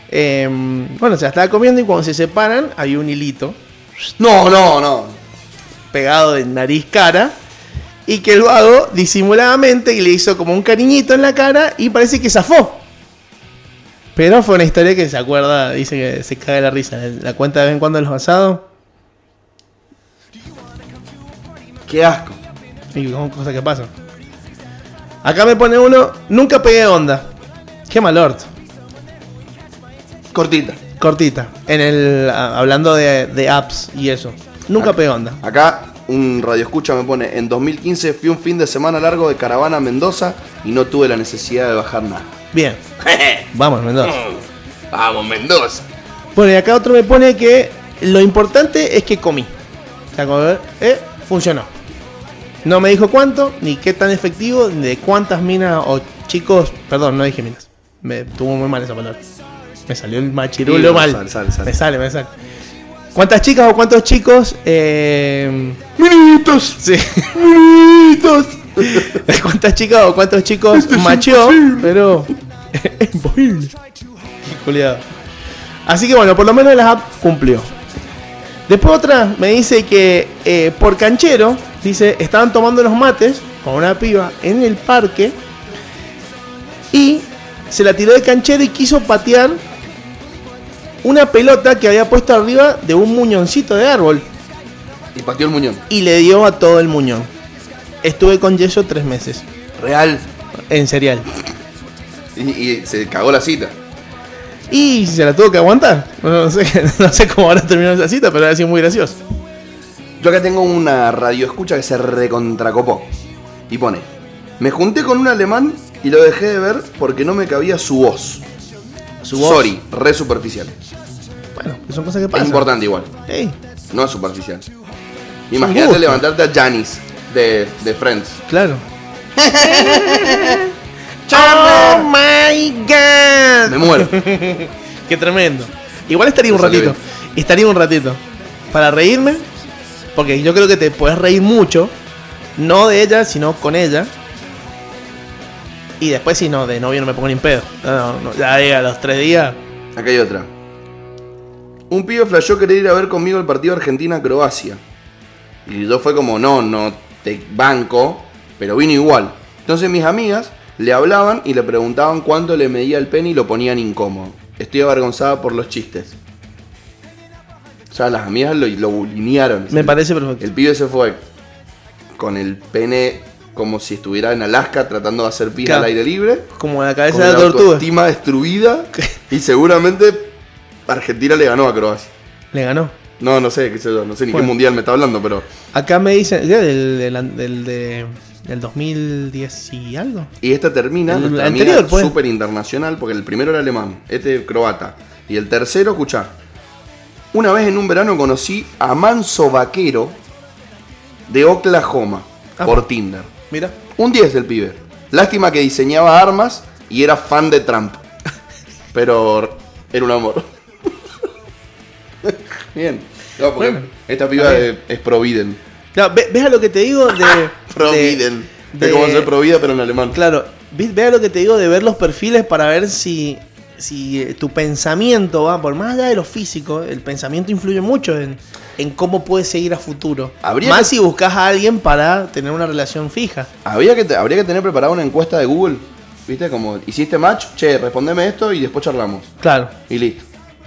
Speaker 2: em, bueno, se la estaba comiendo y cuando se separan había un hilito
Speaker 1: No, no, no.
Speaker 2: pegado de nariz cara y que el vago disimuladamente y le hizo como un cariñito en la cara y parece que zafó. Pero fue una historia que se acuerda, dice que se caga la risa. La cuenta de vez en cuando en los asados.
Speaker 1: Qué asco.
Speaker 2: Y son cosas que pasan. Acá me pone uno, nunca pegué onda. Qué mal orto.
Speaker 1: Cortita.
Speaker 2: Cortita. En el, a- hablando de, de apps y eso. Nunca
Speaker 1: Acá-
Speaker 2: pegué onda.
Speaker 1: Acá un radio escucha me pone, en 2015 fui un fin de semana largo de caravana a Mendoza y no tuve la necesidad de bajar nada.
Speaker 2: Bien. Vamos, Mendoza.
Speaker 1: Vamos, Mendoza.
Speaker 2: Bueno, y acá otro me pone que lo importante es que comí. O sea, como, eh, funcionó. No me dijo cuánto, ni qué tan efectivo, ni de cuántas minas o chicos. Perdón, no dije minas. Me tuvo muy mal esa palabra. Me salió el machirulo
Speaker 1: Sí, sale,
Speaker 2: mal.
Speaker 1: sale, sale.
Speaker 2: Me sale, me sale. ¿Cuántas chicas o cuántos chicos? Eh,
Speaker 1: Minitos.
Speaker 2: sí.
Speaker 1: Minitos.
Speaker 2: ¿Cuántas chicas o cuántos chicos macheó? Pero. es imposible. Juliado. Así que bueno, por lo menos las app cumplió. Después otra me dice que eh, por canchero, dice, estaban tomando los mates con una piba en el parque y se la tiró de canchero y quiso patear una pelota que había puesto arriba de un muñoncito de árbol
Speaker 1: Y pateó el muñón.
Speaker 2: y le dio a todo el muñón. Estuve con yeso tres meses.
Speaker 1: Real.
Speaker 2: En cereal.
Speaker 1: Y, y se cagó la cita.
Speaker 2: Y se la tuvo que aguantar. Bueno, no, sé, no sé cómo ahora terminó esa cita, pero ha sido muy gracioso.
Speaker 1: Yo acá tengo una radio escucha que se recontracopó. Y pone, me junté con un alemán y lo dejé de ver porque no me cabía su voz.
Speaker 2: Su voz.
Speaker 1: Sorry, re superficial.
Speaker 2: Bueno, son cosas que
Speaker 1: Es
Speaker 2: pasan.
Speaker 1: importante igual,
Speaker 2: Ey,
Speaker 1: no es superficial. Imagínate
Speaker 2: gusto.
Speaker 1: levantarte a Janis de, de Friends.
Speaker 2: claro. ¡Oh my
Speaker 1: Me
Speaker 2: god!
Speaker 1: muero.
Speaker 2: Qué tremendo. Igual estaría un
Speaker 1: Me salió
Speaker 2: ratito. Estaría un ratito. Para reírme, porque yo creo que te puedes reír mucho. No de ella, sino con ella. Y después, si no, de novio no me pongo ni en pedo. No, no, no, ya diga, a los tres días.
Speaker 1: Acá hay otra. Un pibe flasheó querer ir a ver conmigo el partido Argentina-Croacia. Y yo fue como, no, no te banco, pero vino igual. Entonces mis amigas le hablaban y le preguntaban cuánto le medía el pene y lo ponían incómodo. Estoy avergonzada por los chistes. O sea, las amigas lo, lo bulinearon.
Speaker 2: Me parece perfecto.
Speaker 1: El pibe se fue con el pene como si estuviera en Alaska tratando de hacer pija
Speaker 2: Claro.
Speaker 1: al aire libre
Speaker 2: Como la
Speaker 1: con
Speaker 2: cabeza de
Speaker 1: la
Speaker 2: la tortuga.
Speaker 1: autoestima destruida y seguramente Argentina le ganó a Croacia.
Speaker 2: Le ganó.
Speaker 1: No, no sé, qué sé yo, no sé ni
Speaker 2: Bueno.
Speaker 1: qué mundial me está hablando, pero.
Speaker 2: Acá me dicen, ¿qué? del, del, del, de- del 2010 y algo.
Speaker 1: Y esta termina,
Speaker 2: El
Speaker 1: nuestra
Speaker 2: anterior,
Speaker 1: amiga
Speaker 2: pues.
Speaker 1: súper internacional, porque el primero era alemán, este croata. Y el tercero, escuchá. Una vez en un verano conocí a Manso Vaquero de Oklahoma
Speaker 2: Ah.
Speaker 1: por Tinder.
Speaker 2: Mira.
Speaker 1: Un 10 del pibe. Lástima que diseñaba armas y era fan de Trump. Pero era un amor. bien. No, porque
Speaker 2: Bueno,
Speaker 1: esta piba
Speaker 2: está bien.
Speaker 1: eh, es Providen.
Speaker 2: Claro, ve- ¿Ves a lo que te digo de.
Speaker 1: Providen.
Speaker 2: de-
Speaker 1: Es como ser
Speaker 2: de-
Speaker 1: Provida, pero en alemán.
Speaker 2: Claro, ve- ¿ves a lo que te digo de ver los perfiles para ver si, si eh, tu pensamiento va por más allá de lo físico? El pensamiento influye mucho en, en cómo puedes seguir a futuro.
Speaker 1: Habría
Speaker 2: más
Speaker 1: que-
Speaker 2: si buscas a alguien para tener una relación fija.
Speaker 1: Habría que, te- habría que tener preparada una encuesta de Google. ¿Viste? Como, hiciste match, che, respondeme esto y después charlamos.
Speaker 2: Claro.
Speaker 1: Y listo.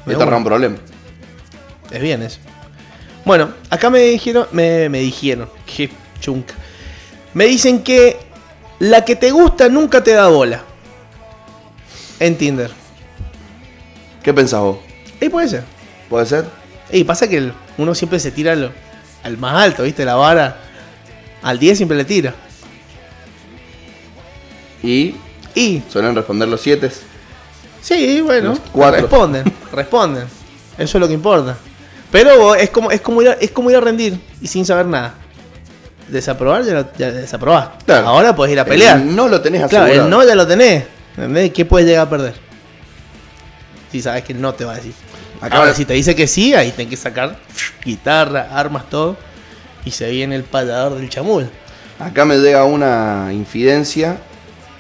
Speaker 2: Me
Speaker 1: No te
Speaker 2: una.
Speaker 1: un problema.
Speaker 2: Es bien eso. Bueno, acá me dijeron, me, me dijeron, qué chunca. Me dicen que la que te gusta nunca te da bola. En Tinder.
Speaker 1: ¿Qué pensás vos?
Speaker 2: Y puede ser.
Speaker 1: ¿Puede ser?
Speaker 2: Y pasa que el- uno siempre se tira lo- al más alto, ¿viste? La vara. Al 10 siempre le tira.
Speaker 1: Y
Speaker 2: Y
Speaker 1: suelen responder los 7.
Speaker 2: Sí, bueno,
Speaker 1: Los cuatro.
Speaker 2: responden, responden. Eso es lo que importa. Pero vos, es como, es como, ir, a, es como ir a rendir y sin saber nada. Desaprobar, ya, lo- ya desaprobás.
Speaker 1: Claro.
Speaker 2: Ahora puedes ir a pelear.
Speaker 1: El no lo tenés
Speaker 2: claro,
Speaker 1: asegurado.
Speaker 2: el no ya lo tenés. ¿Entendés? ¿Qué puedes llegar a perder? Si sabes que el no te va a decir.
Speaker 1: Acá
Speaker 2: Ahora,
Speaker 1: ahora-
Speaker 2: si te dice que sí, ahí tenés que sacar guitarra, armas, todo. Y se viene el paladar del chamul.
Speaker 1: Acá me llega una infidencia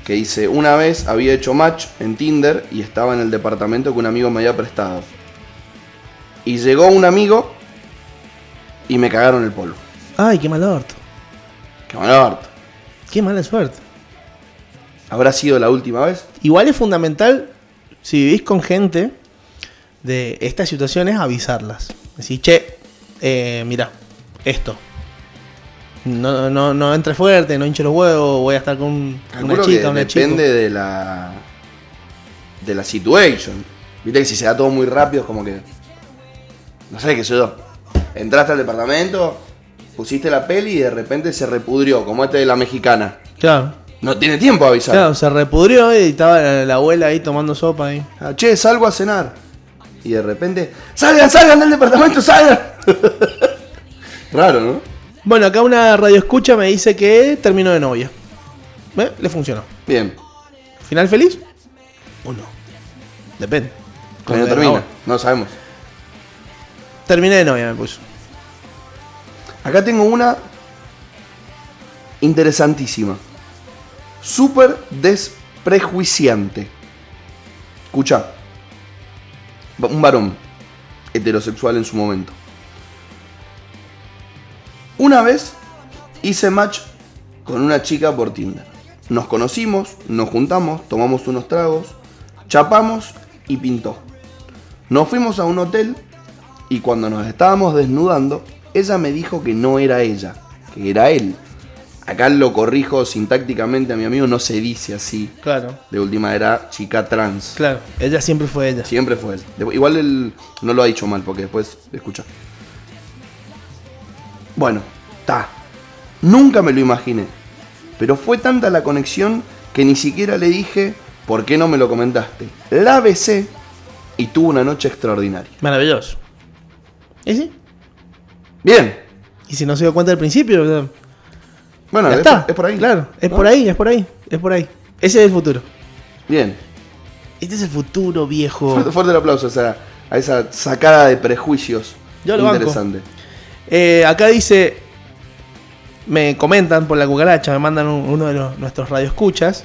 Speaker 1: que dice, una vez había hecho match en Tinder y estaba en el departamento que un amigo me había prestado. Y llegó un amigo y me cagaron el polvo.
Speaker 2: Ay, qué mal orto.
Speaker 1: Qué mal harto.
Speaker 2: Qué mala suerte.
Speaker 1: ¿Habrá sido la última vez?
Speaker 2: Igual es fundamental, si vivís con gente de estas situaciones, avisarlas. Decir, che, eh, mira, esto. No, no, no entre fuerte, no hinche los huevos, voy a estar con una
Speaker 1: Calculo que
Speaker 2: chica, una chica.
Speaker 1: depende de la de la situation. Viste que si se da todo muy rápido es como que no sé qué sé yo. Entraste al departamento, pusiste la peli y de repente se repudrió, como este de la mexicana.
Speaker 2: Claro,
Speaker 1: No tiene tiempo a avisar.
Speaker 2: claro, se repudrió y estaba la, la abuela ahí tomando sopa ahí.
Speaker 1: Ah, che, salgo a cenar. Y de repente, salgan, salgan del departamento, salgan. Raro, ¿no?
Speaker 2: Bueno, acá una radio escucha me dice que terminó de novia. ¿Ve? Le funcionó.
Speaker 1: Bien,
Speaker 2: ¿Final feliz? ¿O no? Depende.
Speaker 1: cuando
Speaker 2: Como
Speaker 1: termina,
Speaker 2: ahora.
Speaker 1: no sabemos.
Speaker 2: Terminé de novia, me puso.
Speaker 1: Acá tengo una interesantísima. Súper desprejuiciante. Escucha. Un varón heterosexual en su momento. Una vez hice match con una chica por Tinder. Nos conocimos, nos juntamos, tomamos unos tragos, chapamos y pintó. Nos fuimos a un hotel y cuando nos estábamos desnudando, ella me dijo que no era ella, que era él. Acá lo corrijo sintácticamente a mi amigo, no se dice así.
Speaker 2: Claro.
Speaker 1: De última era chica trans.
Speaker 2: Claro, ella siempre fue ella.
Speaker 1: Siempre fue él. De- Igual él no lo ha dicho mal, porque después escucha. Bueno, ta. Nunca me lo imaginé. Pero fue tanta la conexión que ni siquiera le dije por qué no me lo comentaste. La besé y tuvo una noche extraordinaria.
Speaker 2: Maravilloso. ¿Y sí?
Speaker 1: Bien.
Speaker 2: Y si no se dio cuenta al principio, ya-
Speaker 1: Bueno,
Speaker 2: ya
Speaker 1: es,
Speaker 2: está.
Speaker 1: por- es por ahí.
Speaker 2: Claro, es
Speaker 1: ¿no?
Speaker 2: por ahí, Ah. es por ahí, es por ahí. Ese es el futuro.
Speaker 1: Bien.
Speaker 2: Este es el futuro, viejo.
Speaker 1: Fuerte, fuerte el aplauso a esa, a esa sacada de prejuicios.
Speaker 2: Yo lo banco.
Speaker 1: Interesante.
Speaker 2: Eh, acá dice, me comentan por la cucaracha, me mandan un- uno de los- nuestros radioescuchas.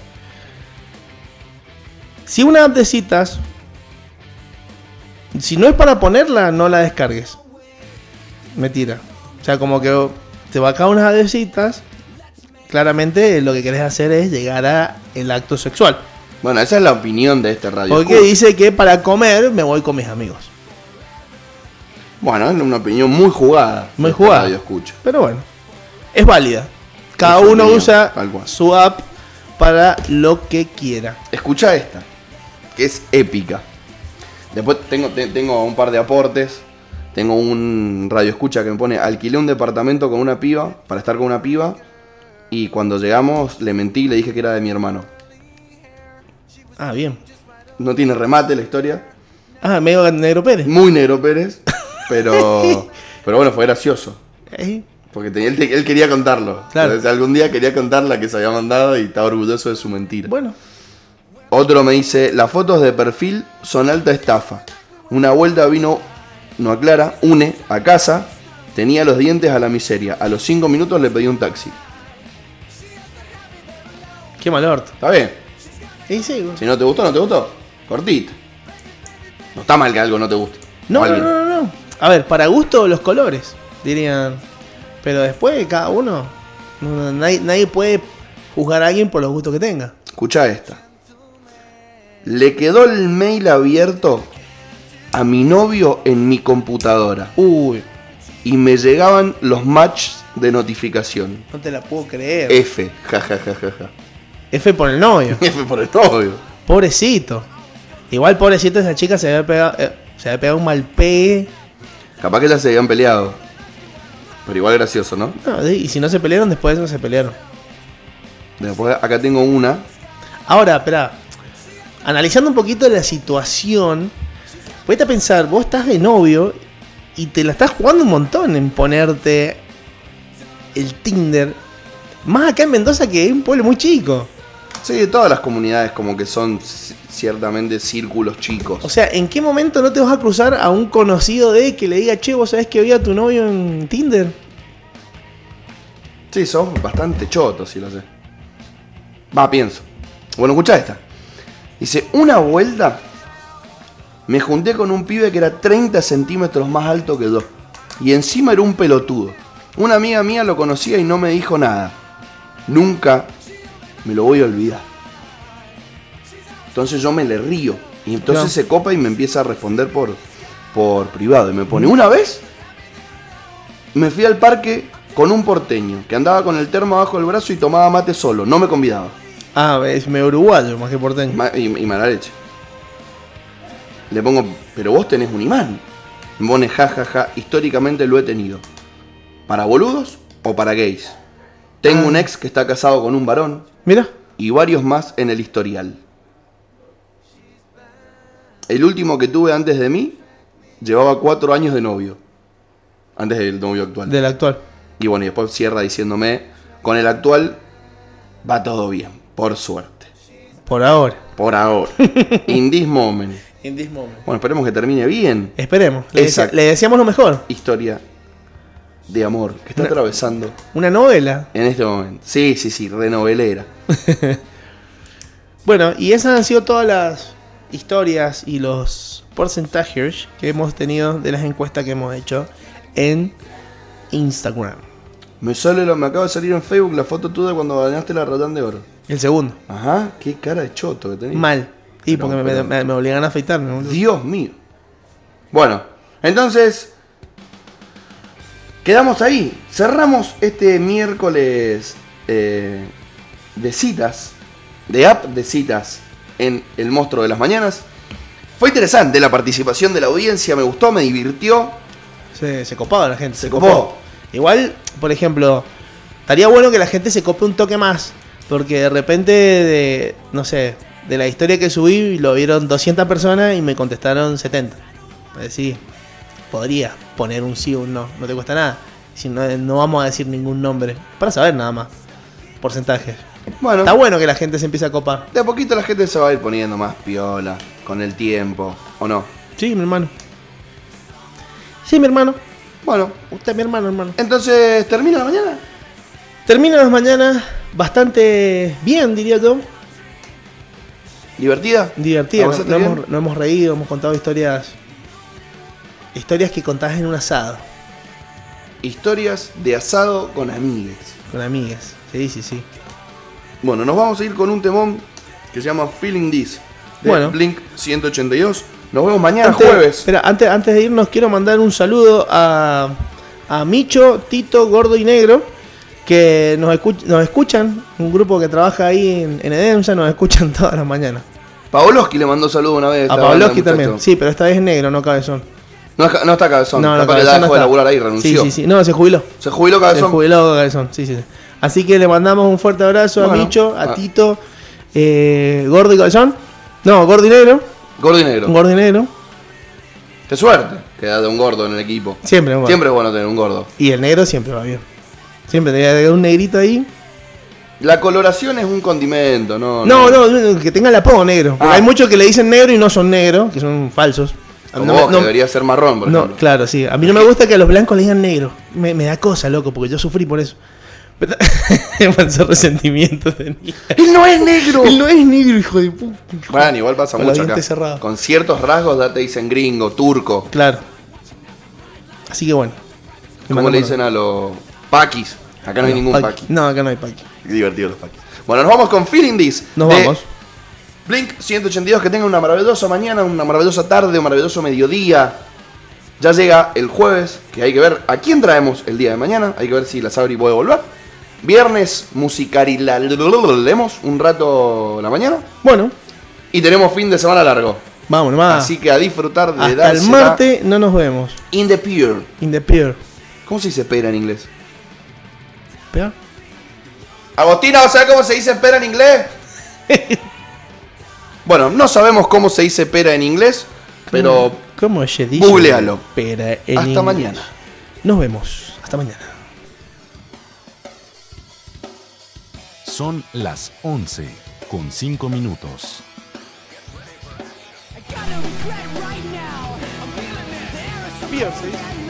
Speaker 2: Si una app de citas, si no es para ponerla, no la descargues. Mentira. O sea, como que te va acá una app de citas, claramente lo que querés hacer es llegar a el acto sexual.
Speaker 1: Bueno, esa es la opinión de este radio.
Speaker 2: Porque
Speaker 1: escucha.
Speaker 2: dice que para comer me voy con mis amigos.
Speaker 1: Bueno, es una opinión muy jugada.
Speaker 2: Muy
Speaker 1: de esta
Speaker 2: jugada.
Speaker 1: Radio escucha.
Speaker 2: Pero bueno, es válida. Cada
Speaker 1: Es
Speaker 2: uno
Speaker 1: opinión,
Speaker 2: usa
Speaker 1: tal cual.
Speaker 2: su app para lo que quiera.
Speaker 1: Escucha esta, que es épica. Después tengo, te- tengo un par de aportes. Tengo un radio escucha que me pone, alquilé un departamento con una piba, para estar con una piba. Y cuando llegamos le mentí y le dije que era de mi hermano.
Speaker 2: Ah, bien.
Speaker 1: No tiene remate la historia.
Speaker 2: Ah, medio negro Pérez.
Speaker 1: Muy negro Pérez. Pero, pero bueno, fue gracioso.
Speaker 2: Eh,
Speaker 1: Porque tenía- él, te- él quería contarlo.
Speaker 2: Claro.
Speaker 1: Entonces, algún día quería contar la que se había mandado y estaba orgulloso de su mentira.
Speaker 2: bueno,
Speaker 1: Otro me dice, las fotos de perfil son alta estafa. Una vuelta vino, no aclara, une a casa, tenía los dientes a la miseria. A los 5 minutos le pedí un taxi.
Speaker 2: qué mal orto.
Speaker 1: ¿Está bien?
Speaker 2: Sí, sí, güey.
Speaker 1: Si no te gustó, no te gustó. Cortito. No está mal que algo no te guste.
Speaker 2: No,
Speaker 1: Mal
Speaker 2: no,
Speaker 1: bien.
Speaker 2: no, no, no. A ver, para gusto los colores, dirían. Pero después cada uno, no, no, nadie, nadie puede juzgar a alguien por los gustos que tenga.
Speaker 1: Escucha esta. Le quedó el mail abierto a mi novio en mi computadora.
Speaker 2: Uy,
Speaker 1: y me llegaban los matches de notificación.
Speaker 2: no te la puedo creer.
Speaker 1: F, jajajajaja.
Speaker 2: F por el novio.
Speaker 1: F por el novio.
Speaker 2: Pobrecito. Igual pobrecito esa chica se había pegado, eh, se había pegado un mal pegue.
Speaker 1: Capaz que ya se habían peleado. Pero igual gracioso, ¿no?
Speaker 2: No, y si no se pelearon, después no se pelearon.
Speaker 1: Después acá tengo una.
Speaker 2: Ahora, espera. analizando un poquito la situación, vete a pensar, vos estás de novio y te la estás jugando un montón en ponerte el Tinder. Más acá en Mendoza que es un pueblo muy chico.
Speaker 1: Sí, todas las comunidades como que son ci- ciertamente círculos chicos.
Speaker 2: O sea, ¿en qué momento no te vas a cruzar a un conocido de que le diga, che, vos sabés que vi a tu novio en Tinder?
Speaker 1: Sí, sos bastante choto, si lo sé. Va, pienso. Bueno, escuchá esta. Dice, una vuelta me junté con un pibe que era 30 centímetros más alto que yo. Y encima era un pelotudo. Una amiga mía lo conocía y no me dijo nada. Nunca me lo voy a olvidar. Entonces yo me le río. Y entonces
Speaker 2: Claro.
Speaker 1: se copa y me empieza a responder por, por privado. Y me pone, una vez me fui al parque con un porteño que andaba con el termo abajo del brazo y tomaba mate solo. No me convidaba.
Speaker 2: Ah, es medio uruguayo, más que porteño.
Speaker 1: Ma- y, y mala leche. Le pongo, pero vos tenés un imán. Me pone, ja, ja, ja, históricamente lo he tenido. ¿Para boludos o para gays? Tengo un ex que está casado con un varón
Speaker 2: Mira,
Speaker 1: y varios más en el historial. El último que tuve antes de mí llevaba cuatro años de novio. Antes del novio actual.
Speaker 2: del actual.
Speaker 1: Y bueno, y después cierra diciéndome, con el actual va todo bien, por suerte.
Speaker 2: Por ahora.
Speaker 1: Por ahora. In this moment.
Speaker 2: In this moment.
Speaker 1: Bueno, esperemos que termine bien.
Speaker 2: Esperemos. Le, desea-
Speaker 1: Exacto.
Speaker 2: le deseamos lo mejor.
Speaker 1: Historia de amor que está atravesando
Speaker 2: Una novela.
Speaker 1: en este momento. Sí, sí, sí, renovelera.
Speaker 2: Bueno, y esas han sido todas las historias y los porcentajes que hemos tenido de las encuestas que hemos hecho en Instagram.
Speaker 1: Me sale lo, me acaba de salir en Facebook la foto tuya cuando ganaste la ratán de oro.
Speaker 2: El segundo.
Speaker 1: Ajá, qué cara de choto que tenés.
Speaker 2: Mal. Y
Speaker 1: Pero-
Speaker 2: porque me,
Speaker 1: pero-
Speaker 2: me- me obligan a afeitarme. boludo.
Speaker 1: Dios mío. Bueno, entonces. Quedamos ahí. Cerramos este miércoles eh, de citas. De app de citas en El Monstruo de las Mañanas. Fue interesante la participación de la audiencia. Me gustó, me divirtió.
Speaker 2: Se, se copaba la gente.
Speaker 1: Se copó.
Speaker 2: Igual, por ejemplo, estaría bueno que la gente se cope un toque más. Porque de repente, de, no sé, de la historia que subí, lo vieron 200 personas y me contestaron 70. Es decir, podría poner un sí o un no, no te cuesta nada. Si no, no vamos a decir ningún nombre, para saber nada más. Porcentajes.
Speaker 1: Bueno,
Speaker 2: Está bueno que la gente se empiece a copar.
Speaker 1: de a poquito la gente se va a ir poniendo más piola con el tiempo. ¿O no?
Speaker 2: Sí, mi hermano. Sí, mi hermano.
Speaker 1: Bueno,
Speaker 2: Usted es mi hermano, hermano.
Speaker 1: entonces, ¿termina la mañana?
Speaker 2: Termina las mañanas bastante bien, diría yo.
Speaker 1: ¿Divertida?
Speaker 2: Divertida.
Speaker 1: ¿La
Speaker 2: Nos,
Speaker 1: pasaste
Speaker 2: nos
Speaker 1: bien?
Speaker 2: hemos, nos hemos reído, hemos contado historias. Historias que contabas en un asado
Speaker 1: Historias de asado con amigues.
Speaker 2: con amigas. Sí, sí, sí.
Speaker 1: Bueno, nos vamos a ir con un temón que se llama Feeling This. De
Speaker 2: Bueno.
Speaker 1: Blink 182. Nos vemos mañana
Speaker 2: Antes-
Speaker 1: jueves.
Speaker 2: espera, antes, antes de irnos, quiero mandar un saludo a, a Micho, Tito, Gordo y Negro, que nos, escuch- nos escuchan. Un grupo que trabaja ahí en, en Edemsa, nos escuchan todas las mañanas.
Speaker 1: Paoloski le mandó saludo una vez.
Speaker 2: A
Speaker 1: esta banda,
Speaker 2: Pavlovsky también.
Speaker 1: muchacho.
Speaker 2: Sí, pero esta vez es negro, no cabezón.
Speaker 1: No, es- no está Cabezón.
Speaker 2: No,
Speaker 1: Capaz que
Speaker 2: Cabezón
Speaker 1: ya
Speaker 2: no
Speaker 1: dejó de
Speaker 2: está.
Speaker 1: laburar ahí, renunció.
Speaker 2: Sí, sí, sí. No, se jubiló.
Speaker 1: Se jubiló
Speaker 2: El
Speaker 1: Cabezón.
Speaker 2: jubilado Cabezón, sí, sí. sí. Así que le mandamos un fuerte abrazo
Speaker 1: Bueno,
Speaker 2: a Micho, a
Speaker 1: ah.
Speaker 2: Tito, eh, Gordo y Cabezón. No, Gordo y Negro.
Speaker 1: Gordo y negro.
Speaker 2: Gordo y Negro.
Speaker 1: Qué suerte. Queda de un gordo en el equipo.
Speaker 2: Siempre, bueno.
Speaker 1: Siempre es bueno tener un gordo.
Speaker 2: Y el negro siempre va bien. Siempre te voy a un negrito ahí.
Speaker 1: La coloración es un condimento, ¿no?
Speaker 2: No, no, no, que tenga el apodo negro. Porque
Speaker 1: Ah.
Speaker 2: hay muchos que le dicen negro y no son negros, que son falsos. A mí
Speaker 1: Como
Speaker 2: me-
Speaker 1: vos, que debería ser marrón, por
Speaker 2: no,
Speaker 1: ejemplo.
Speaker 2: claro, sí. A mí no me gusta que a los blancos le digan negro. Me, me da cosa, loco, porque yo sufrí por eso. Pero- Falso resentimiento tenía.
Speaker 1: ¡Él no es negro!
Speaker 2: Él no es negro, hijo de puta.
Speaker 1: Bueno, igual pasa
Speaker 2: Con los
Speaker 1: mucho acá.
Speaker 2: dientes cerrados.
Speaker 1: Con ciertos rasgos ya te dicen gringo, turco.
Speaker 2: Claro. Así que bueno.
Speaker 1: Como le dicen a los paquis. Acá no hay ningún paqui.
Speaker 2: No, acá no hay paqui.
Speaker 1: Divertido los paquis. Bueno, nos vamos con Feeling This.
Speaker 2: Nos
Speaker 1: de
Speaker 2: vamos.
Speaker 1: Blink 182, que tengan una maravillosa mañana, una maravillosa tarde, un maravilloso mediodía. Ya llega el jueves, que hay que ver a quién traemos el día de mañana. Hay que ver si la Sabri puede volver. Viernes musicarilalemos un rato la mañana.
Speaker 2: Bueno,
Speaker 1: Y tenemos fin de semana largo.
Speaker 2: vamos nomás.
Speaker 1: Así que a disfrutar de
Speaker 2: Ah. Hasta el
Speaker 1: dársela
Speaker 2: martes no nos vemos.
Speaker 1: In the Pier.
Speaker 2: In the pier.
Speaker 1: ¿Cómo se dice pera en inglés?
Speaker 2: ¿Peor?
Speaker 1: Agostina, ¿sabes cómo se dice pera en inglés? Bueno, no sabemos cómo se dice pera en inglés, pero
Speaker 2: ¿Cómo es Jedi?
Speaker 1: Googlealo.
Speaker 2: Pera en
Speaker 1: hasta
Speaker 2: inglés.
Speaker 1: mañana.
Speaker 2: Nos vemos. Hasta mañana.
Speaker 5: Son las 11 con 5 minutos.
Speaker 6: I gotta regret right now. I'm feeling it. There is something
Speaker 2: Beyoncé.
Speaker 6: that